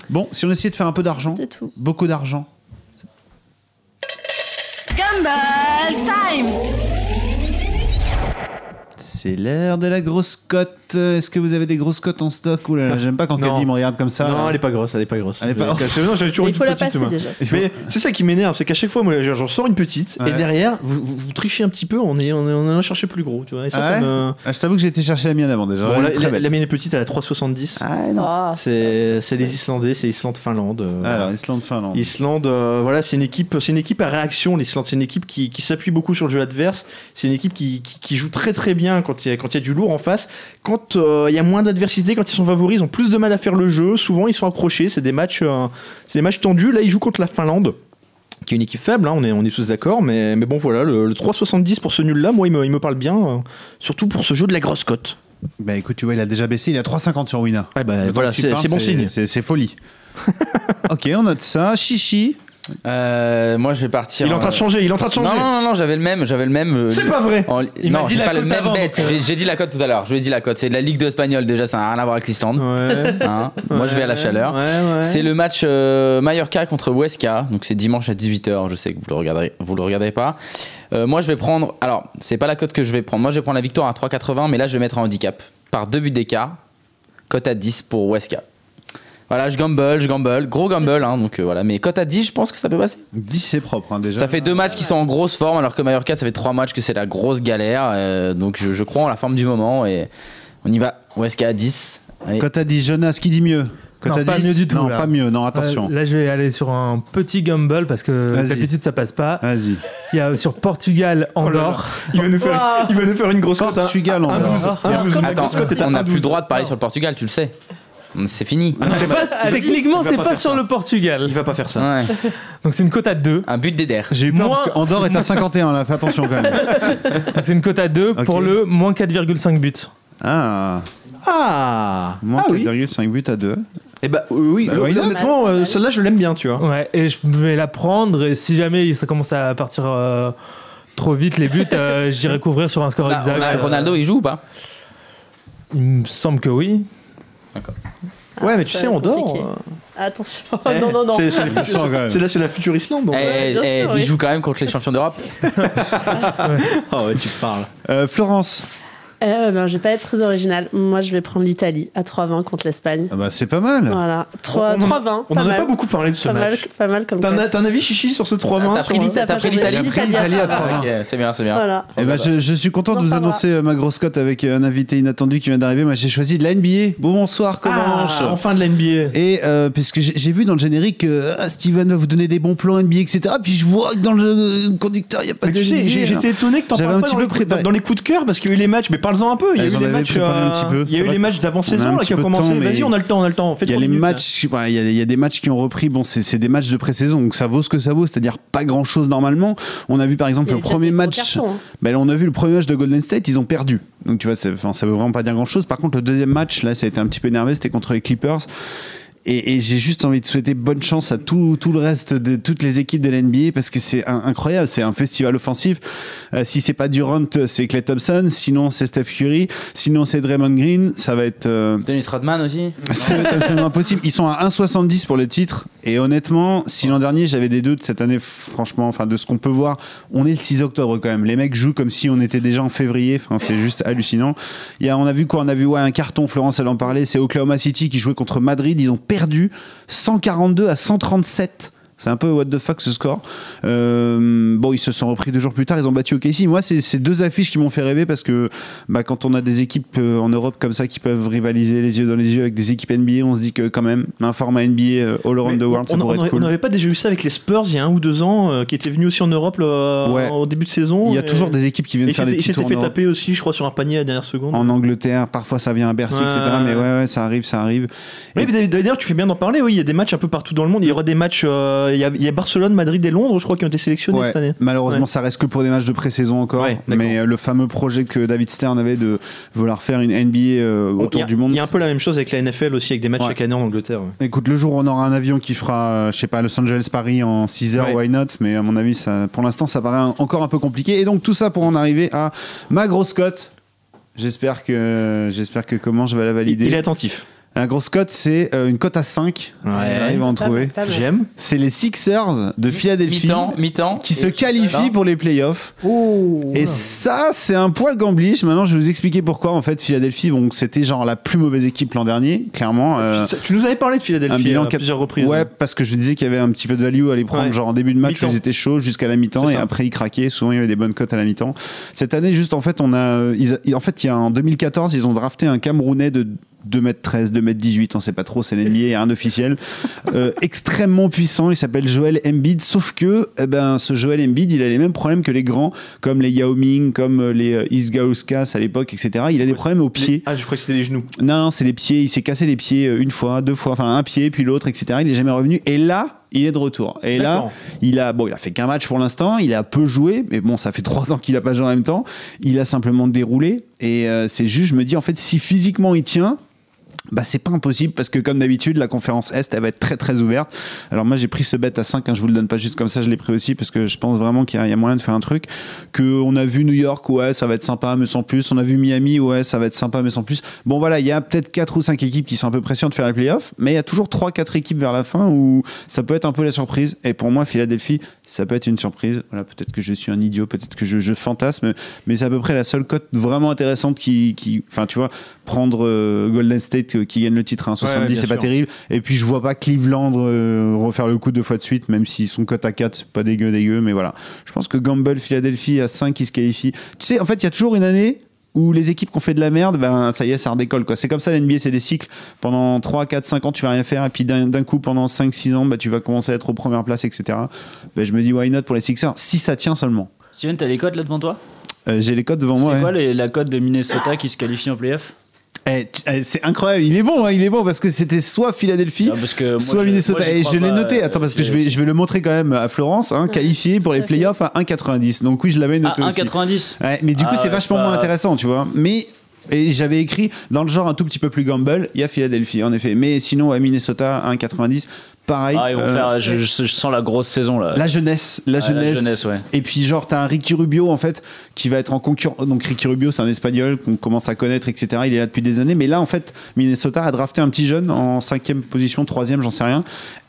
S1: Bon, si on essayait de faire un peu d'argent,
S8: C'est tout.
S1: beaucoup d'argent.
S10: Gumball Time
S1: C'est l'heure de la grosse cote. Est-ce que vous avez des grosses cotes en stock Ouh là là, j'aime pas quand
S6: Non.
S1: Caddy me regarde comme ça.
S3: non,
S1: là.
S3: elle est pas grosse, elle est pas grosse.
S1: Elle est pas-
S3: Je- Non, j'avais toujours
S8: Mais
S3: une
S8: il faut la
S3: petite.
S8: passer
S3: moi.
S8: déjà.
S3: Mais c'est ça qui m'énerve, c'est qu'à chaque fois, moi, genre, j'en sors une petite,
S1: Ouais.
S3: et derrière, vous, vous, vous trichez un petit peu, on est, on est, on en a cherché plus gros, tu vois. Et ça,
S1: Ah
S3: ça
S1: ouais
S3: me-
S1: Ah, je t'avoue que j'ai été chercher la mienne avant déjà.
S3: Bon,
S1: Elle est
S3: la,
S1: très
S3: la-
S1: belle.
S3: la mienne est petite, elle a 3,70.
S1: Ah, non.
S8: Ah,
S3: c'est, c'est les Islandais, c'est Islande-Finlande. euh,
S1: Ah, Alors, Islande-Finlande.
S3: Islande, euh, voilà, c'est une équipe, c'est une équipe à réaction. L'Islande, c'est une équipe qui, qui s'appuie beaucoup sur le jeu adverse. C'est une équipe qui, qui, qui joue très très bien quand il y a quand il y a du lourd en face. Quand euh, il y a moins d'adversité, quand ils sont favoris, ils ont plus de mal à faire le jeu. Souvent, ils sont accrochés. C'est des matchs, euh, c'est des matchs tendus. Là, ils jouent contre la Finlande. Qui est une équipe faible, hein, on, est, on est tous d'accord, mais, mais bon voilà, le, le 3,70 pour ce nul-là, moi il me, il me parle bien, euh, surtout pour ce jeu de la grosse cote.
S1: Bah écoute, tu vois, il a déjà baissé, il a 3,50 sur Wina.
S3: Ah bah,
S1: Attends,
S3: voilà,
S1: tu
S3: c'est
S1: parles,
S3: c'est bon signe.
S1: C'est c'est
S3: <laughs>
S1: folie. ok, on note ça. Chichi.
S4: Euh, moi, je vais partir.
S3: Il est en train de
S4: euh,
S3: changer, il est en train de changer.
S4: Non, non, non, non, j'avais le même. J'avais le même. euh,
S3: C'est pas vrai
S4: en-
S6: Il
S4: non,
S6: m'a dit
S4: j'ai
S6: la
S4: pas le
S6: cote
S4: même
S6: avant,
S4: bet.
S6: donc, euh.
S4: J'ai j'ai dit la cote tout à l'heure. Je lui ai dit la cote. C'est de la Ligue 2 espagnole déjà. Ça n'a rien à voir avec l'Islande.
S3: Ouais.
S4: hein. Moi, je vais à la
S3: Ouais,
S4: chaleur.
S3: ouais, ouais.
S4: C'est le match euh, Mallorca contre Huesca, donc c'est dimanche à 18h, je sais que vous le regarderez, vous le regarderez pas. Euh, moi je vais prendre, alors c'est pas la cote que je vais prendre, moi je vais prendre la victoire à 3,80 mais là je vais mettre un handicap par deux buts d'écart, cote à 10 pour Huesca. Voilà, je gamble, je gamble, gros gamble, hein, donc euh, voilà, mais cote à 10 je pense que ça peut passer.
S1: 10, c'est propre hein, déjà.
S4: Ça fait deux matchs qui sont en grosse forme alors que Mallorca ça fait trois matchs que c'est la grosse galère, euh, donc je, je crois en la forme du moment et on y va, Huesca à 10. Allez.
S1: Quand t'as dit Jonas, qui dit mieux Quand
S6: Non,
S1: t'as
S6: pas
S1: dit-
S6: mieux du tout,
S1: Non,
S6: là.
S1: pas mieux, non, attention.
S6: Euh, là, je vais aller sur un petit Gumball parce que
S1: Vas-y.
S6: d'habitude, ça passe pas.
S1: Vas-y.
S6: Il y a sur Portugal, Andorre.
S3: Il va nous faire,
S8: Waouh.
S3: il va nous faire une grosse cote. hein.
S1: Portugal,
S3: Un
S1: Andorre.
S3: 12, un
S8: Alors,
S3: 12.
S8: comme-
S4: Attends,
S8: Grosse cote est à
S4: on n'a plus
S3: 1,12.
S4: le droit de parler sur le Portugal, tu le sais. C'est fini.
S8: Ah
S6: Techniquement,
S3: Il va
S6: c'est
S3: pas
S6: pas,
S3: faire
S6: sur
S3: ça.
S6: le Portugal.
S3: Il va pas faire
S1: Hein.
S3: ça.
S4: Ouais.
S6: Donc, c'est une cote à 2.
S4: Un but d'Eder.
S1: J'ai eu peur
S6: Moins-
S1: parce que Andorre est à 51, là, fais attention quand
S3: <laughs>
S1: même.
S6: C'est une cote à 2
S1: Ok.
S6: pour le moins 4,5 buts.
S1: Ah,
S3: Ah,
S1: moins
S3: Ah oui.
S1: 4,5 buts à
S3: <laughs>
S1: 2.
S3: Et bah oui,
S1: Bah,
S3: le-
S1: why not
S3: honnêtement, euh, celle-là je l'aime bien, tu vois.
S6: Ouais, et je vais la prendre. Et si jamais ça commence à partir euh, trop vite, les buts, euh,
S1: <laughs>
S6: j'irai couvrir sur un score
S1: Bah,
S4: Là,
S6: exact.
S4: on a-
S6: Euh,
S4: Ronaldo, il joue ou pas
S6: Il me semble que oui.
S3: ouais, mais tu
S8: Ah, ça
S3: sais,
S8: va être
S3: on dort. hein.
S8: compliqué. Attention, non, non, non.
S3: C'est c'est la,
S1: Ils sont quand même.
S3: c'est la- c'est la future Islande.
S4: Eh,
S3: hein.
S4: eh,
S8: bien
S4: eh,
S8: sûr,
S4: Il
S8: oui.
S4: joue quand même contre les champions d'Europe.
S1: oh,
S3: Ah ouais, tu parles.
S1: Euh, Florence,
S8: Euh, ben, je vais pas être très original. Moi, je vais prendre l'Italie à 3-20 contre l'Espagne.
S1: Ah bah, c'est pas mal.
S8: Voilà,
S3: On- on
S8: 3
S3: en-
S8: 3-20,
S3: On
S8: pas
S3: en a
S8: mal.
S3: pas beaucoup parlé de ce
S8: Pas mal, Ah,
S3: match.
S8: pas mal comme
S3: T'as un,
S8: classe.
S3: t'as un avis chichi sur ce 3-20
S4: T'as pris
S3: sur-
S4: l'I- t'as
S8: Ça
S4: pris
S8: fait
S1: Il a
S4: l'Italie.
S1: pris l'Italie à
S8: Ah.
S1: 3
S4: Ok, c'est bien, c'est bien.
S8: Voilà.
S1: Eh ben, je, je suis content de
S8: On en
S1: vous
S8: parlera.
S1: annoncer euh, ma grosse cote avec euh, un invité inattendu qui vient d'arriver. Moi, j'ai choisi de la NBA. Bon, bonsoir, comment
S3: Ah, enfin de la NBA.
S1: Et euh, puisque j'ai j'ai vu dans le générique que ah, Steven va vous donner des bons plans NBA, etc. Puis je vois que dans le euh, conducteur, il n'y a pas
S3: Mais
S1: de
S3: tu sais,
S1: NBA,
S3: j'ai-
S1: alors.
S3: j'étais étonné que t'en
S1: J'avais
S3: parles
S1: un
S3: pas
S1: petit
S3: dans
S1: peu
S3: les, coups-
S1: préparé.
S3: dans les coups de cœur parce qu'il y a eu les matchs, mais parle-en un peu. Il y a
S1: Elles
S3: eu
S1: en
S3: les
S1: avaient
S3: matchs, euh,
S1: préparé un petit peu,
S3: il y a
S1: c'est
S3: eu
S1: vrai.
S3: les matchs
S1: On a un
S3: d'avant-saison là,
S1: petit
S3: qui ont
S1: peu de temps,
S3: commencé.
S1: mais-
S3: Vas-y, on a le temps, on a le temps.
S1: Il y a les matchs, je sais pas, il y, a- il y a des matchs qui ont repris. Bon, c'est c'est des matchs de pré-saison, donc ça vaut ce que ça vaut, c'est-à-dire pas grand-chose normalement. On a vu par exemple
S8: Il y a
S1: le
S8: eu peut-être
S1: premier
S8: des gros
S1: match.
S8: cartons, hein.
S1: Ben, on a vu le premier match de Golden State, ils ont perdu. Donc tu vois, c'est- enfin, ça veut vraiment pas dire grand-chose. Par contre, le deuxième match, là, ça a été un petit peu énervé, c'était contre les Clippers. Et, et j'ai juste envie de souhaiter bonne chance à tout, tout le reste de toutes les équipes de l'NBA parce que c'est un- incroyable, c'est un festival offensif. Euh, si c'est pas Durant, c'est Clay Thompson, sinon c'est Steph Curry, sinon c'est Draymond Green, ça va être euh,
S4: Dennis Rodman aussi.
S1: ça va être absolument impossible. Ils sont à 1,70 pour le titre. Et honnêtement, si l'an dernier j'avais des doutes, cette année, franchement, enfin, de ce qu'on peut voir, on est le 6 octobre quand même. Les mecs jouent comme si on était déjà en février. Enfin, c'est juste hallucinant. Il y a, on a vu quoi On a vu ouais, un carton, Florence, elle en parlait. C'est Oklahoma City qui jouait contre Madrid. Ils ont perdu 142 à 137. C'est un peu what the fuck ce score. Euh, bon, ils se sont repris deux jours plus tard, ils ont battu OKC. Moi, c'est c'est deux affiches qui m'ont fait rêver parce que bah, quand on a des équipes euh, en Europe comme ça qui peuvent rivaliser les yeux dans les yeux avec des équipes NBA, on se dit que quand même, un format NBA euh, all around the
S3: Mais
S1: world, ça
S3: on- on
S1: pourrait être
S3: n'avait- On
S1: cool.
S3: n'avait pas déjà eu ça avec les Spurs il y a un ou deux ans, euh, qui étaient venus aussi en Europe là,
S1: Ouais.
S3: en début de saison.
S1: Il y a
S3: et-
S1: toujours des équipes qui hein. Ah.
S3: et
S1: viennent
S3: ils
S1: faire des
S3: s'étaient- ils
S1: petits
S3: s'étaient
S1: tours
S3: fait
S1: en Europe.
S3: taper aussi, je crois, sur un panier à la dernière seconde.
S1: En Angleterre, parfois ça vient à Bercy,
S3: Ouais.
S1: etc. Mais ouais, ouais, ça arrive, ça arrive.
S3: Oui, mais d'ailleurs, tu fais bien d'en parler. Oui, il y a des matchs un peu partout dans le monde. Il y aura des matchs. euh, Il y, a, il y a Barcelone, Madrid et Londres, je crois, qui ont été sélectionnés
S1: Ouais,
S3: cette année.
S1: Malheureusement,
S3: Ouais.
S1: ça reste que pour des matchs de pré-saison encore.
S3: Ouais, d'accord.
S1: mais euh, le fameux projet que David Stern avait de vouloir faire une NBA euh,
S3: Il y
S1: autour
S3: a-
S1: du monde.
S3: Il y a un peu la même chose avec la NFL aussi, avec des matchs
S1: Ouais.
S3: chaque année en Angleterre. ouais.
S1: Écoute, le jour où on aura un avion qui fera, euh, je sais pas, Los Angeles-Paris en 6 heures,
S3: Ouais.
S1: why not Mais à mon avis, ça, pour l'instant, ça paraît un- encore un peu compliqué. Et donc, tout ça pour en arriver à ma grosse cote. J'espère que, j'espère que comment je vais la
S3: Il,
S1: valider.
S3: il est attentif.
S1: La grosse cote, c'est euh, une cote à 5.
S3: Ouais.
S1: J'arrive à en
S8: Pas
S1: trouver.
S8: mal, pas mal.
S3: J'aime.
S1: C'est les Sixers de Philadelphie
S4: Mi-temps, mi-temps.
S1: qui se
S4: Et-
S1: qualifient pour les playoffs. Et ça, c'est un poil gamblish. Maintenant, je vais vous expliquer pourquoi. En fait, Philadelphie, donc, c'était genre la plus mauvaise équipe l'an dernier, clairement. Euh,
S3: Ça- Tu nous avais parlé de Philadelphie
S1: un bilan
S3: euh, à
S1: quatre-
S3: plusieurs reprises.
S1: Ouais, parce que je disais qu'il y avait un petit peu de value à les prendre.
S3: Ouais.
S1: Genre en début de match,
S3: Mi-temps.
S1: ils étaient chauds jusqu'à la mi-temps
S3: C'est
S1: et
S3: ça.
S1: après ils craquaient. Souvent, il y avait des bonnes cotes à la mi-temps. Cette année, juste en fait, on a, euh, ils a- ils- en fait, il y a en 2014, ils ont drafté un Camerounais de 2m13, 2m18, on sait pas trop, c'est l'ennemi et un
S3: <laughs>
S1: officiel euh, extrêmement puissant. Il s'appelle Joel Embiid, sauf que eh ben, ce Joel Embiid, il a les mêmes problèmes que les grands, comme les Yao Ming, comme euh, les euh, Isgauskas à l'époque, etc. Il a des problèmes aux pieds.
S3: Ah, je crois que c'était les genoux.
S1: Non, c'est les pieds. Il s'est cassé les pieds euh, une fois, deux fois, enfin un pied, puis l'autre, etc. Il n'est jamais revenu. Et là, il est de retour. Et là,
S3: D'accord.
S1: il a, bon, il a fait qu'un match pour l'instant. Il a peu joué, mais bon, ça fait trois ans qu'il a pas joué en même temps. Il a simplement déroulé. Et euh, c'est juste, je me dis, en fait, si physiquement il tient. Bah, c'est pas impossible parce que comme d'habitude la conférence Est elle va être très très ouverte alors moi j'ai pris ce bet à 5 hein, je vous le donne pas juste comme ça je l'ai pris aussi parce que je pense vraiment qu'il y, a- il y a moyen de faire un truc que on a vu New York ouais ça va être sympa mais sans plus on a vu Miami ouais ça va être sympa mais sans plus bon voilà il y a peut-être 4 ou 5 équipes qui sont un peu pressions de faire les playoffs mais il y a toujours 3-4 équipes vers la fin où ça peut être un peu la surprise et pour moi Philadelphie ça peut être une surprise voilà peut-être que je suis un idiot peut-être que je, je fantasme mais c'est à peu près la seule cote vraiment intéressante qui qui- enfin tu vois prendre euh, Golden State euh, qui gagne le titre à 1,70
S3: Ouais, ouais, bien
S1: c'est pas
S3: sûr.
S1: terrible et puis je vois pas Cleveland euh, refaire le coup deux fois de suite même s'ils sont cote à 4 c'est pas dégueu dégueu mais voilà je pense que Gamble, Philadelphie à 5 qui se qualifie. Tu sais, en fait, il y a toujours une année où les équipes qui ont fait de la merde, ben ça y est, ça redécolle quoi. C'est comme ça l'NBA, c'est des cycles. Pendant 3, 4, 5 ans, tu vas rien faire et puis d'un d'un coup pendant 5, 6 ans, bah, tu vas commencer à être aux premières places, etc. Ben, je me dis why not pour les Sixers si ça tient seulement.
S11: Steven, t'as les codes là devant toi
S1: Euh, J'ai les codes devant
S11: C'est
S1: moi.
S11: quoi
S1: ouais.
S11: les- la cote de Minnesota qui se qualifie en playoff
S1: Eh, tu- eh, c'est incroyable, il est bon, hein, il est bon parce que c'était soit Philadelphie.
S11: Ah, parce que moi,
S1: Soit
S11: je-
S1: Minnesota.
S11: moi, j'y
S1: Et
S11: crois
S1: je l'ai
S11: pas,
S1: noté.
S11: euh,
S1: Attends, parce que je
S11: j'ai-
S1: vais, je vais le montrer quand même à Florence, hein, qualifié pour les
S8: tout à fait.
S1: playoffs à 1,90. Donc oui, je l'avais
S11: Ah,
S1: noté aussi.
S11: 1,90
S1: Ouais, mais du coup,
S11: Ah
S1: c'est
S11: ouais,
S1: vachement
S11: bah-
S1: moins intéressant, tu vois. Mais et j'avais écrit dans le genre un tout petit peu plus gamble, il y a Philadelphie, en effet. Mais sinon, à Minnesota, 1,90, pareil.
S11: Ah, ils vont
S1: euh,
S11: faire. Je, je- je sens la grosse saison là.
S1: La jeunesse, la
S11: Ah,
S1: jeunesse.
S11: jeunesse, ouais.
S1: Et puis, genre, t'as un Ricky Rubio, en fait, qui va être en concurrence. Donc, Ricky Rubio, c'est un espagnol qu'on commence à connaître, etc. Il est là depuis des années. Mais là, en fait, Minnesota a drafté un petit jeune en cinquième position, troisième, j'en sais rien.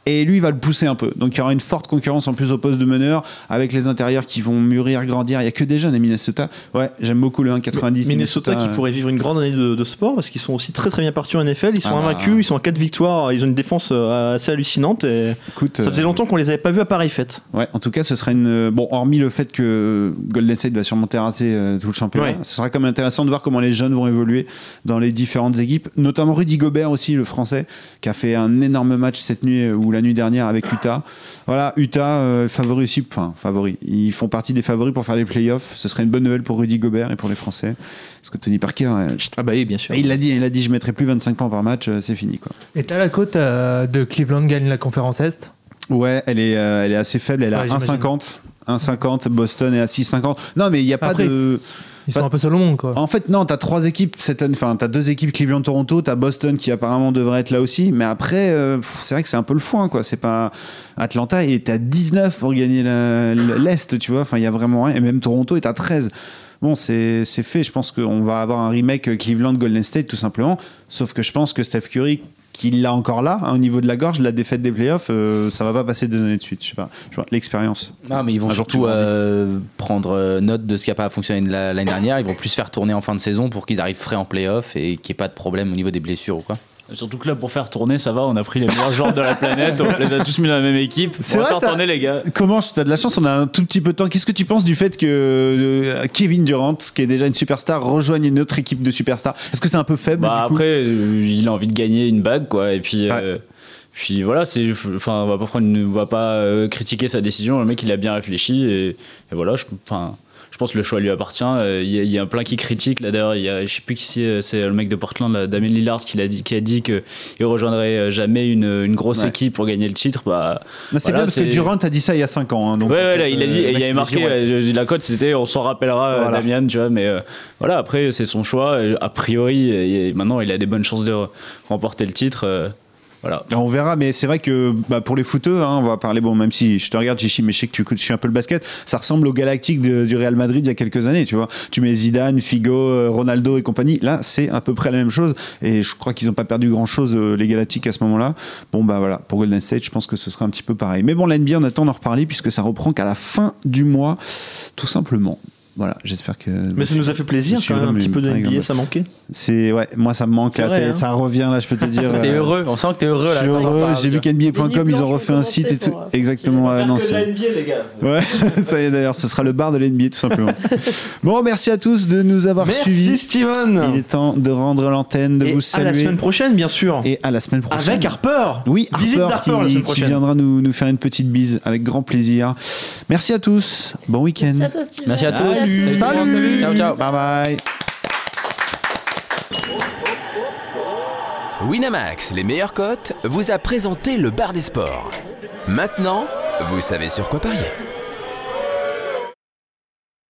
S1: Et lui, il va le pousser un peu. Donc, il y aura une forte concurrence en plus au poste de meneur, avec les intérieurs qui vont mûrir, grandir. Il y a que des jeunes à Minnesota. Ouais, j'aime beaucoup le 1,90.
S3: Minnesota, qui
S1: euh,
S3: pourrait vivre une grande année de, de sport parce qu'ils sont aussi très très bien partis en NFL. Ils sont
S1: Ah.
S3: invaincus, ils sont à 4 victoires, ils ont une défense euh, assez hallucinante. Et
S1: Écoute,
S3: ça
S1: euh,
S3: faisait longtemps qu'on les avait pas vus à pareille fête.
S1: Ouais, en tout cas, ce sera une. Bon, hormis le fait que Golden State va sûrement terrasser euh, tout le championnat,
S3: Ouais.
S1: ce sera quand même intéressant de voir comment les jeunes vont évoluer dans les différentes équipes, notamment Rudy Gobert aussi, le français, qui a fait un énorme match cette nuit euh, ou la nuit dernière avec Utah. Voilà, Utah, euh, favori aussi, enfin, favori. Ils font partie des favoris pour faire les playoffs. Ce serait une bonne nouvelle pour Rudy Gobert et pour les Français. Parce que Tony Parker, euh,
S3: Ah bah oui, bien sûr.
S1: il l'a dit, il a dit, je mettrai plus 25 points par match, euh, c'est fini quoi.
S6: Et t'as la cote euh, de Cleveland gagne la conférence Est.
S1: Ouais, elle est, euh, elle est assez faible. Elle est
S6: Ouais,
S1: à
S6: j'imagine.
S1: 1,50. 1,50. Boston est à 6,50. Non, mais il n'y a pas
S6: Après,
S1: de.
S6: c'est- Ils sont un peu seuls au monde, quoi.
S1: En fait, non, t'as trois équipes cette année. Enfin, t'as deux équipes Cleveland-Toronto, t'as Boston qui apparemment devrait être là aussi. Mais après, euh, pff, c'est vrai que c'est un peu le foin, quoi. C'est pas Atlanta et t'as 19 pour gagner la- la- l'Est, tu vois. Enfin, il y a vraiment rien. Et même Toronto est à 13. Bon, c'est c'est fait. Je pense qu'on va avoir un remake Cleveland-Golden State, tout simplement. Sauf que je pense que Steph Curry qui l'a encore là, hein, au niveau de la gorge, la défaite des playoffs, euh, ça va pas passer deux années de suite. Je sais pas, Je sais pas, l'expérience.
S4: Non, mais ils vont
S1: Un jour, tu
S4: surtout
S1: l'auras.
S4: euh, prendre euh, note de ce qui n'a pas fonctionné de la- l'année dernière. Ils vont plus faire tourner en fin de saison pour qu'ils arrivent frais en playoff et qu'il n'y ait pas de problème au niveau des blessures ou quoi.
S9: Surtout que là, pour faire tourner, ça va, on a pris les meilleurs joueurs de la planète, on les a tous mis dans la même équipe.
S1: C'est
S9: on va
S1: vrai,
S9: faire
S1: ça-
S9: tourner, les gars.
S1: Comment t'as de la chance, on a un tout petit peu de temps. Qu'est-ce que tu penses du fait que euh, Kevin Durant, qui est déjà une superstar, rejoigne une autre équipe de superstars Est-ce que c'est un peu faible
S9: Bah,
S1: du coup
S9: après, euh, il a envie de gagner une bague, quoi. Et puis.
S1: Ouais.
S9: euh, Puis voilà, c'est, enfin, on va pas prendre, une- on va pas euh, critiquer sa décision. Le mec, il a bien réfléchi et, et voilà. Je, enfin, je pense que le choix lui appartient. Euh, Il y, a- il y a plein qui critiquent. Là d'ailleurs, il y a, je sais plus qui c'est, euh, c'est le mec de Portland, là, Damien Lillard, qui a dit, qui a dit que il rejoindrait euh, jamais une, une grosse
S1: Ouais.
S9: équipe pour gagner le titre. Bah,
S1: Non, C'est
S9: voilà,
S1: bien parce que Durant a dit ça il y a 5 ans. hein, donc,
S9: ouais,
S1: en
S9: ouais,
S1: fait,
S9: là, il a
S1: euh,
S9: dit,
S1: le
S9: il
S1: mec
S9: y avait
S1: s'est
S9: marqué,
S1: dit, ouais.
S9: euh, la cote c'était, on s'en rappellera, euh,
S1: Voilà.
S9: Damian, tu vois, mais euh, voilà, après, c'est son choix. euh, A priori, euh, il est- maintenant, il a des bonnes chances de re- remporter le titre. euh, voilà.
S1: On verra, mais c'est vrai que bah, pour les footeux, hein, on va parler. Bon, même si je te regarde, Chichi, mais je sais que tu, tu suis un peu le basket, ça ressemble au Galactique de- du Real Madrid il y a quelques années, tu vois. Tu mets Zidane, Figo, euh, Ronaldo et compagnie. Là, c'est à peu près la même chose, et je crois qu'ils n'ont pas perdu grand chose les Galactiques à ce moment-là. Bon, bah voilà, pour Golden State, je pense que ce sera un petit peu pareil. Mais bon, la NBA, on attend d'en reparler puisque ça reprend qu'à la fin du mois, tout simplement. Voilà, j'espère que.
S3: Mais ça nous a fait plaisir
S1: Je suis
S3: quand même, un
S1: vraiment
S3: petit peu de
S1: une-
S3: NBA, ça manquait.
S1: C'est ouais, moi ça me manque
S3: C'est
S1: là,
S3: vrai,
S1: c'est-
S3: hein.
S1: ça revient là, je peux te dire.
S3: <laughs>
S4: T'es
S1: euh,
S4: heureux, on sent que t'es heureux
S1: je
S4: là.
S1: suis
S4: quand t'en
S1: heureux,
S4: parles,
S1: j'ai
S4: tu
S1: vu
S8: Les nuits
S1: qu'NBA.com, ils ont
S8: blanches
S1: refait un
S8: ont
S1: site et
S8: commencé
S1: tout.
S8: pour, euh,
S1: Exactement, ouais, non, c'est.
S9: les gars.
S1: Ouais, <laughs> ça y est d'ailleurs, ce sera le bar de l'NBA tout simplement. bon, merci à tous de nous avoir
S3: Merci
S1: suivis. Il
S3: Steven
S1: est temps de rendre l'antenne, de
S3: Et
S1: vous
S3: à la
S1: saluer.
S3: semaine prochaine, bien sûr.
S1: Et à la semaine prochaine.
S3: Avec Harper.
S1: Oui,
S3: Visite
S1: Harper,
S3: d'Harper la
S1: qui,
S3: semaine
S1: qui
S3: prochaine.
S1: viendra nous, nous faire une petite bise avec grand plaisir. Merci à tous. Bon week-end.
S8: Merci à toi, Steven.
S4: Merci à tous.
S1: Salut.
S4: Salut. Ciao, ciao.
S1: Bye bye.
S12: Winamax, les meilleures cotes, vous a présenté le bar des sports. Maintenant, vous savez sur quoi parier.